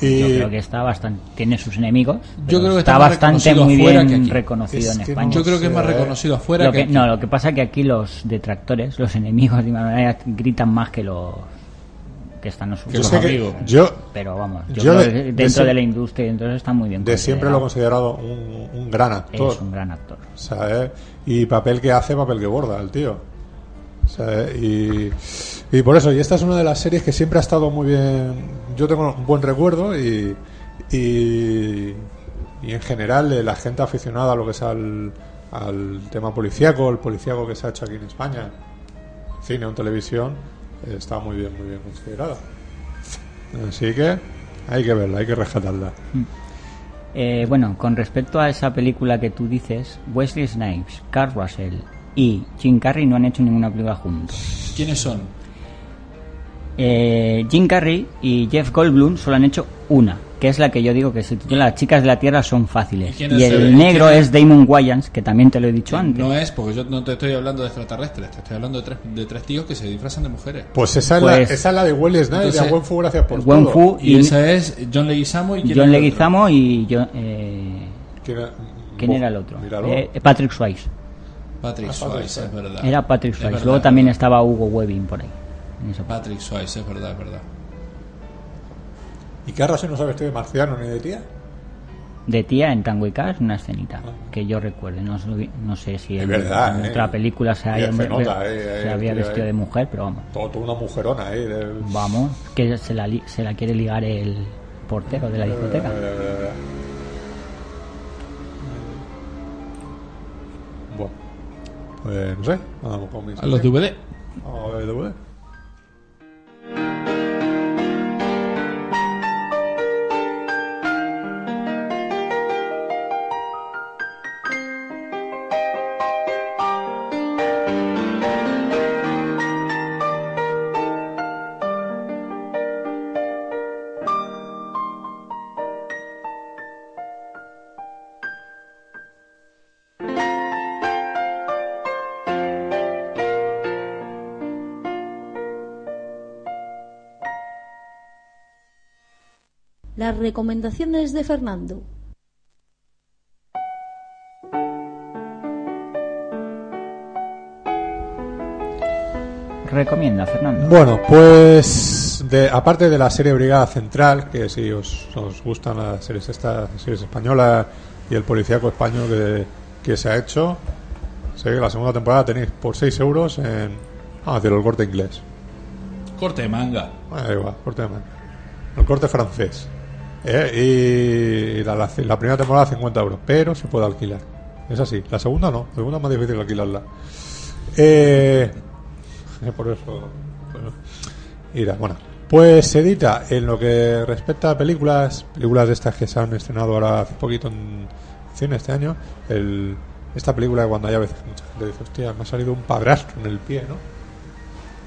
Y Yo creo que está bastante. Tiene sus enemigos. Yo pero creo que está está más bastante reconocido muy afuera bien que aquí. reconocido Es en que España. Yo creo que es más sé. reconocido afuera Lo que, que- aquí. no, lo que pasa es que aquí los detractores, los enemigos de Manuel Arias gritan más que los que están los Yo últimos sé que amigos. yo Pero vamos, yo, Yo creo de- que de dentro sie- de, la industria y entonces está muy bien. de siempre lo he considerado. considerado un, un gran actor. Es un gran actor. O sea, eh, y papel que hace, papel que borda el tío. O sea, eh, y, y por eso, y esta es una de las series que siempre ha estado muy bien. Yo tengo un buen recuerdo y, y, y en general eh, la gente aficionada a lo que es al, al tema policíaco, el policíaco que se ha hecho aquí en España, en cine o en televisión, eh, está muy bien, muy bien considerada. Así que hay que verla, hay que rescatarla. Eh, bueno, con respecto a esa película que tú dices, Wesley Snipes, Carl Russell y Jim Carrey no han hecho ninguna película juntos. ¿Quiénes son? Eh, Jim Carrey y Jeff Goldblum solo han hecho una, que es la que yo digo que se titula Las chicas de la Tierra son ¿Y fáciles. quién Y, es el el- negro quién es? es Damon Wayans, que también te lo he dicho antes. No es, porque yo no te estoy hablando de extraterrestres, te estoy hablando de tres, de tres tíos que se disfrazan de mujeres. Pues esa es, Pues- la, esa es la de Welly Snyder, de Entonces, A Buen Fu, gracias por Buen todo. Fu Y, y esa es John Leguizamo y quién John es el otro? Leguizamo y yo- eh, ¿Quién era, ¿Quién Bo- era el otro? míralo. Eh, Patrick Swayze. Patrick Ah, Patrick Swayze, es verdad. Era Patrick Es Swayze. verdad, Luego es también verdad. estaba Hugo Webbing por ahí. en esa parte. Patrick Swayze, es verdad, es verdad. ¿Y qué razón no se ha vestido de marciano ni de tía? De tía en Tango y Cash, una escenita Ah. que yo recuerde. No, sé- no sé si Es en, verdad, en eh. otra película se, Y haya- hace nota, se eh, eh, había tío, vestido eh. de mujer, pero vamos. Todo, toda una mujerona eh, ahí. de- Vamos, que se la, li- se la quiere ligar el portero de la discoteca. Bueno, pues no sé. Vamos con mis. A los DVD. Vamos a ver DVD. Las recomendaciones de Fernando. Recomienda, Fernando. Bueno, pues de- aparte de la serie Brigada Central, que si os, os gustan las series estas, las series españolas y el policíaco español que, que se ha hecho, sé que la segunda temporada tenéis por 6 euros en... Ah, decirlo, el corte inglés. Corte de manga. Bueno, da igual, corte de manga. El corte francés. Eh, y la, la- la primera temporada 50 euros, pero se puede alquilar. Es así. La segunda no, la segunda es más difícil alquilarla. Eh, eh, por eso. Bueno. Mira, bueno. Pues se edita en lo que respecta a películas, películas de estas que se han estrenado ahora hace poquito en cine este año. El, esta película cuando hay a veces mucha gente dice, hostia, me ha salido un padrastro en el pie, ¿no?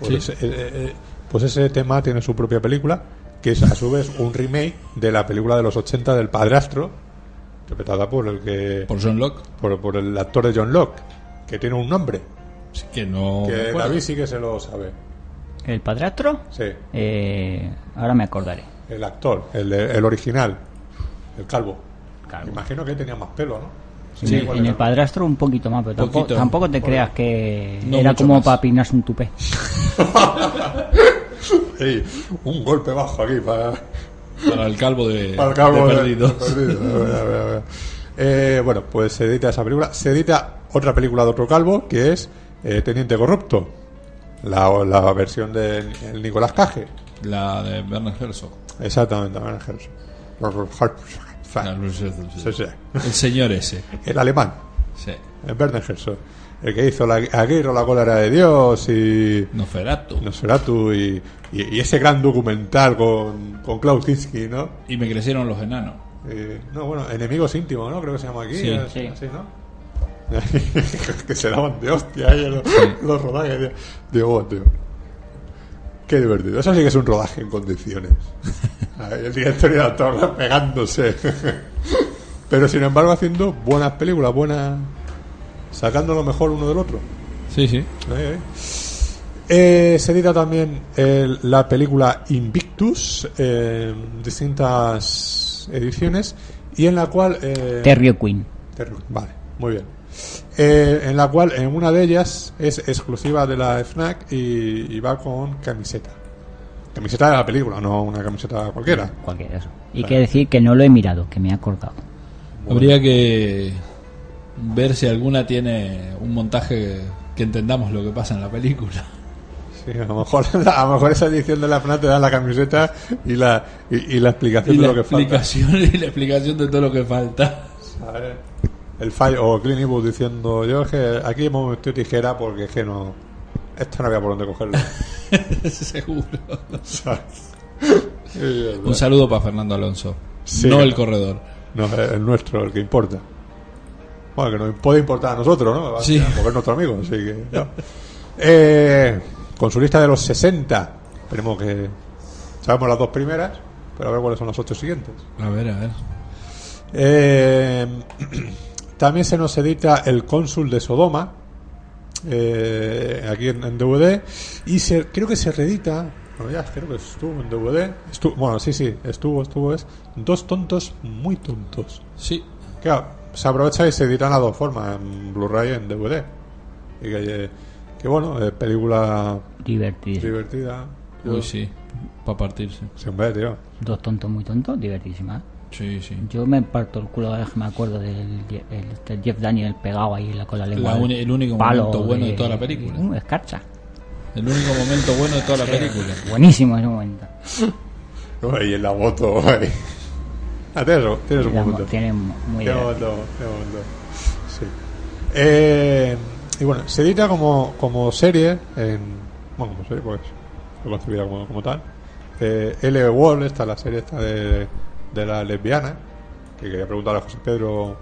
Pues, Sí. eh, eh, eh, pues ese tema tiene su propia película, que es a su vez un remake de la película de los 80 del padrastro, interpretada por el que Por John Locke, por, por el actor de John Locke, que tiene un nombre, sí que no. me que acuerdo. David sí que se lo sabe. ¿El padrastro? Sí, Eh, ahora me acordaré. el actor, el, el original, el calvo. Calvo. Imagino que tenía más pelo, ¿no? Sí, en, el- igual en era. el padrastro un poquito más, pero tampoco, Poquito. tampoco te Por- creas que No era mucho como más. para peinarse un tupé. Ey, un golpe bajo aquí para, Para el calvo de, para el calvo. ¿eh? de de- perdidos. de perdido. A ver, a ver, a ver. Eh, bueno, pues se edita esa película. Se edita otra película de otro calvo que es eh, Teniente Corrupto. La, la versión de el Nicolás Cage. La de Bernard Herzog. Exactamente, Van Helsing. La Bruce Herzog, sí. Ah. Sí, sí. El señor ese. El alemán, Sí. el Werner Herzog. El que hizo la, Aguirre, la cólera de Dios y Nosferatu. Nosferatu y, y, y ese gran documental con, con Klaus Kinski, ¿no? Y me crecieron los enanos. Eh, no, bueno, Enemigos Íntimos, ¿no? Creo que se llama aquí. Sí, eh, sí. así, ¿no? que se daban de hostia ahí en los, los rodajes. tío. Digo, bueno, tío. Qué divertido. Eso sí que es un rodaje en condiciones. Ahí el director y el actor pegándose. Pero sin embargo haciendo buenas películas, buenas... Sacando lo mejor uno del otro. Sí, sí. Eh, eh. Eh, se edita también el- la película Invictus, eh, en distintas ediciones, y en la cual... eh, Terrio Queen. Terry, Vale, muy bien. Eh, en la cual, en una de ellas, es exclusiva de la FNAC y, y va con camiseta. Camiseta de la película, no una camiseta cualquiera. Cualquiera eso. Y que decir que no lo he mirado, que me he acordado. Habría que ver si alguna tiene un montaje que, que entendamos lo que pasa en la película. Sí, a lo mejor, a lo mejor esa edición de la FNAC te da la camiseta y la, y, y la explicación Y de la, lo que falta. explicación, y la explicación de todo lo que falta. ¿sabes? El fallo, o Clint Eastwood diciendo, yo es que aquí hemos metido tijera porque es que no... Esto no había por dónde cogerlo. Seguro. ¿sabes? Un saludo para Fernando Alonso. Sí. No el corredor. No, es el nuestro, el que importa. Bueno, que nos puede importar a nosotros, ¿no? Sí. Porque es nuestro amigo, así que. no. Eh, con su lista de los 60, esperemos que. Sabemos las dos primeras, pero a ver cuáles son las ocho siguientes. A ver, a ver. Eh, también se nos edita El Cónsul de Sodoma, eh, aquí en, en DVD, y se, creo que se reedita, bueno, ya creo que estuvo en DVD, estuvo, bueno, sí, sí, estuvo, estuvo, es Dos tontos muy tontos. Sí. Claro, se aprovecha y se editan las dos formas, en Blu-ray y en DVD. Y que, eh, que bueno, es película Divertidísima. divertida. Uy, sí. Para partirse. Sí, hombre, tío. Dos tontos muy tontos, divertidísima. Sí, sí. Yo me parto el culo ahora que me acuerdo del, Je- el- del Jeff Daniel pegado ahí la- con la lengua. La del uni- el único momento bueno de toda la película. Uh, escarcha. El único momento bueno de toda la película. Buenísimo ese momento. Uy, Y en la moto, uy. Ah, tienes, un- tienes un La- momento. tiene muy Tienes un divertido. momento, tienes un momento. Sí. Eh, y bueno, se edita como, como serie, en, bueno, como serie, pues, fue concebida como, como tal. Eh, L. Wall, esta la serie esta de, de la lesbiana, que quería preguntar a José Pedro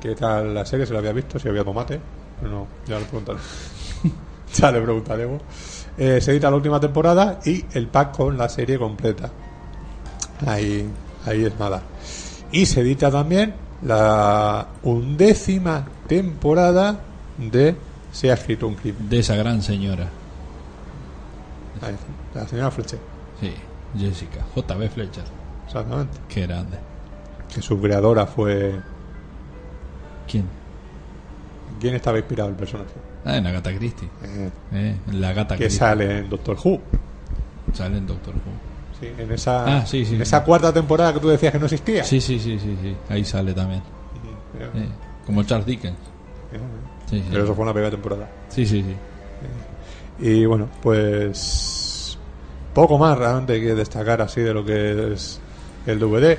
qué tal la serie, si la había visto, si había tomate, pero no, ya le preguntaré. ya le preguntaremos. Eh, se edita la última temporada y el pack con la serie completa. Ahí, ahí es nada. Y se edita también la undécima temporada de Se ha escrito un crimen. De esa gran señora. Ahí está, La señora Fletcher, Sí. Jessica. JB Fletcher. exactamente. Qué grande. Que su creadora fue. ¿Quién? ¿Quién estaba inspirado el personaje? Ah, en la gata Christie. Eh, Eh, en la gata que Christie. sale en Doctor Who. Sale en Doctor Who. Sí, en esa, Ah, sí, sí, en sí. esa cuarta temporada que tú decías que no existía. Sí, sí, sí, sí, sí. Ahí sale también. Eh, Eh, como Charles Dickens. eh, Sí, sí. Pero eso fue una primera temporada. Sí, sí, sí. Y bueno, pues poco más realmente que destacar así de lo que es el DVD.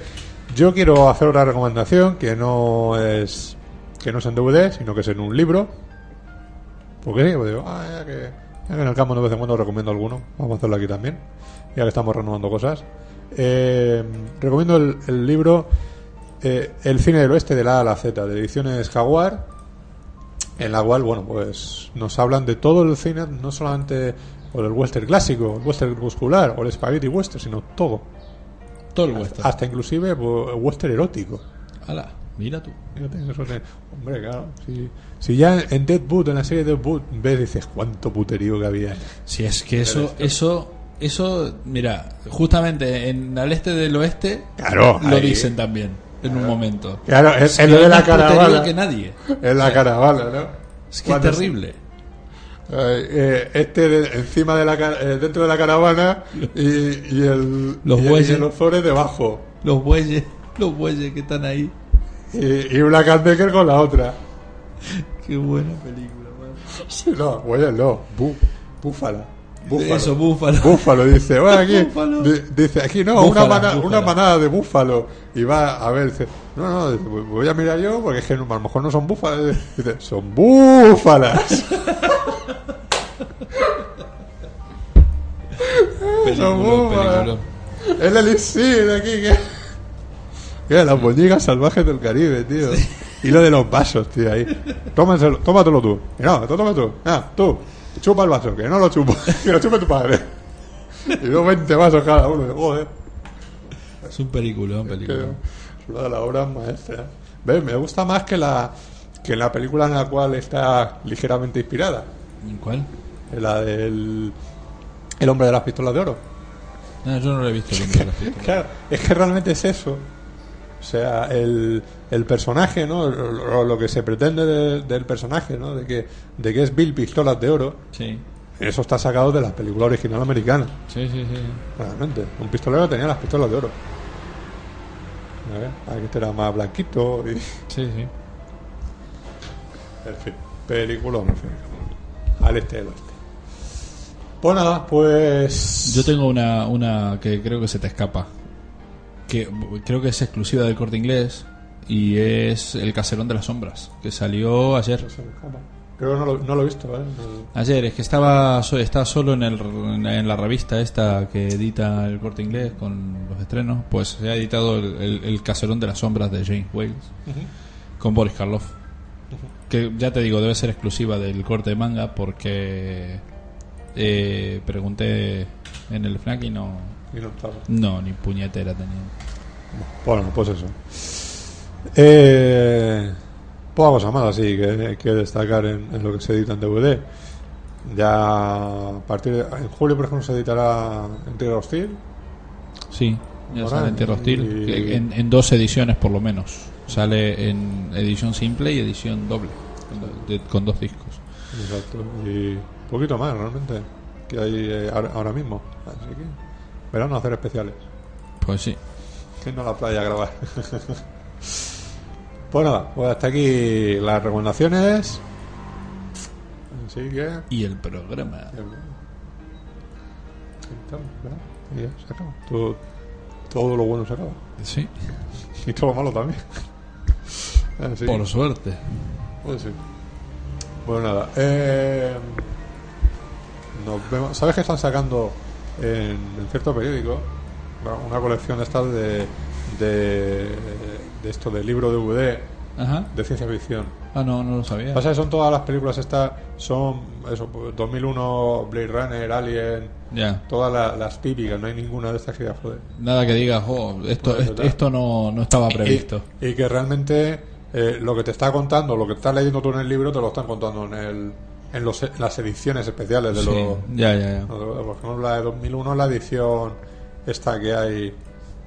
Yo quiero hacer otra recomendación que no es que no es en DVD, sino que es en un libro. Porque sí, pues digo, ah, ya que, ya que en el campo de vez en cuando recomiendo alguno, vamos a hacerlo aquí también, ya que estamos renovando cosas. Eh, recomiendo el, el libro eh, El cine del oeste de la A a la Z, de ediciones Jaguar, en la cual, bueno, pues nos hablan de todo el cine, no solamente o del western clásico, el western muscular o el spaghetti western, sino todo. Todo el western. Hasta inclusive pues, western erótico. Ala, mira tú. Fíjate, eso te- Hombre, claro. Si, si ya en Deadwood, en la serie Deadwood, ves, dices cuánto puterío que había. Si es que eso, eso, eso, mira, justamente en al este del oeste Claro, lo ahí. dicen también en un momento. Claro, es, Sí, es lo de hay la más puterío caravana. que nadie. Es la caravana, ¿no? Es que es Cuando se- terrible. Eh, eh, este de- encima de la ca- eh, dentro de la caravana y, y el Los y, el- bueyes. y los flores debajo Los bueyes, los bueyes que están ahí. y, y Black and Decker con la otra. Qué buena película. man. Sí, no, bueyes no, bú- búfala. Búfalo. Eso, búfalo. Búfalo, dice, bueno, aquí, Búfalo. di- dice, aquí no, una, Búfala, mana- búfala. una manada de búfalo. Y va a ver, dice, no, no, dice, "Voy- voy a mirar yo porque es que no- a lo mejor no son búfalas. Dice, son búfalas. son Peliculón, búfalas. peliculón. Es el elixir aquí, que. que las boñigas salvajes del Caribe, tío. Y lo de los vasos, tío, ahí. Tómanselo, tómatelo tú. Y no, tú toma tú. Ah, tú. Chupa el vaso, que no lo chupo. Que lo chupe tu padre. Y luego 20 vasos cada uno. Joder. Es un peliculón, peliculón. Es una de las obras maestras. ¿Ves? Me gusta más que la, que la película en la cual está ligeramente inspirada. ¿Cuál? En La del. El hombre de las pistolas de oro. No, yo no lo he visto. el hombre de las pistolas. Claro, es que realmente es eso. O sea, el, el personaje, ¿no? Lo, lo- lo que se pretende de- del personaje, ¿no? De que, de que es Bill Pistolas de Oro. Sí. eso está sacado de la película original americana, Sí, sí, sí. realmente. Un pistolero tenía las pistolas de oro. ¿Vale? Aquí este era más blanquito y... Sí, sí. En fin, película, en fin. Al este del oeste. Pues nada, pues... Yo tengo una, una que creo que se te escapa. Que bu- creo que es exclusiva del corte inglés. Y es El Caserón de las Sombras. Que salió ayer. Creo que no lo, no lo he visto, ¿eh? No- Ayer, es que estaba so- está solo en, el, en la revista esta que edita el corte inglés con los estrenos. Pues se ha editado el, el- el Caserón de las Sombras de James Wales. Con Boris Karloff. Que ya te digo, debe ser exclusiva del corte de manga. Porque eh, pregunté en el Fnac y no. Y no estaba. No, ni puñetera tenía. Bueno, pues eso. Eh, poca cosa más así que, que destacar en, en lo que se edita en DVD. Ya a partir de, en julio, por ejemplo, se editará En Tierra Hostil. Sí, ya Ahora, sale en Tierra Hostil. y- que En, en dos ediciones, por lo menos. Sale en edición simple y edición doble. con do- de- con dos discos. Exacto. Y poquito más realmente que hay eh, ahora, ahora mismo. Así que verán hacer especiales. Pues sí. Que no a la playa a grabar. pues nada, pues hasta aquí las recomendaciones. Así que. em, Y el programa. Y ya se acaba. Todo, todo lo bueno se acaba. Sí, Y todo lo malo también. Así. por suerte. Pues sí. Bueno, nada. eh, nos vemos. ¿Sabes que están sacando en, en cierto periódico una- una colección de estas de, de, de esto de libro DVD Ajá. de ciencia ficción? Ah, no, no lo sabía. Pasa que son todas las películas estas, son eso, 2001, Blade Runner, Alien, Ya. todas la- las típicas, no hay ninguna de estas que diga, joder. Nada que digas, oh, esto, Bueno, Eh, esto, total. esto no, no estaba previsto. Y, y que realmente eh, lo que te está contando, lo que estás leyendo tú en el libro, te lo están contando en, el, en, los, en las ediciones especiales de Sí, los... ya, ya, ya. Por ejemplo, la de 2001, la edición esta que hay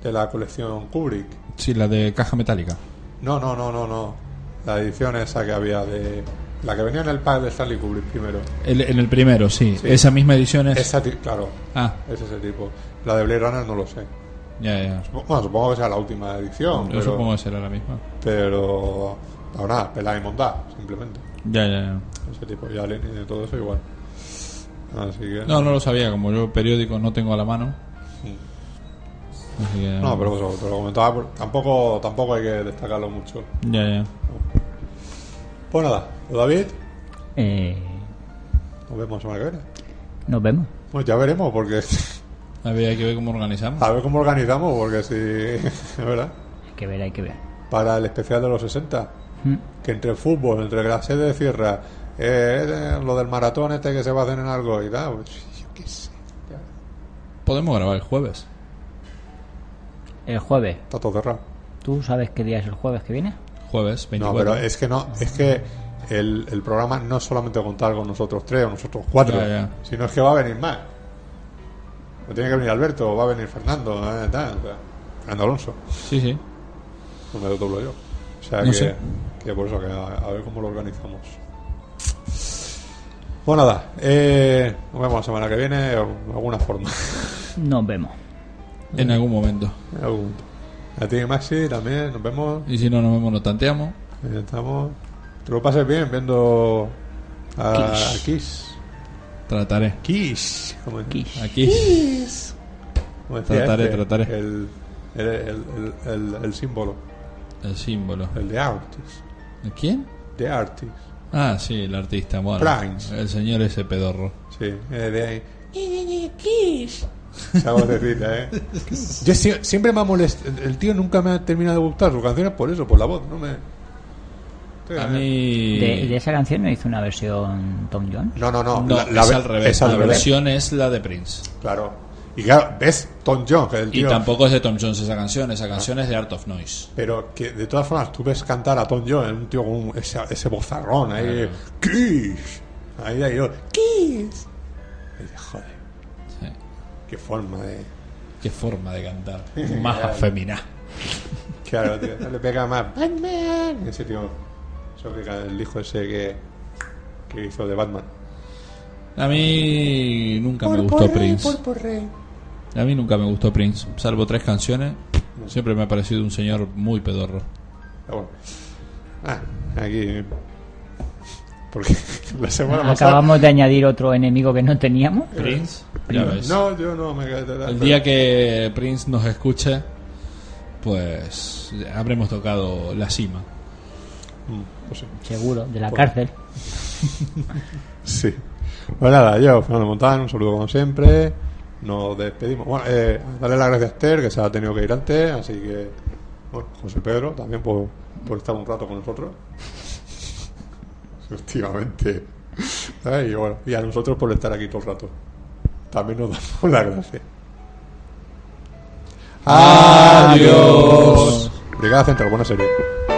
de la colección Kubrick. Sí, la de caja metálica. No, no, no, no, no. La edición esa que había de... La que venía en el pack de Stanley Kubrick primero. El- en el primero, sí. Sí. Esa misma edición es. Esa, ti- claro, Ah, es ese tipo. La de Blade Runner no lo sé. ya, ya. Bueno, supongo que sea la última edición, Yo pero, supongo que será la misma. pero ahora pelada y montada, simplemente. Ya, ya, ya. Ese tipo de alien y de todo eso igual. Así que. No, no lo sabía, como yo periódicos no tengo a la mano. Sí. Así que- No, pero eso, te lo comentaba, por- tampoco, tampoco hay que destacarlo mucho. Ya, ya. Pues nada, David, Eh, nos vemos la semana que viene. nos vemos. Bueno, ya veremos, porque Había que ver cómo organizamos. a ver cómo organizamos, porque si. Es verdad. Hay que ver, hay que ver. Para el especial de los 60. Mm. que entre el fútbol, entre la sede de Sierra, eh, eh, lo del maratón este que se va a hacer en algo y tal, pues, yo qué sé. ya, Podemos grabar el jueves. El jueves. Está todo cerrado. ¿Tú sabes qué día es el jueves que viene? Jueves No, 24. pero es que no, es que el, el programa no es solamente contar con nosotros tres o nosotros cuatro, Ya, ya. sino es que va a venir más. O tiene que venir Alberto, o va a venir Fernando, eh, tal, o sea, Fernando Alonso, Sí, sí. no me lo doblo yo. O sea No que, sé. que por eso que a, a ver cómo lo organizamos. Pues nada, eh, nos vemos la semana que viene, de alguna forma. Nos vemos. En algún momento. Me apunto. A ti, Maxi, también. Nos vemos. Y si no nos vemos, nos tanteamos. Ahí estamos. Te lo pases bien viendo a a Kiss. Trataré. Kiss. Como es- Aquí. como decía Trataré, este, trataré. El, el, el, el, el- el símbolo. El símbolo. El de Artis. ¿Quién? De Artis. Ah, sí, el artista. Bueno, Franz. el señor ese pedorro. Sí. eh, de ahí. Kiss. Esa vocecita, ¿eh? Yo si- siempre me ha molestado. El tío nunca me ha terminado de gustar sus canciones por eso, por la voz. No me. A mí. De, de esa canción no hizo una versión Tom Jones. No, no, no. No, la- la es ve- al revés. Es al la revés. versión es la de Prince. Claro. Y claro, ves Tom Jones, que es el Y tío. tampoco es de Tom Jones esa canción. Esa canción es de Art of Noise. Pero que de todas formas, tú ves cantar a Tom Jones, un tío con un- ese, ese bozarrón ahí. ¡Kiss! Ahí, ahí, yo, ¡Kiss! Y dices, joder, Sí. qué forma de. Qué forma de cantar. Más afeminada. Claro, tío, no le pega más. ¡Batman! Ese tío. Eso que ca- el hijo ese que, que hizo de Batman. A mí nunca me gustó Prince. A mí nunca me gustó Prince, salvo tres canciones. Siempre me ha parecido un señor muy pedorro. Ah, bueno. Ah, aquí. Porque la Ah, semana pasada. Acabamos de añadir otro enemigo que no teníamos. Prince, ya ves. No, yo no me quedé. El día que Prince nos escuche, pues habremos tocado la cima. Mm, pues sí. Seguro, de la cárcel. Sí. Pues nada, yo, Fernando Montán, un saludo como siempre. Nos despedimos. Bueno, eh, darle las gracias a Esther, que se ha tenido que ir antes, así que. Bueno, José Pedro, también por, por estar un rato con nosotros. Efectivamente. Ay, y, bueno, y a nosotros por estar aquí todo el rato. También nos damos las gracias. Adiós. Brigada Central, buena serie.